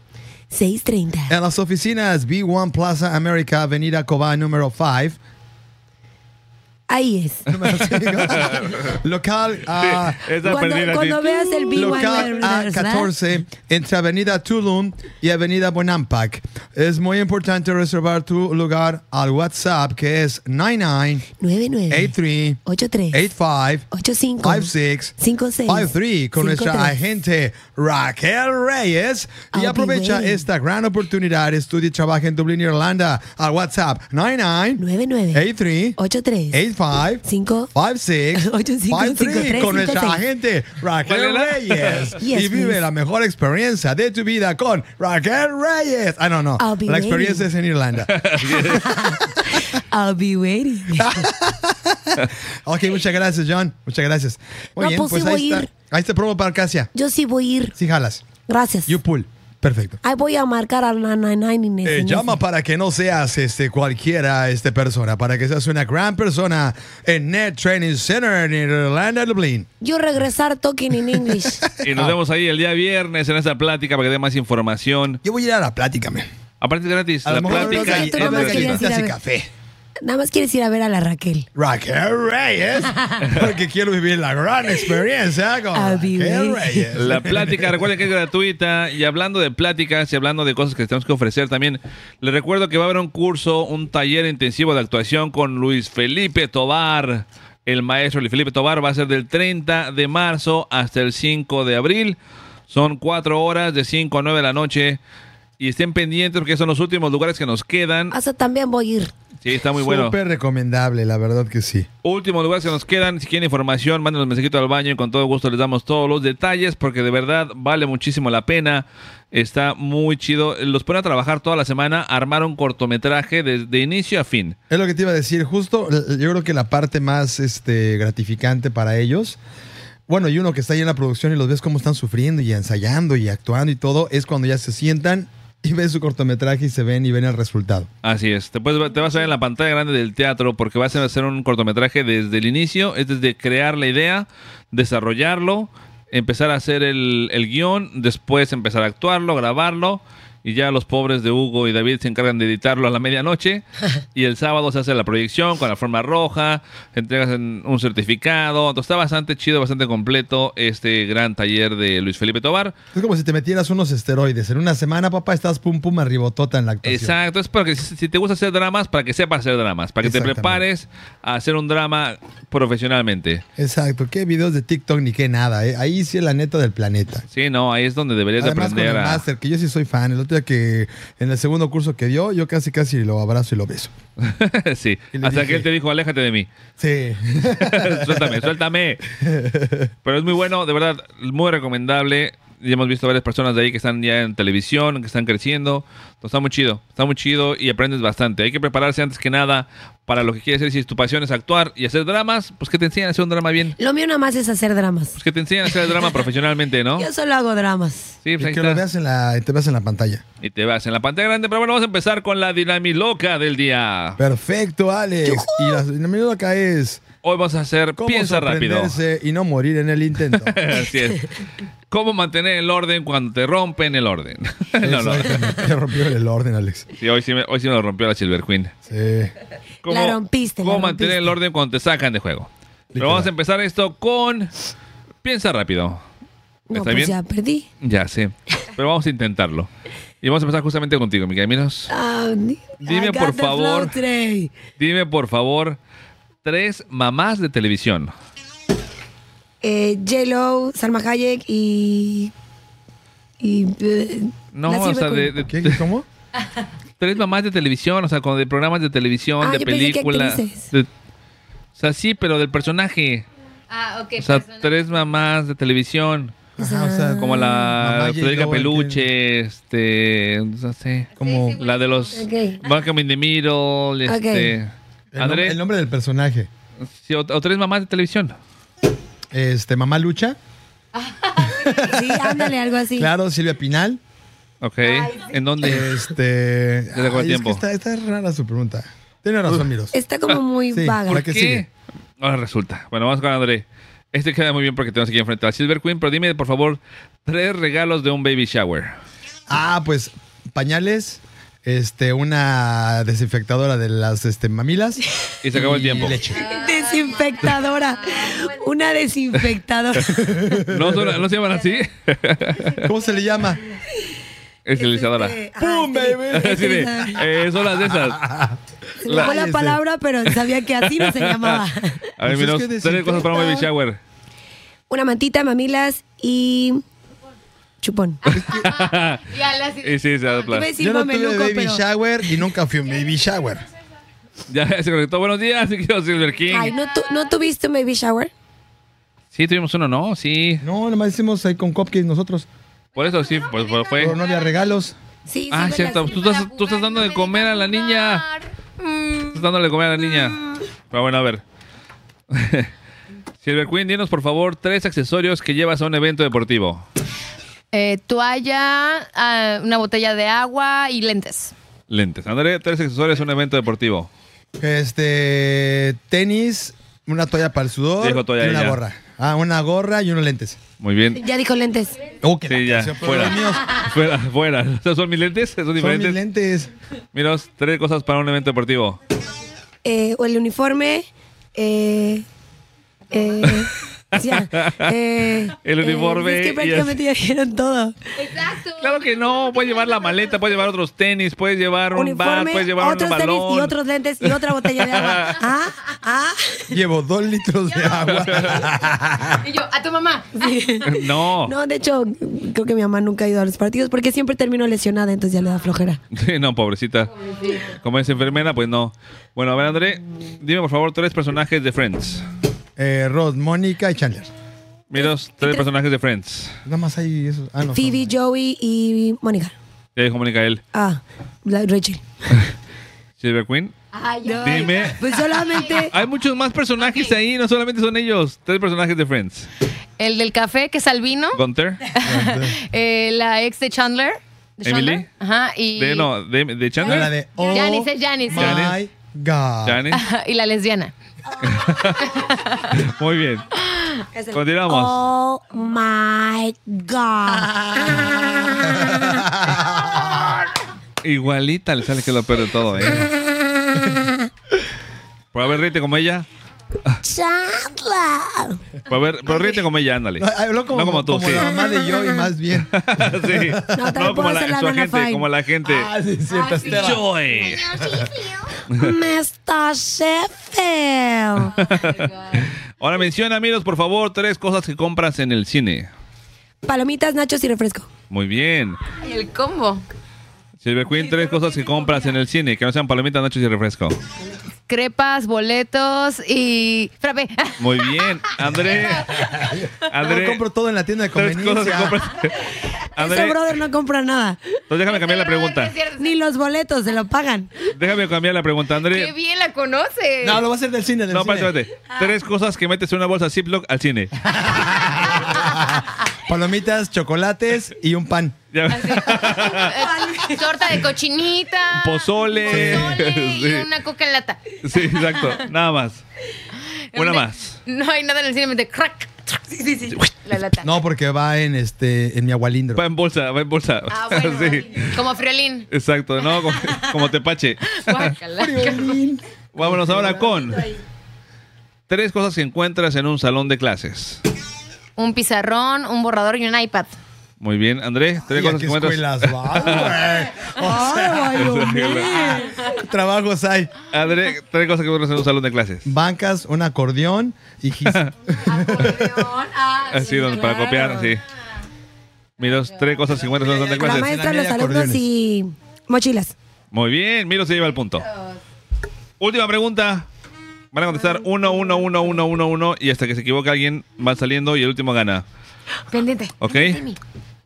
Speaker 6: 6.30.
Speaker 3: En las oficinas B1 Plaza América, Avenida Cobá, número 5.
Speaker 6: Ahí
Speaker 3: [LAUGHS]
Speaker 6: es.
Speaker 3: Número cinco. Local ah,
Speaker 2: Esa
Speaker 6: Cuando,
Speaker 2: perdida, sí.
Speaker 6: cuando veas el b
Speaker 3: Local A14 entre Avenida Tulum y Avenida Bonampak. Es muy importante reservar tu lugar al WhatsApp que es 99
Speaker 6: 99
Speaker 3: 83
Speaker 6: 83
Speaker 3: 85 56 53 con nuestra agente Raquel Reyes y
Speaker 6: I'll
Speaker 3: aprovecha
Speaker 6: be waiting.
Speaker 3: esta gran oportunidad estudia y trabaja en Dublín, Irlanda al WhatsApp 99
Speaker 6: 99
Speaker 3: 83 85
Speaker 6: 83 5
Speaker 3: 56 53 con nuestra agente Raquel
Speaker 2: Valera.
Speaker 3: Reyes.
Speaker 6: [LAUGHS] Yes,
Speaker 3: y vive
Speaker 6: please.
Speaker 3: la mejor experiencia de tu vida con Raquel Reyes. Ah, no, no.
Speaker 6: I'll be
Speaker 3: La experiencia
Speaker 6: waiting.
Speaker 3: es
Speaker 2: [LAUGHS]
Speaker 3: en Irlanda.
Speaker 6: [LAUGHS] I'll be waiting.
Speaker 3: [LAUGHS] ok, muchas gracias, John. Muchas gracias. Muy
Speaker 6: No,
Speaker 3: bien,
Speaker 6: pues
Speaker 3: pues
Speaker 6: sí
Speaker 3: ahí
Speaker 6: voy a
Speaker 3: está.
Speaker 6: ir.
Speaker 3: Ahí está promo para Casia.
Speaker 6: Yo sí voy a ir.
Speaker 3: Si jalas.
Speaker 6: Gracias.
Speaker 3: You pull. Perfecto.
Speaker 6: Ahí voy a marcar al 999 en
Speaker 3: Eh,
Speaker 6: ese- en
Speaker 3: llama
Speaker 6: ese.
Speaker 3: para que no seas este, cualquiera este, persona, para que seas una gran persona en Net Training Center en Irlanda, Dublín.
Speaker 6: Yo regresar talking
Speaker 3: [LAUGHS]
Speaker 6: in English.
Speaker 2: Y nos vemos ahí el día viernes en esta plática para que dé más información.
Speaker 3: Yo voy a ir a la plática, man.
Speaker 2: Aparte es gratis, la
Speaker 3: A lo mejor
Speaker 2: plática
Speaker 3: unas
Speaker 2: y-
Speaker 6: tú nomás
Speaker 2: es
Speaker 3: galletitas
Speaker 6: querías ir a
Speaker 3: y
Speaker 6: ver.
Speaker 3: café.
Speaker 6: Nada más quieres ir a ver a la Raquel.
Speaker 3: Raquel
Speaker 2: [LAUGHS]
Speaker 3: Reyes, porque quiero vivir la gran experiencia con Raquel Reyes.
Speaker 2: La plática, recuerden que es gratuita. Y hablando de pláticas y hablando de cosas que tenemos que ofrecer también, les recuerdo que va a haber un curso, un taller intensivo de actuación con Luis Felipe Tobar. El maestro Luis Felipe Tobar va a ser del 30 de marzo hasta el 5 de abril. Son cuatro horas de 5 a 9 de la noche. Y estén pendientes porque son los últimos lugares que nos quedan.
Speaker 6: Hasta también voy a ir.
Speaker 2: Sí, está muy bueno.
Speaker 3: Súper recomendable, la verdad que sí.
Speaker 2: Últimos lugares que nos quedan. Si quieren información, mándenos mensajitos al baño y con todo gusto les damos todos los detalles porque de verdad vale muchísimo la pena. Está muy chido. Los ponen a trabajar toda la semana, armar un cortometraje desde de inicio a fin.
Speaker 3: Es lo que te iba a decir, justo l- yo creo que la parte más este, gratificante para ellos, bueno, y uno que está ahí en la producción y los ves cómo están sufriendo y ensayando y actuando y todo, es cuando ya se sientan y ven su cortometraje y se ven y ven el resultado.
Speaker 2: Así es. Te, puedes- te vas a ver en la pantalla grande del teatro porque vas a hacer un cortometraje desde el inicio. Es desde crear la idea, desarrollarlo, empezar a hacer el, el guión, después empezar a actuarlo, grabarlo. Y ya los pobres de Hugo y David se encargan de editarlo a la medianoche. Y el sábado se hace la proyección con la forma roja. Entregas en- un certificado. Entonces está bastante chido, bastante completo este gran taller de Luis Felipe Tobar.
Speaker 3: Es como si te metieras unos esteroides. En una semana, papá, estás pum pum arribotota en la actuación.
Speaker 2: Exacto, es para que si si te gusta hacer dramas, para que sepas hacer dramas, para que te
Speaker 3: Exactamente.
Speaker 2: prepares a hacer un drama profesionalmente.
Speaker 3: Exacto, qué videos de TikTok ni qué nada. eh. Ahí sí es la neta del planeta.
Speaker 2: Sí, no, ahí es donde deberías de
Speaker 3: Además con el
Speaker 2: aprender a...
Speaker 3: máster, que yo sí soy fan. El otro día que en el segundo curso que dio, yo casi casi lo abrazo y lo beso.
Speaker 2: [LAUGHS] sí,
Speaker 3: le
Speaker 2: hasta que
Speaker 3: dije-
Speaker 2: él te dijo, aléjate de mí. [LAUGHS]
Speaker 3: Sí.
Speaker 2: Pues suéltame,
Speaker 3: [LAUGHS]
Speaker 2: suéltame. Pero es muy bueno, de verdad, muy recomendable. Ya hemos visto varias personas de ahí que están ya en televisión, que están creciendo. Entonces, está muy chido, está muy chido y aprendes bastante. Hay que prepararse antes que nada para lo que quieres hacer. Si tu pasión es actuar y hacer dramas, pues que te enseñen a hacer un drama bien.
Speaker 6: Lo mío nada más es hacer dramas.
Speaker 2: Pues que te enseñen a hacer el drama [LAUGHS] profesionalmente, ¿no?
Speaker 6: Yo solo hago dramas.
Speaker 2: Sí, pues
Speaker 3: Y que lo veas en la, te veas en la pantalla.
Speaker 2: Y te vas en la pantalla grande. Pero bueno, vamos a empezar con la dinamiloca del día.
Speaker 3: Perfecto, Alex. Y la, la menuda acá es
Speaker 2: Hoy vamos a hacer
Speaker 3: cómo
Speaker 2: piensa rápido.
Speaker 3: sorprenderse y no morir en el intento.
Speaker 2: [LAUGHS] Así es. ¿Cómo mantener el orden cuando te rompen el orden? [LAUGHS] [LAUGHS] no, no.
Speaker 3: Te rompió el orden, Alex.
Speaker 2: Sí, hoy sí, me, hoy sí me lo rompió la Silver Queen.
Speaker 3: Sí.
Speaker 2: ¿Cómo,
Speaker 6: La rompiste, la
Speaker 2: cómo mantener el orden cuando te sacan de juego? Pero vamos a empezar esto con piensa rápido.
Speaker 6: No,
Speaker 2: ¿Está
Speaker 6: pues
Speaker 2: bien?
Speaker 6: ya perdí.
Speaker 2: Ya sé. Pero vamos a intentarlo. Y vamos a empezar justamente contigo, Miguel Minos.
Speaker 6: Ah, ni-
Speaker 2: Dime,
Speaker 6: I got
Speaker 2: por
Speaker 6: the flow
Speaker 2: favor.
Speaker 6: today.
Speaker 2: Dime, por favor, tres mamás de televisión.
Speaker 6: Eh, J-Lo, Salma Hayek y. y eh,
Speaker 2: No,
Speaker 6: la
Speaker 2: o
Speaker 6: Silver
Speaker 2: sea, de,
Speaker 6: Queen.
Speaker 2: de- de-
Speaker 3: ¿Cómo?
Speaker 2: tres mamás de televisión, o sea, como de programas de televisión,
Speaker 6: Ah,
Speaker 2: de
Speaker 6: yo pensé que
Speaker 2: películas.
Speaker 6: actrices.
Speaker 2: de- O sea, sí, pero del personaje.
Speaker 11: Ah, ok.
Speaker 2: O sea, tres mamás de televisión.
Speaker 3: Ajá, o sea,
Speaker 2: Como
Speaker 3: Ah, Mamá
Speaker 2: la
Speaker 3: llegó,
Speaker 2: Federica
Speaker 3: entiendo.
Speaker 2: Peluche, este, no sé,
Speaker 3: Como
Speaker 2: la de los
Speaker 6: Ok.
Speaker 2: Malcolm in the Middle,
Speaker 6: Ok.
Speaker 2: este,
Speaker 3: el, nom- el nombre del personaje.
Speaker 2: sí, o, o tres mamás de televisión.
Speaker 3: Este, Mamá Lucha.
Speaker 6: Sí, ándale, algo así.
Speaker 3: Claro, Silvia
Speaker 2: [LAUGHS]
Speaker 3: Pinal.
Speaker 2: Ok, ¿en
Speaker 3: Eh,
Speaker 2: dónde?
Speaker 3: Este.
Speaker 2: se acabó el
Speaker 3: es
Speaker 2: tiempo.
Speaker 3: que está, está rara su pregunta. Tiene razón, Miros.
Speaker 6: Está como muy
Speaker 3: Ah, Sí,
Speaker 6: vaga.
Speaker 3: ¿por qué? sigue.
Speaker 2: Ahora resulta. Bueno, vamos con André. Este queda muy bien porque tenemos aquí enfrente a Silver Queen, pero dime, por favor, tres regalos de un baby shower.
Speaker 3: Ah, pues pañales, este, una desinfectadora de las este, mamilas.
Speaker 2: Y se acabó el tiempo.
Speaker 3: leche.
Speaker 6: Desinfectadora.
Speaker 2: [LAUGHS]
Speaker 6: Una desinfectadora.
Speaker 2: ¿No, son- no se llaman [LAUGHS] así?
Speaker 3: ¿Cómo se le llama?
Speaker 6: este,
Speaker 2: Esterilizadora.
Speaker 3: ¡Pum, baby!
Speaker 2: Así de, [LAUGHS] eh, son las de esas.
Speaker 6: Se me fue la
Speaker 3: Cállese.
Speaker 6: palabra, pero sabía que así no [LAUGHS] se llamaba.
Speaker 2: [LAUGHS] A ver,
Speaker 3: Pues es
Speaker 2: menos
Speaker 3: que
Speaker 2: tres cosas para un baby
Speaker 6: desinfecta.
Speaker 2: shower.
Speaker 6: Una mantita, mamilas y. chupón.
Speaker 11: Y a las-
Speaker 2: Y sí, se
Speaker 6: Iba
Speaker 2: adopla.
Speaker 6: a decir
Speaker 3: Yo no tuve
Speaker 6: mameluco,
Speaker 3: baby
Speaker 6: pero.
Speaker 3: shower y nunca fui un baby shower.
Speaker 2: Ya se conectó. Buenos días, mi querido Silver King.
Speaker 6: Ay, ¿no, tu- ¿no tuviste un baby shower?
Speaker 2: Sí, tuvimos uno, ¿no? Sí.
Speaker 3: No, nomás hicimos ahí con cupcakes nosotros.
Speaker 2: Por eso sí, pues, pues fue.
Speaker 3: Pero no había regalos.
Speaker 6: Sí, sí,
Speaker 2: Ah,
Speaker 6: me
Speaker 2: cierto.
Speaker 6: las-
Speaker 2: Tú estás, tú estás dándole de comer a la niña. Estás dándole de comer a la niña. Pero bueno, a ver. [LAUGHS] Silver Queen, dinos por favor tres accesorios que llevas a un evento deportivo.
Speaker 11: Eh, toalla, ah, una botella de agua y lentes.
Speaker 2: Lentes. André, tres accesorios a un evento deportivo.
Speaker 3: Este, tenis, una toalla para el sudor
Speaker 2: Dijo toalla
Speaker 3: y una
Speaker 2: ella.
Speaker 3: gorra. Ah, una gorra y unos lentes.
Speaker 2: Muy bien.
Speaker 6: Ya dijo lentes.
Speaker 3: Oh, que
Speaker 2: Sí,
Speaker 3: la
Speaker 2: ya.
Speaker 3: canción, pero
Speaker 2: Fuera.
Speaker 3: los míos
Speaker 2: Fuera, fuera. [LAUGHS] ¿Esos son mis lentes? ¿Esos
Speaker 3: Son mis
Speaker 2: diferentes?
Speaker 3: lentes.
Speaker 2: Miros, tres cosas para un evento deportivo.
Speaker 6: eh, o el uniforme. Eh, eh, ya, eh,
Speaker 2: [LAUGHS] El
Speaker 6: eh,
Speaker 2: uniforme
Speaker 6: es que
Speaker 2: y
Speaker 6: prácticamente ya vieron todo.
Speaker 2: Claro que no, puedes llevar la maleta, puedes llevar otros tenis, puedes llevar un bat,
Speaker 6: Uniforme,
Speaker 2: puedes llevar un
Speaker 6: otros tenis
Speaker 2: balón.
Speaker 6: y otros lentes y otra botella de agua. Ah, ah.
Speaker 3: Llevo dos litros
Speaker 2: [LAUGHS]
Speaker 3: de agua.
Speaker 11: Y yo, a tu mamá.
Speaker 2: [LAUGHS] No.
Speaker 6: No, de hecho, creo que mi mamá nunca ha ido a los partidos porque siempre termino lesionada, entonces ya le da flojera.
Speaker 2: Sí, no, pobrecita. Como es enfermera, pues no. Bueno, a ver, André, dime por favor tres personajes de Friends.
Speaker 3: [LAUGHS] Eh, Ross, Mónica y Chandler.
Speaker 2: Miros, tres personajes de Friends.
Speaker 3: Nada más hay esos. Ah, no.
Speaker 6: Phoebe, Joey y Mónica.
Speaker 2: Ya dijo Mónica él.
Speaker 6: Ah, la- Rachel.
Speaker 2: Silver Queen. Dime.
Speaker 6: Pues
Speaker 2: [LAUGHS]
Speaker 6: solamente.
Speaker 2: Hay muchos más personajes ahí, no solamente son ellos. Tres personajes de Friends.
Speaker 11: El del café, que es Albino.
Speaker 2: Gunther.
Speaker 11: Eh, la ex de Chandler. de
Speaker 2: Emily.
Speaker 11: Chandler, Ajá. Y.
Speaker 2: De, no, de, de Chandler.
Speaker 3: La de "Oh
Speaker 11: Janice, es Janice.
Speaker 2: Janice.
Speaker 6: [LAUGHS]
Speaker 2: Janice.
Speaker 11: Ajá, y la lesbiana.
Speaker 2: Muy bien. Continuamos.
Speaker 6: Oh my God.
Speaker 2: Igualita le sale que lo peor de todo, ¿eh?
Speaker 3: [LAUGHS]
Speaker 2: Por haber ríete como ella.
Speaker 6: Chandler.
Speaker 2: Por haber, pero ríete como ella, ándale.
Speaker 3: No, habló como,
Speaker 2: no como tú, [LAUGHS] sí.
Speaker 3: la mamá de Joey,
Speaker 2: [LAUGHS]
Speaker 3: más bien.
Speaker 2: Sí.
Speaker 3: No,
Speaker 2: No, como la, su agente,
Speaker 3: gente,
Speaker 2: como la gente.
Speaker 3: Ah, sí, cierto, Estela.
Speaker 2: [LAUGHS] Joy.
Speaker 6: Mr. Sheffield.
Speaker 2: Oh Ahora menciona, Miros, por favor, tres cosas que compras en el cine.
Speaker 6: Palomitas, nachos y refresco.
Speaker 2: Muy bien.
Speaker 11: Y el combo.
Speaker 2: Silver Queen, tres cosas que compras en el cine, que no sean palomitas, nachos y refresco.
Speaker 11: Crepas, boletos y. Frappé.
Speaker 2: Muy bien. [LAUGHS] André. André.
Speaker 3: Yo compro todo en la tienda de
Speaker 2: tres cosas que [LAUGHS]
Speaker 3: conveniencia.
Speaker 2: compras.
Speaker 6: Ese
Speaker 2: André,
Speaker 6: brother no compra nada.
Speaker 2: entonces déjame cambiar la
Speaker 11: [LAUGHS]
Speaker 2: pregunta.
Speaker 6: Ni los boletos se lo pagan.
Speaker 2: Déjame cambiar la pregunta,
Speaker 11: Qué
Speaker 2: André.
Speaker 11: bien la conoce.
Speaker 3: No, lo va a hacer del cine, del
Speaker 2: No,
Speaker 3: cine.
Speaker 2: espérate,
Speaker 3: [LAUGHS]
Speaker 2: espérate.
Speaker 11: Ah.
Speaker 2: Tres cosas que metes en una bolsa Ziploc al cine.
Speaker 3: Palomitas, chocolates y un pan.
Speaker 2: Ya-
Speaker 11: Eh, [LAUGHS] Torta de cochinita.
Speaker 2: Pozole.
Speaker 11: pozole y
Speaker 2: [LAUGHS] Sí.
Speaker 11: una coca en lata.
Speaker 2: [LAUGHS] Sí, exacto. Nada más. Una
Speaker 11: Donde
Speaker 2: más.
Speaker 11: No hay nada en el cine, de crack. Sí, sí, sí. La lata.
Speaker 3: No, porque va en este en mi agualindro. [LAUGHS]
Speaker 2: Va en bolsa, va en bolsa.
Speaker 11: Ah, bueno.
Speaker 2: [LAUGHS] Sí,
Speaker 11: Como friolín.
Speaker 2: exacto. No, como, como tepache.
Speaker 11: Guácala.
Speaker 2: Vámonos ahora con tres cosas que encuentras en un salón de clases.
Speaker 11: Un pizarrón, un borrador y un iPad.
Speaker 2: Muy bien, Andrés. Tres
Speaker 3: Ay, ¿a
Speaker 2: cosas que
Speaker 3: qué
Speaker 2: encuentras.
Speaker 3: escuelas vas, güey? O sea, trabajos hay.
Speaker 2: [LAUGHS] André, tres cosas que encuentras en un salón de clases.
Speaker 3: Bancas, un acordeón y
Speaker 2: [LAUGHS]
Speaker 3: gis-
Speaker 11: Ah,
Speaker 2: Así, donde- para copiar, sí. Miros, tres cosas que encuentras en un salón de
Speaker 6: La
Speaker 2: clases.
Speaker 6: maestra, los alumnos y mochilas.
Speaker 2: Muy bien, Miro se lleva el punto. Última pregunta. Van a contestar uno, uno, uno, uno, uno, uno y hasta que se equivoque alguien va saliendo y el último gana.
Speaker 11: Pendiente.
Speaker 2: ¿Ok?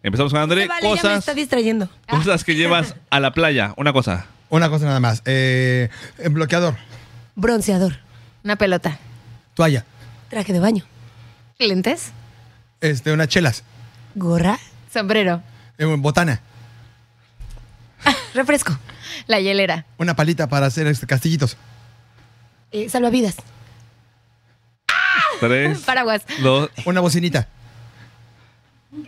Speaker 2: Empezamos con André.
Speaker 6: Se vale, ya me
Speaker 2: cosas,
Speaker 6: está Ah. distrayendo.
Speaker 2: cosas que llevas a la playa. Una cosa.
Speaker 3: Una cosa nada más. Eh, eh, bloqueador,
Speaker 6: Bronceador,
Speaker 11: Una pelota.
Speaker 3: toalla,
Speaker 6: traje de baño,
Speaker 11: Lentes.
Speaker 3: este, unas chelas,
Speaker 6: gorra,
Speaker 11: Sombrero.
Speaker 3: eh, botana,
Speaker 6: refresco,
Speaker 11: La hielera.
Speaker 3: una palita para hacer este, castillitos.
Speaker 6: eh, salvavidas, Ah,
Speaker 2: Tres,
Speaker 11: Paraguas.
Speaker 2: dos,
Speaker 3: Una bocinita.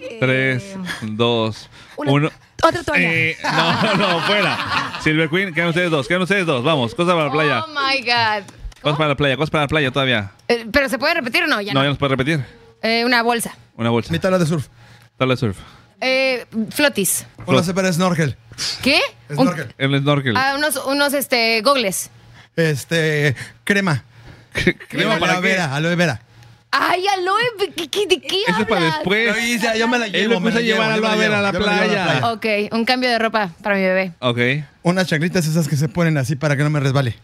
Speaker 6: Eh,
Speaker 2: tres, dos, uno.
Speaker 6: otra toalla.
Speaker 2: Eh, no, no, fuera. Silver Queen, quedan ustedes dos, quedan ustedes dos. Vamos, cosas para la playa.
Speaker 11: Oh my God.
Speaker 2: Cosas para la playa, cosas para la playa todavía.
Speaker 11: Eh, Pero se puede repetir o no, ya
Speaker 2: No,
Speaker 11: no.
Speaker 2: ya nos puede repetir.
Speaker 11: Eh, una bolsa.
Speaker 2: Una bolsa.
Speaker 3: Mi tabla de surf.
Speaker 2: Tabla de surf.
Speaker 11: Eh, flotis.
Speaker 3: Una para snorkel.
Speaker 11: ¿Qué? Un-
Speaker 3: Snorkel.
Speaker 2: El snorkel.
Speaker 11: ah, unos, unos este, gogles.
Speaker 3: Este, crema.
Speaker 2: [LAUGHS] ¿Crema para
Speaker 3: aloe
Speaker 2: qué?
Speaker 3: vera, aloe vera.
Speaker 11: Ay, aloe, ¿qué, qué, de qué
Speaker 2: Eso es para
Speaker 11: hablas?
Speaker 2: después.
Speaker 3: Yo hice, yo me la
Speaker 2: Pues, Él lo
Speaker 3: llevo, me
Speaker 2: puso
Speaker 3: la
Speaker 2: a
Speaker 3: llevo,
Speaker 2: llevar a
Speaker 3: yo me
Speaker 2: la,
Speaker 3: la
Speaker 2: ver a la
Speaker 3: llevo, yo me la llevo a la
Speaker 2: playa.
Speaker 3: playa.
Speaker 11: Ok, un cambio de ropa para mi bebé.
Speaker 2: Ok.
Speaker 3: Unas chanclitas esas que se ponen así para que no me resbale.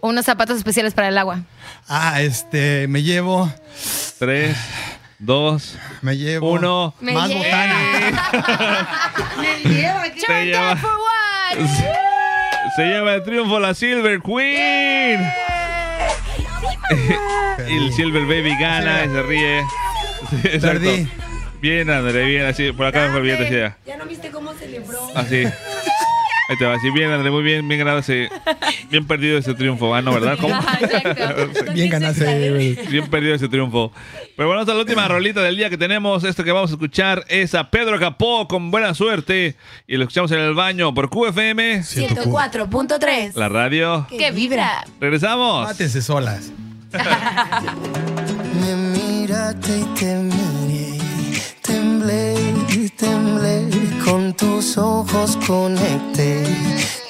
Speaker 11: Unos zapatos especiales para el agua.
Speaker 3: Ah, este, me llevo,
Speaker 2: Tres, dos,
Speaker 3: me llevo.
Speaker 2: uno.
Speaker 11: Me
Speaker 3: Más
Speaker 11: lleva.
Speaker 3: botana.
Speaker 11: [LAUGHS] Turn
Speaker 2: lleva.
Speaker 11: down for what?
Speaker 2: [LAUGHS] Se lleva el triunfo la Silver Queen. y el Silver Baby gana y se ríe. Sí, exacto.
Speaker 3: Perdí.
Speaker 2: Bien, André, bien, así. Por acá me fue bien, decía.
Speaker 6: Ya no viste cómo celebró.
Speaker 2: Así. Ahí te va. Así bien, André, muy bien, bien ganado ese. Bien perdido ese triunfo, ¿ah, ¿no? ¿Verdad? ¿Cómo?
Speaker 3: Bien
Speaker 2: [LAUGHS]
Speaker 3: ganaste.
Speaker 2: Bien perdido ese triunfo. Pero bueno, esta es la última rolita del día que tenemos. Esto que vamos a escuchar es a Pedro Capó con buena suerte. Y lo escuchamos en el baño por QFM.
Speaker 6: 104.3.
Speaker 2: La radio.
Speaker 6: Que vibra.
Speaker 2: Regresamos.
Speaker 3: Mátense solas.
Speaker 13: Me miraste y te miré, temblé y temblé, con tus ojos conecté,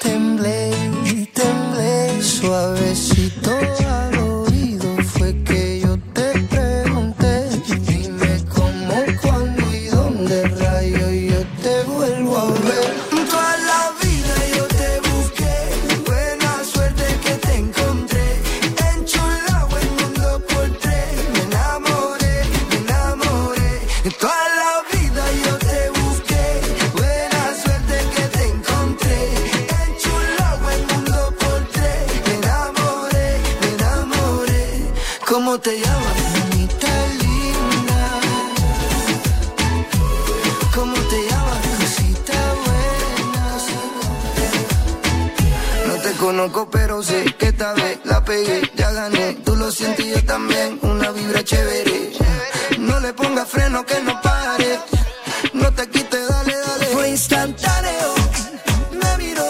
Speaker 13: temblé y temblé, suavecito al oído fue que yo te pregunté, dime cómo, cuándo y dónde rayo yo te vuelvo a ver. Toda la vida yo te busqué, buena suerte que te encontré, enchulado el mundo por tres, me enamoré, me enamoré. Toda la vida yo te busqué, buena suerte que te encontré, enchulado el mundo por tres, me enamoré, me enamoré. ¿Cómo te llamas? Mamita linda. ¿Cómo te llamas? Cosita buena. No te conozco, pero sé que esta vez la pegué, ya gané. Tú lo sientes y yo también, una vibra chévere. No le pongas freno que no pare. No te quites, dale, dale. Fue instantáneo, me miró.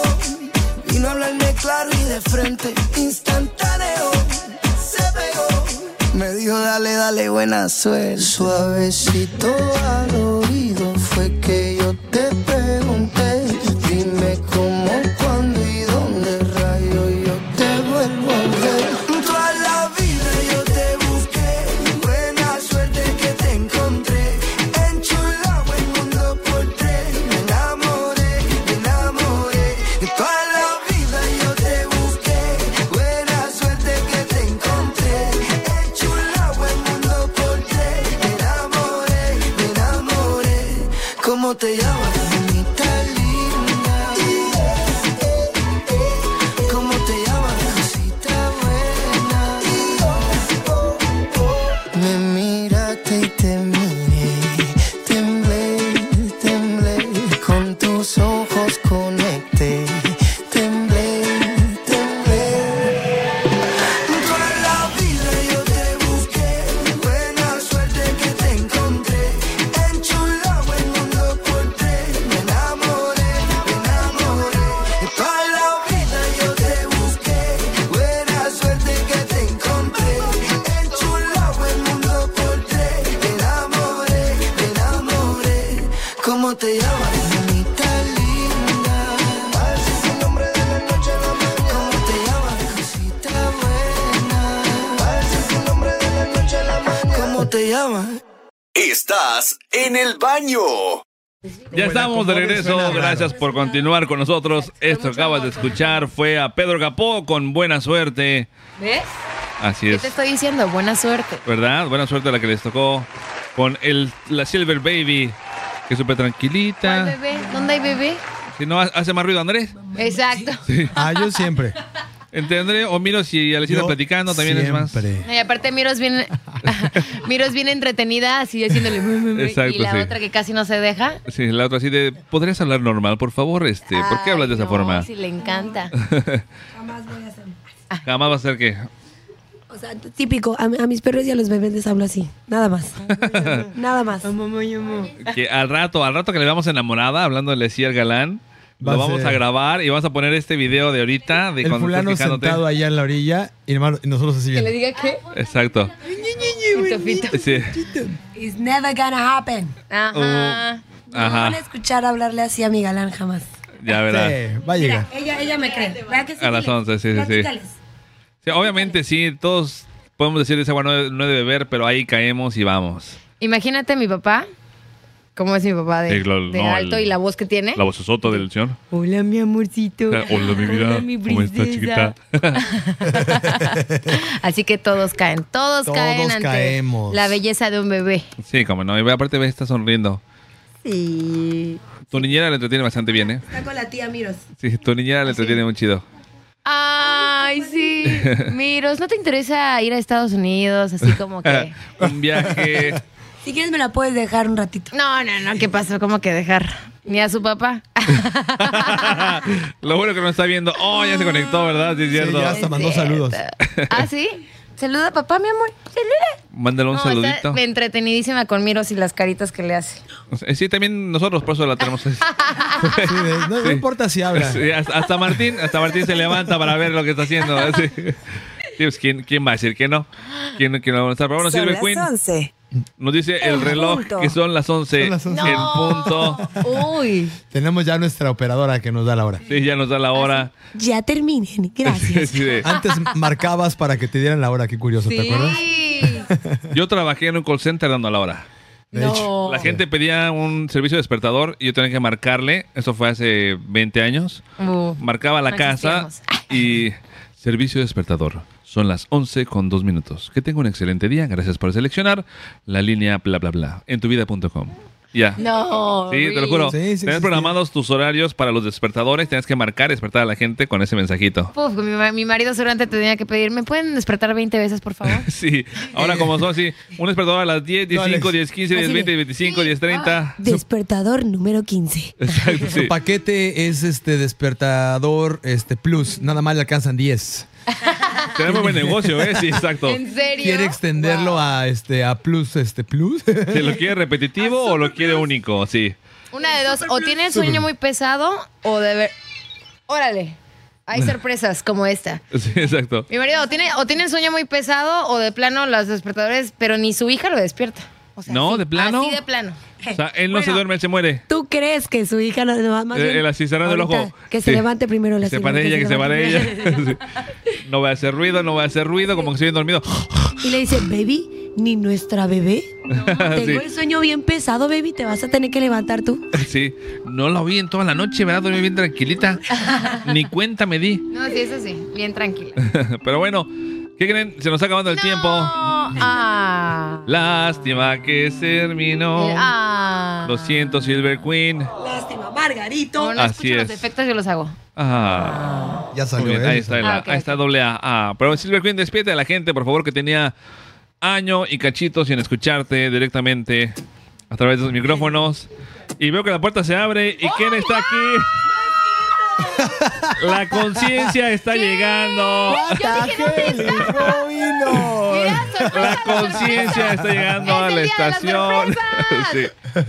Speaker 13: Vino a hablarme claro y de frente. Este Instantáneo, se pegó. Me dijo, dale, dale, buena suerte. Suavecito al oído fue que yo te pregunté. Dime cómo, cuándo y dónde rayo yo te vuelvo a ver. Toda la vida yo te busqué, buena suerte que te encontré. Enchulado el mundo por tres, me enamoré, me enamoré. Toda la vida yo te busqué, buena suerte que te encontré. Enchulado el mundo por tres, me enamoré, me enamoré. ¿Cómo te llamas? Mamita linda. ¿Cómo te llamas? Cosita buena. Me miraste y te miré. Temblé, temblé. Con tus ojos conecté. Temblé, temblé. Toda la vida yo te busqué. Buena suerte que te encontré. Enchulado el mundo por tres. Me enamoré, me enamoré. Toda la vida yo te busqué. Buena suerte que te encontré. Enchulado el mundo por tres. Me enamoré, me enamoré. ¿Cómo te llamas? Mamita linda. Así es el nombre de la noche a la mañana. ¿Cómo te llamas? Cosita buena. Así es el nombre de la noche a la mañana. ¿Cómo te llamas?
Speaker 5: Estás en el baño.
Speaker 2: Ya estamos de regreso. Gracias por continuar con nosotros. Esto que acabas de escuchar fue a Pedro Capó con buena suerte.
Speaker 11: ¿Ves?
Speaker 2: Así
Speaker 11: ¿Qué
Speaker 2: es.
Speaker 11: te estoy diciendo? Buena suerte.
Speaker 2: ¿Verdad? Buena suerte a la que les tocó con el, la Silver Baby, que es súper tranquilita.
Speaker 11: Bebé, ¿dónde hay bebé?
Speaker 2: Si no, ha- hace más ruido Andrés.
Speaker 11: Exacto.
Speaker 3: Ah,
Speaker 2: [LAUGHS]
Speaker 3: yo siempre.
Speaker 2: Entre Andrés o Miro si Alecita
Speaker 3: Yo
Speaker 2: platicando también es
Speaker 11: No, Y aparte Miros
Speaker 2: [LAUGHS]
Speaker 11: bien, Miros bien entretenida, así haciéndole "Mu, mu, mu",
Speaker 2: Exacto,
Speaker 11: y la
Speaker 2: sí.
Speaker 11: otra que casi no se deja.
Speaker 2: más. Sí, la otra así de, ¿podrías hablar normal, por favor? Este, ¿Por qué hablas de esa forma?
Speaker 11: Sí, le encanta.
Speaker 6: Jamás voy a hacer.
Speaker 2: Jamás va a ser
Speaker 6: [LAUGHS]
Speaker 2: que...
Speaker 6: O sea, típico, a, a mis perros y a los bebés les hablo así.
Speaker 2: [LAUGHS]
Speaker 6: Nada más. Nada más.
Speaker 2: que al rato, al rato que le veamos enamorada, hablándole así al galán,
Speaker 3: Va a
Speaker 2: lo vamos
Speaker 3: ser.
Speaker 2: a grabar y vamos a poner este video de ahorita de
Speaker 3: El
Speaker 2: cuando estás
Speaker 3: fulano
Speaker 2: fijándote.
Speaker 3: sentado allá en la orilla y hermano- y nosotros así
Speaker 6: Que le
Speaker 3: bien.
Speaker 6: diga que.
Speaker 2: Exacto. Sí.
Speaker 6: It's never gonna happen.
Speaker 2: Ajá.
Speaker 6: No van a
Speaker 2: Ajá.
Speaker 6: escuchar hablarle así a mi galán jamás.
Speaker 2: Ya verás.
Speaker 3: va a
Speaker 6: Mira, ella, ella me cree. ¿Verdad que sí?
Speaker 2: A las 11, sí, sí, sí.
Speaker 6: Platícales.
Speaker 2: Sí, obviamente sí, todos podemos decir ese agua no, he- no he de beber, pero ahí caemos y vamos.
Speaker 11: Imagínate a mi papá, cómo es mi papá de,
Speaker 2: Sí, lo-
Speaker 11: de
Speaker 2: no,
Speaker 11: alto
Speaker 2: el-
Speaker 11: y la voz que
Speaker 6: ¿Eh?
Speaker 11: tiene.
Speaker 2: La vocesota del señor.
Speaker 11: Hola, mi amorcito.
Speaker 2: Hola, [LAUGHS] mi vida.
Speaker 11: Hola, mi
Speaker 2: ¿Cómo estás,
Speaker 11: princesa.
Speaker 2: chiquita?
Speaker 11: Así que todos caen, todos,
Speaker 2: Todos
Speaker 11: caen ante
Speaker 2: caemos.
Speaker 11: la belleza de un bebé.
Speaker 2: [LAUGHS] Sí, como no. Y ve, aparte ve, está sonriendo.
Speaker 6: Sí.
Speaker 2: Tu niñera le entretiene bastante bien, ¿eh?
Speaker 6: Está con la tía Miros.
Speaker 2: Sí, tu niñera le entretiene muy chido.
Speaker 11: Ay,
Speaker 2: [LAUGHS]
Speaker 11: sí. Miros, ¿no te interesa ir a Estados Unidos así
Speaker 2: [LAUGHS]
Speaker 11: como que?
Speaker 2: Un viaje.
Speaker 6: Si quieres me la puedes dejar un ratito.
Speaker 11: No, no, no, ¿qué pasó? ¿Cómo que dejar? Ni a
Speaker 2: [LAUGHS]
Speaker 11: su papá.
Speaker 2: Lo bueno que nos está viendo. Oh, ya se conectó, ¿verdad? Sí, es cierto.
Speaker 3: ya hasta mandó saludos.
Speaker 11: ¿Ah, sí? Saluda a papá, mi amor. Saluda.
Speaker 2: Mándale un
Speaker 11: No,
Speaker 2: saludito.
Speaker 11: está entretenidísima con Miros y las caritas que le hace.
Speaker 2: Eh, Sí, también nosotros, por eso la tenemos.
Speaker 3: Sí, de- no, no
Speaker 2: Sí.
Speaker 3: importa si habla.
Speaker 2: Sí, hasta hasta Martín, hasta Martín se levanta para ver lo que está haciendo.
Speaker 3: [LAUGHS]
Speaker 2: sí. Sí, pues, ¿quién, quién va a decir que no? ¿Quién, quién lo va a estar? Pero bueno,
Speaker 14: Son
Speaker 2: Silver
Speaker 14: las
Speaker 2: Queen
Speaker 14: 11.
Speaker 2: nos dice el
Speaker 14: En
Speaker 2: reloj
Speaker 14: punto.
Speaker 2: que son las 11.
Speaker 3: Son las 11.
Speaker 2: En
Speaker 3: No.
Speaker 2: punto.
Speaker 11: Uy.
Speaker 3: Tenemos ya nuestra operadora que nos da la hora.
Speaker 2: Sí, ya nos da la hora.
Speaker 6: Ya
Speaker 2: [LAUGHS]
Speaker 6: terminen, gracias.
Speaker 2: Sí, de-
Speaker 3: Antes marcabas para que te dieran la hora, qué curioso, ¿te acuerdas?
Speaker 11: [LAUGHS]
Speaker 2: Yo trabajé en un call center dando la hora.
Speaker 3: De hecho.
Speaker 2: La gente pedía un servicio despertador y yo tenía que marcarle. Eso fue hace 20 años. Marcaba la
Speaker 11: No
Speaker 2: casa y servicio despertador. Son las 11 con 2 minutos. Que tenga un excelente día. Gracias por seleccionar la línea bla bla bla en tuvida.com. Ya.
Speaker 11: No.
Speaker 2: Sí, te lo juro.
Speaker 3: Sí, sí,
Speaker 2: Tenías
Speaker 3: existía.
Speaker 2: programados tus horarios para los despertadores. Tenías que marcar y despertar a la gente con ese mensajito. [LAUGHS]
Speaker 11: Puf, mi, ma- mi marido seguramente tenía que pedir, ¿me pueden despertar 20 veces, por
Speaker 2: [LAUGHS]
Speaker 11: favor?
Speaker 2: Sí. Ahora como son así, un despertador a las 10, 10, 5, 10, 15, 10,
Speaker 6: Así
Speaker 2: 20,
Speaker 6: de- ah.
Speaker 2: 25, 10, 30.
Speaker 6: Despertador número 15.
Speaker 2: Exacto, sí.
Speaker 3: Su paquete es este despertador este plus, nada más le alcanzan 10.
Speaker 2: Tenemos buen negocio, ¿eh? Sí, exacto.
Speaker 6: [LAUGHS]
Speaker 11: ¿En serio?
Speaker 3: Quiere extenderlo a este a plus este plus.
Speaker 2: ¿Se lo quiere repetitivo o lo quiere único? Sí.
Speaker 11: Una de dos, o tiene el sueño muy pesado o de ver... Órale, hay sorpresas como esta.
Speaker 2: Sí, exacto.
Speaker 11: Mi marido o tiene, o tiene el sueño muy pesado o de plano los despertadores, pero ni su hija lo despierta.
Speaker 2: no, de plano.
Speaker 11: Así de plano.
Speaker 2: O sea, él no se duerme, él se muere.
Speaker 6: ¿Tú crees que su hija no va más
Speaker 2: Eh,
Speaker 6: bien
Speaker 2: el así cerrando el
Speaker 6: ahorita,
Speaker 2: ojo.
Speaker 6: Que se
Speaker 2: Sí.
Speaker 6: levante primero la
Speaker 2: Que se
Speaker 6: señora,
Speaker 2: pare ella, que se pare
Speaker 6: levante.
Speaker 2: ella. [LAUGHS] Sí. No va a hacer ruido, no va a hacer ruido, como que estoy bien
Speaker 6: [LAUGHS]
Speaker 2: dormido.
Speaker 6: Y le dice, baby, ni
Speaker 2: [LAUGHS]
Speaker 6: nuestra bebé. Tengo
Speaker 2: Ah, Sí.
Speaker 6: el sueño bien pesado, baby. Te vas a tener que levantar tú.
Speaker 2: Sí. No la vi en toda la noche, ¿verdad? Dormí bien tranquilita. Ni cuenta me di. [LAUGHS]
Speaker 11: No, sí, eso sí, bien tranquila.
Speaker 2: Pero bueno, ¿qué creen? Se nos está acabando el tiempo.
Speaker 11: No, ah,
Speaker 2: Lástima que terminó.
Speaker 6: Eh,
Speaker 11: ah.
Speaker 2: Lo siento, Silver Queen.
Speaker 6: Lástima, Margarito.
Speaker 11: No, no
Speaker 2: Así
Speaker 11: escucho los
Speaker 2: es.
Speaker 11: defectos, yo los hago.
Speaker 2: Ah.
Speaker 3: [LAUGHS] Ya salió,
Speaker 2: Muy bien,
Speaker 3: ¿eh?
Speaker 2: Ahí está,
Speaker 11: Ah,
Speaker 2: la-
Speaker 11: ok,
Speaker 2: ahí está doble A. Ah, pero Silver Queen, despídete a la gente, por favor, que tenía año y cachito sin escucharte directamente a través de los micrófonos. Y veo que la puerta se abre.
Speaker 11: ¡Oh,
Speaker 2: ¿Y quién está aquí? La conciencia está llegando.
Speaker 11: [LAUGHS]
Speaker 2: La conciencia está llegando a la estación. [LAUGHS] Sí. [LAUGHS]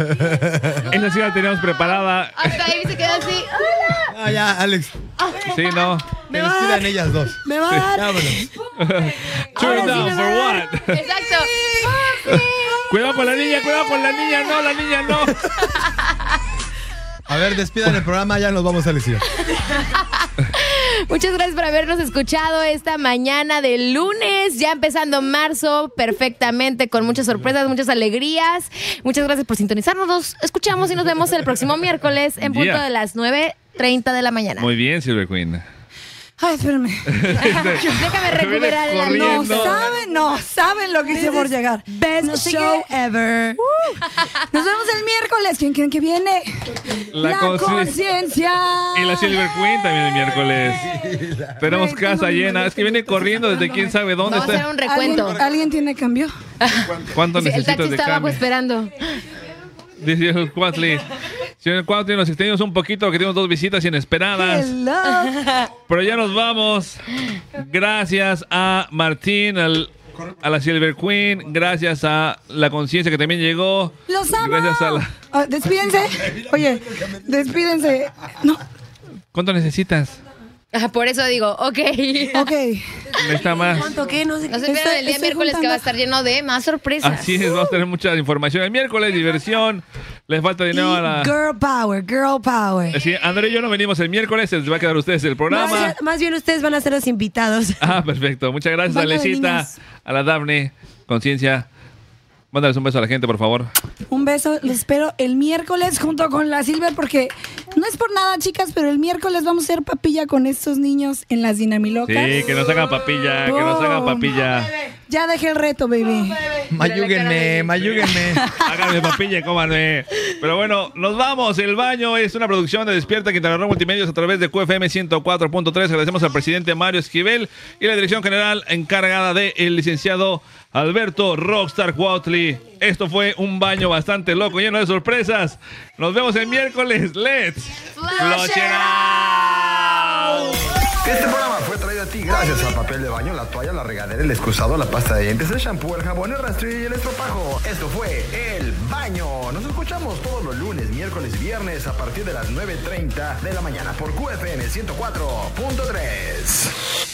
Speaker 2: En la ciudad teníamos preparada.
Speaker 11: Hasta ahí se queda así. ¡Hola!
Speaker 3: Ah, ya, Alex.
Speaker 2: Sí, no.
Speaker 3: Me despidan ellas dos.
Speaker 6: Me va a dar.
Speaker 3: Vámonos.
Speaker 2: Turn down for what?
Speaker 11: Exacto. Ah,
Speaker 2: Cuidado con la niña, cuidado con la niña, no, la niña no.
Speaker 11: [LAUGHS]
Speaker 3: A ver, despidan el programa, ya nos vamos a decir.
Speaker 11: Muchas gracias por habernos escuchado esta mañana de lunes, ya empezando marzo perfectamente, con muchas sorpresas, muchas alegrías. Muchas gracias por sintonizarnos. Nos escuchamos y nos vemos el próximo miércoles en punto
Speaker 2: Yeah.
Speaker 11: de las 9.30 de la mañana.
Speaker 2: Muy bien, Silver Queen.
Speaker 14: Ay, espérame.
Speaker 2: [LAUGHS]
Speaker 11: Déjame recuperar el alma.
Speaker 14: No
Speaker 2: corriendo.
Speaker 14: saben, no saben lo que hice por llegar. Best
Speaker 11: show
Speaker 14: ever. Uh. Nos vemos el miércoles. ¿Quién creen que viene?
Speaker 2: La conciencia. Y la Silver Queen también el miércoles. Tenemos casa llena. Es que viene corriendo desde quién sabe dónde.
Speaker 11: Vamos a hacer
Speaker 2: Está.
Speaker 11: un recuento.
Speaker 14: ¿Alguien, alguien tiene cambio?
Speaker 2: ¿Cuánto
Speaker 11: Sí, el taxi
Speaker 2: necesitas de
Speaker 11: está este- abajo
Speaker 2: cambio?
Speaker 11: esperando.
Speaker 2: Dice el Cuatli. Señor Cuatli, nos extendimos un poquito que tenemos dos visitas inesperadas.
Speaker 14: Hello.
Speaker 2: Pero ya nos vamos. Gracias a Martín, al- a la Silver Queen. Gracias a la conciencia que también llegó.
Speaker 14: Los amo.
Speaker 2: Gracias a la...
Speaker 14: Ah, despídense. Oye, despídense. No,
Speaker 2: ¿Cuánto necesitas?
Speaker 11: Ah, Por eso digo, ok.
Speaker 14: ok.
Speaker 2: Está más.
Speaker 6: ¿Qué? No sé
Speaker 11: No
Speaker 6: qué.
Speaker 11: se pierdan
Speaker 14: Estoy-
Speaker 11: el día
Speaker 14: estoy
Speaker 11: miércoles que
Speaker 14: juntando-
Speaker 11: va a estar lleno de más sorpresas.
Speaker 2: Así es, vamos a tener mucha información. El miércoles, diversión. Les falta dinero a la.
Speaker 14: Girl power, girl power.
Speaker 2: Sí, André y yo no venimos el miércoles, se les va a quedar a ustedes el
Speaker 6: Más,
Speaker 2: programa.
Speaker 6: bien- más bien ustedes van a ser los invitados.
Speaker 2: Ah, perfecto. Muchas gracias
Speaker 14: Banda
Speaker 2: a
Speaker 14: de
Speaker 2: Lecita,
Speaker 14: niñas.
Speaker 2: a la Dafne, Conciencia. Mándales un beso a la gente, por favor.
Speaker 14: Un beso, los espero el miércoles junto con la Silver porque no es por nada, chicas, pero el miércoles vamos a ser papilla con estos niños en las dinamilocas.
Speaker 2: Sí, que nos hagan papilla, que nos hagan
Speaker 14: Boom.
Speaker 2: papilla.
Speaker 6: Ya dejé el reto, baby.
Speaker 15: Mayúguenme, mayúguenme.
Speaker 2: Háganme papilla, cómanme. Pero bueno, nos vamos. El baño es una producción de Despierta Quintana Roo Multimedios a través de QFM 104.3. Agradecemos al presidente Mario Esquivel y la dirección general encargada del el licenciado Alberto Rockstar Cuautli. Esto fue un baño bastante loco, lleno de sorpresas. Nos vemos el miércoles. Let's
Speaker 3: Flash it Este programa fue traído a ti gracias al papel de baño, la toalla, la regadera, el excusado, la pasta de dientes, el shampoo, el jabón, el rastrillo y el estropajo. Esto fue El Baño. Nos escuchamos todos los lunes, miércoles y viernes a partir de las 9.30 de la mañana por QFM 104.3.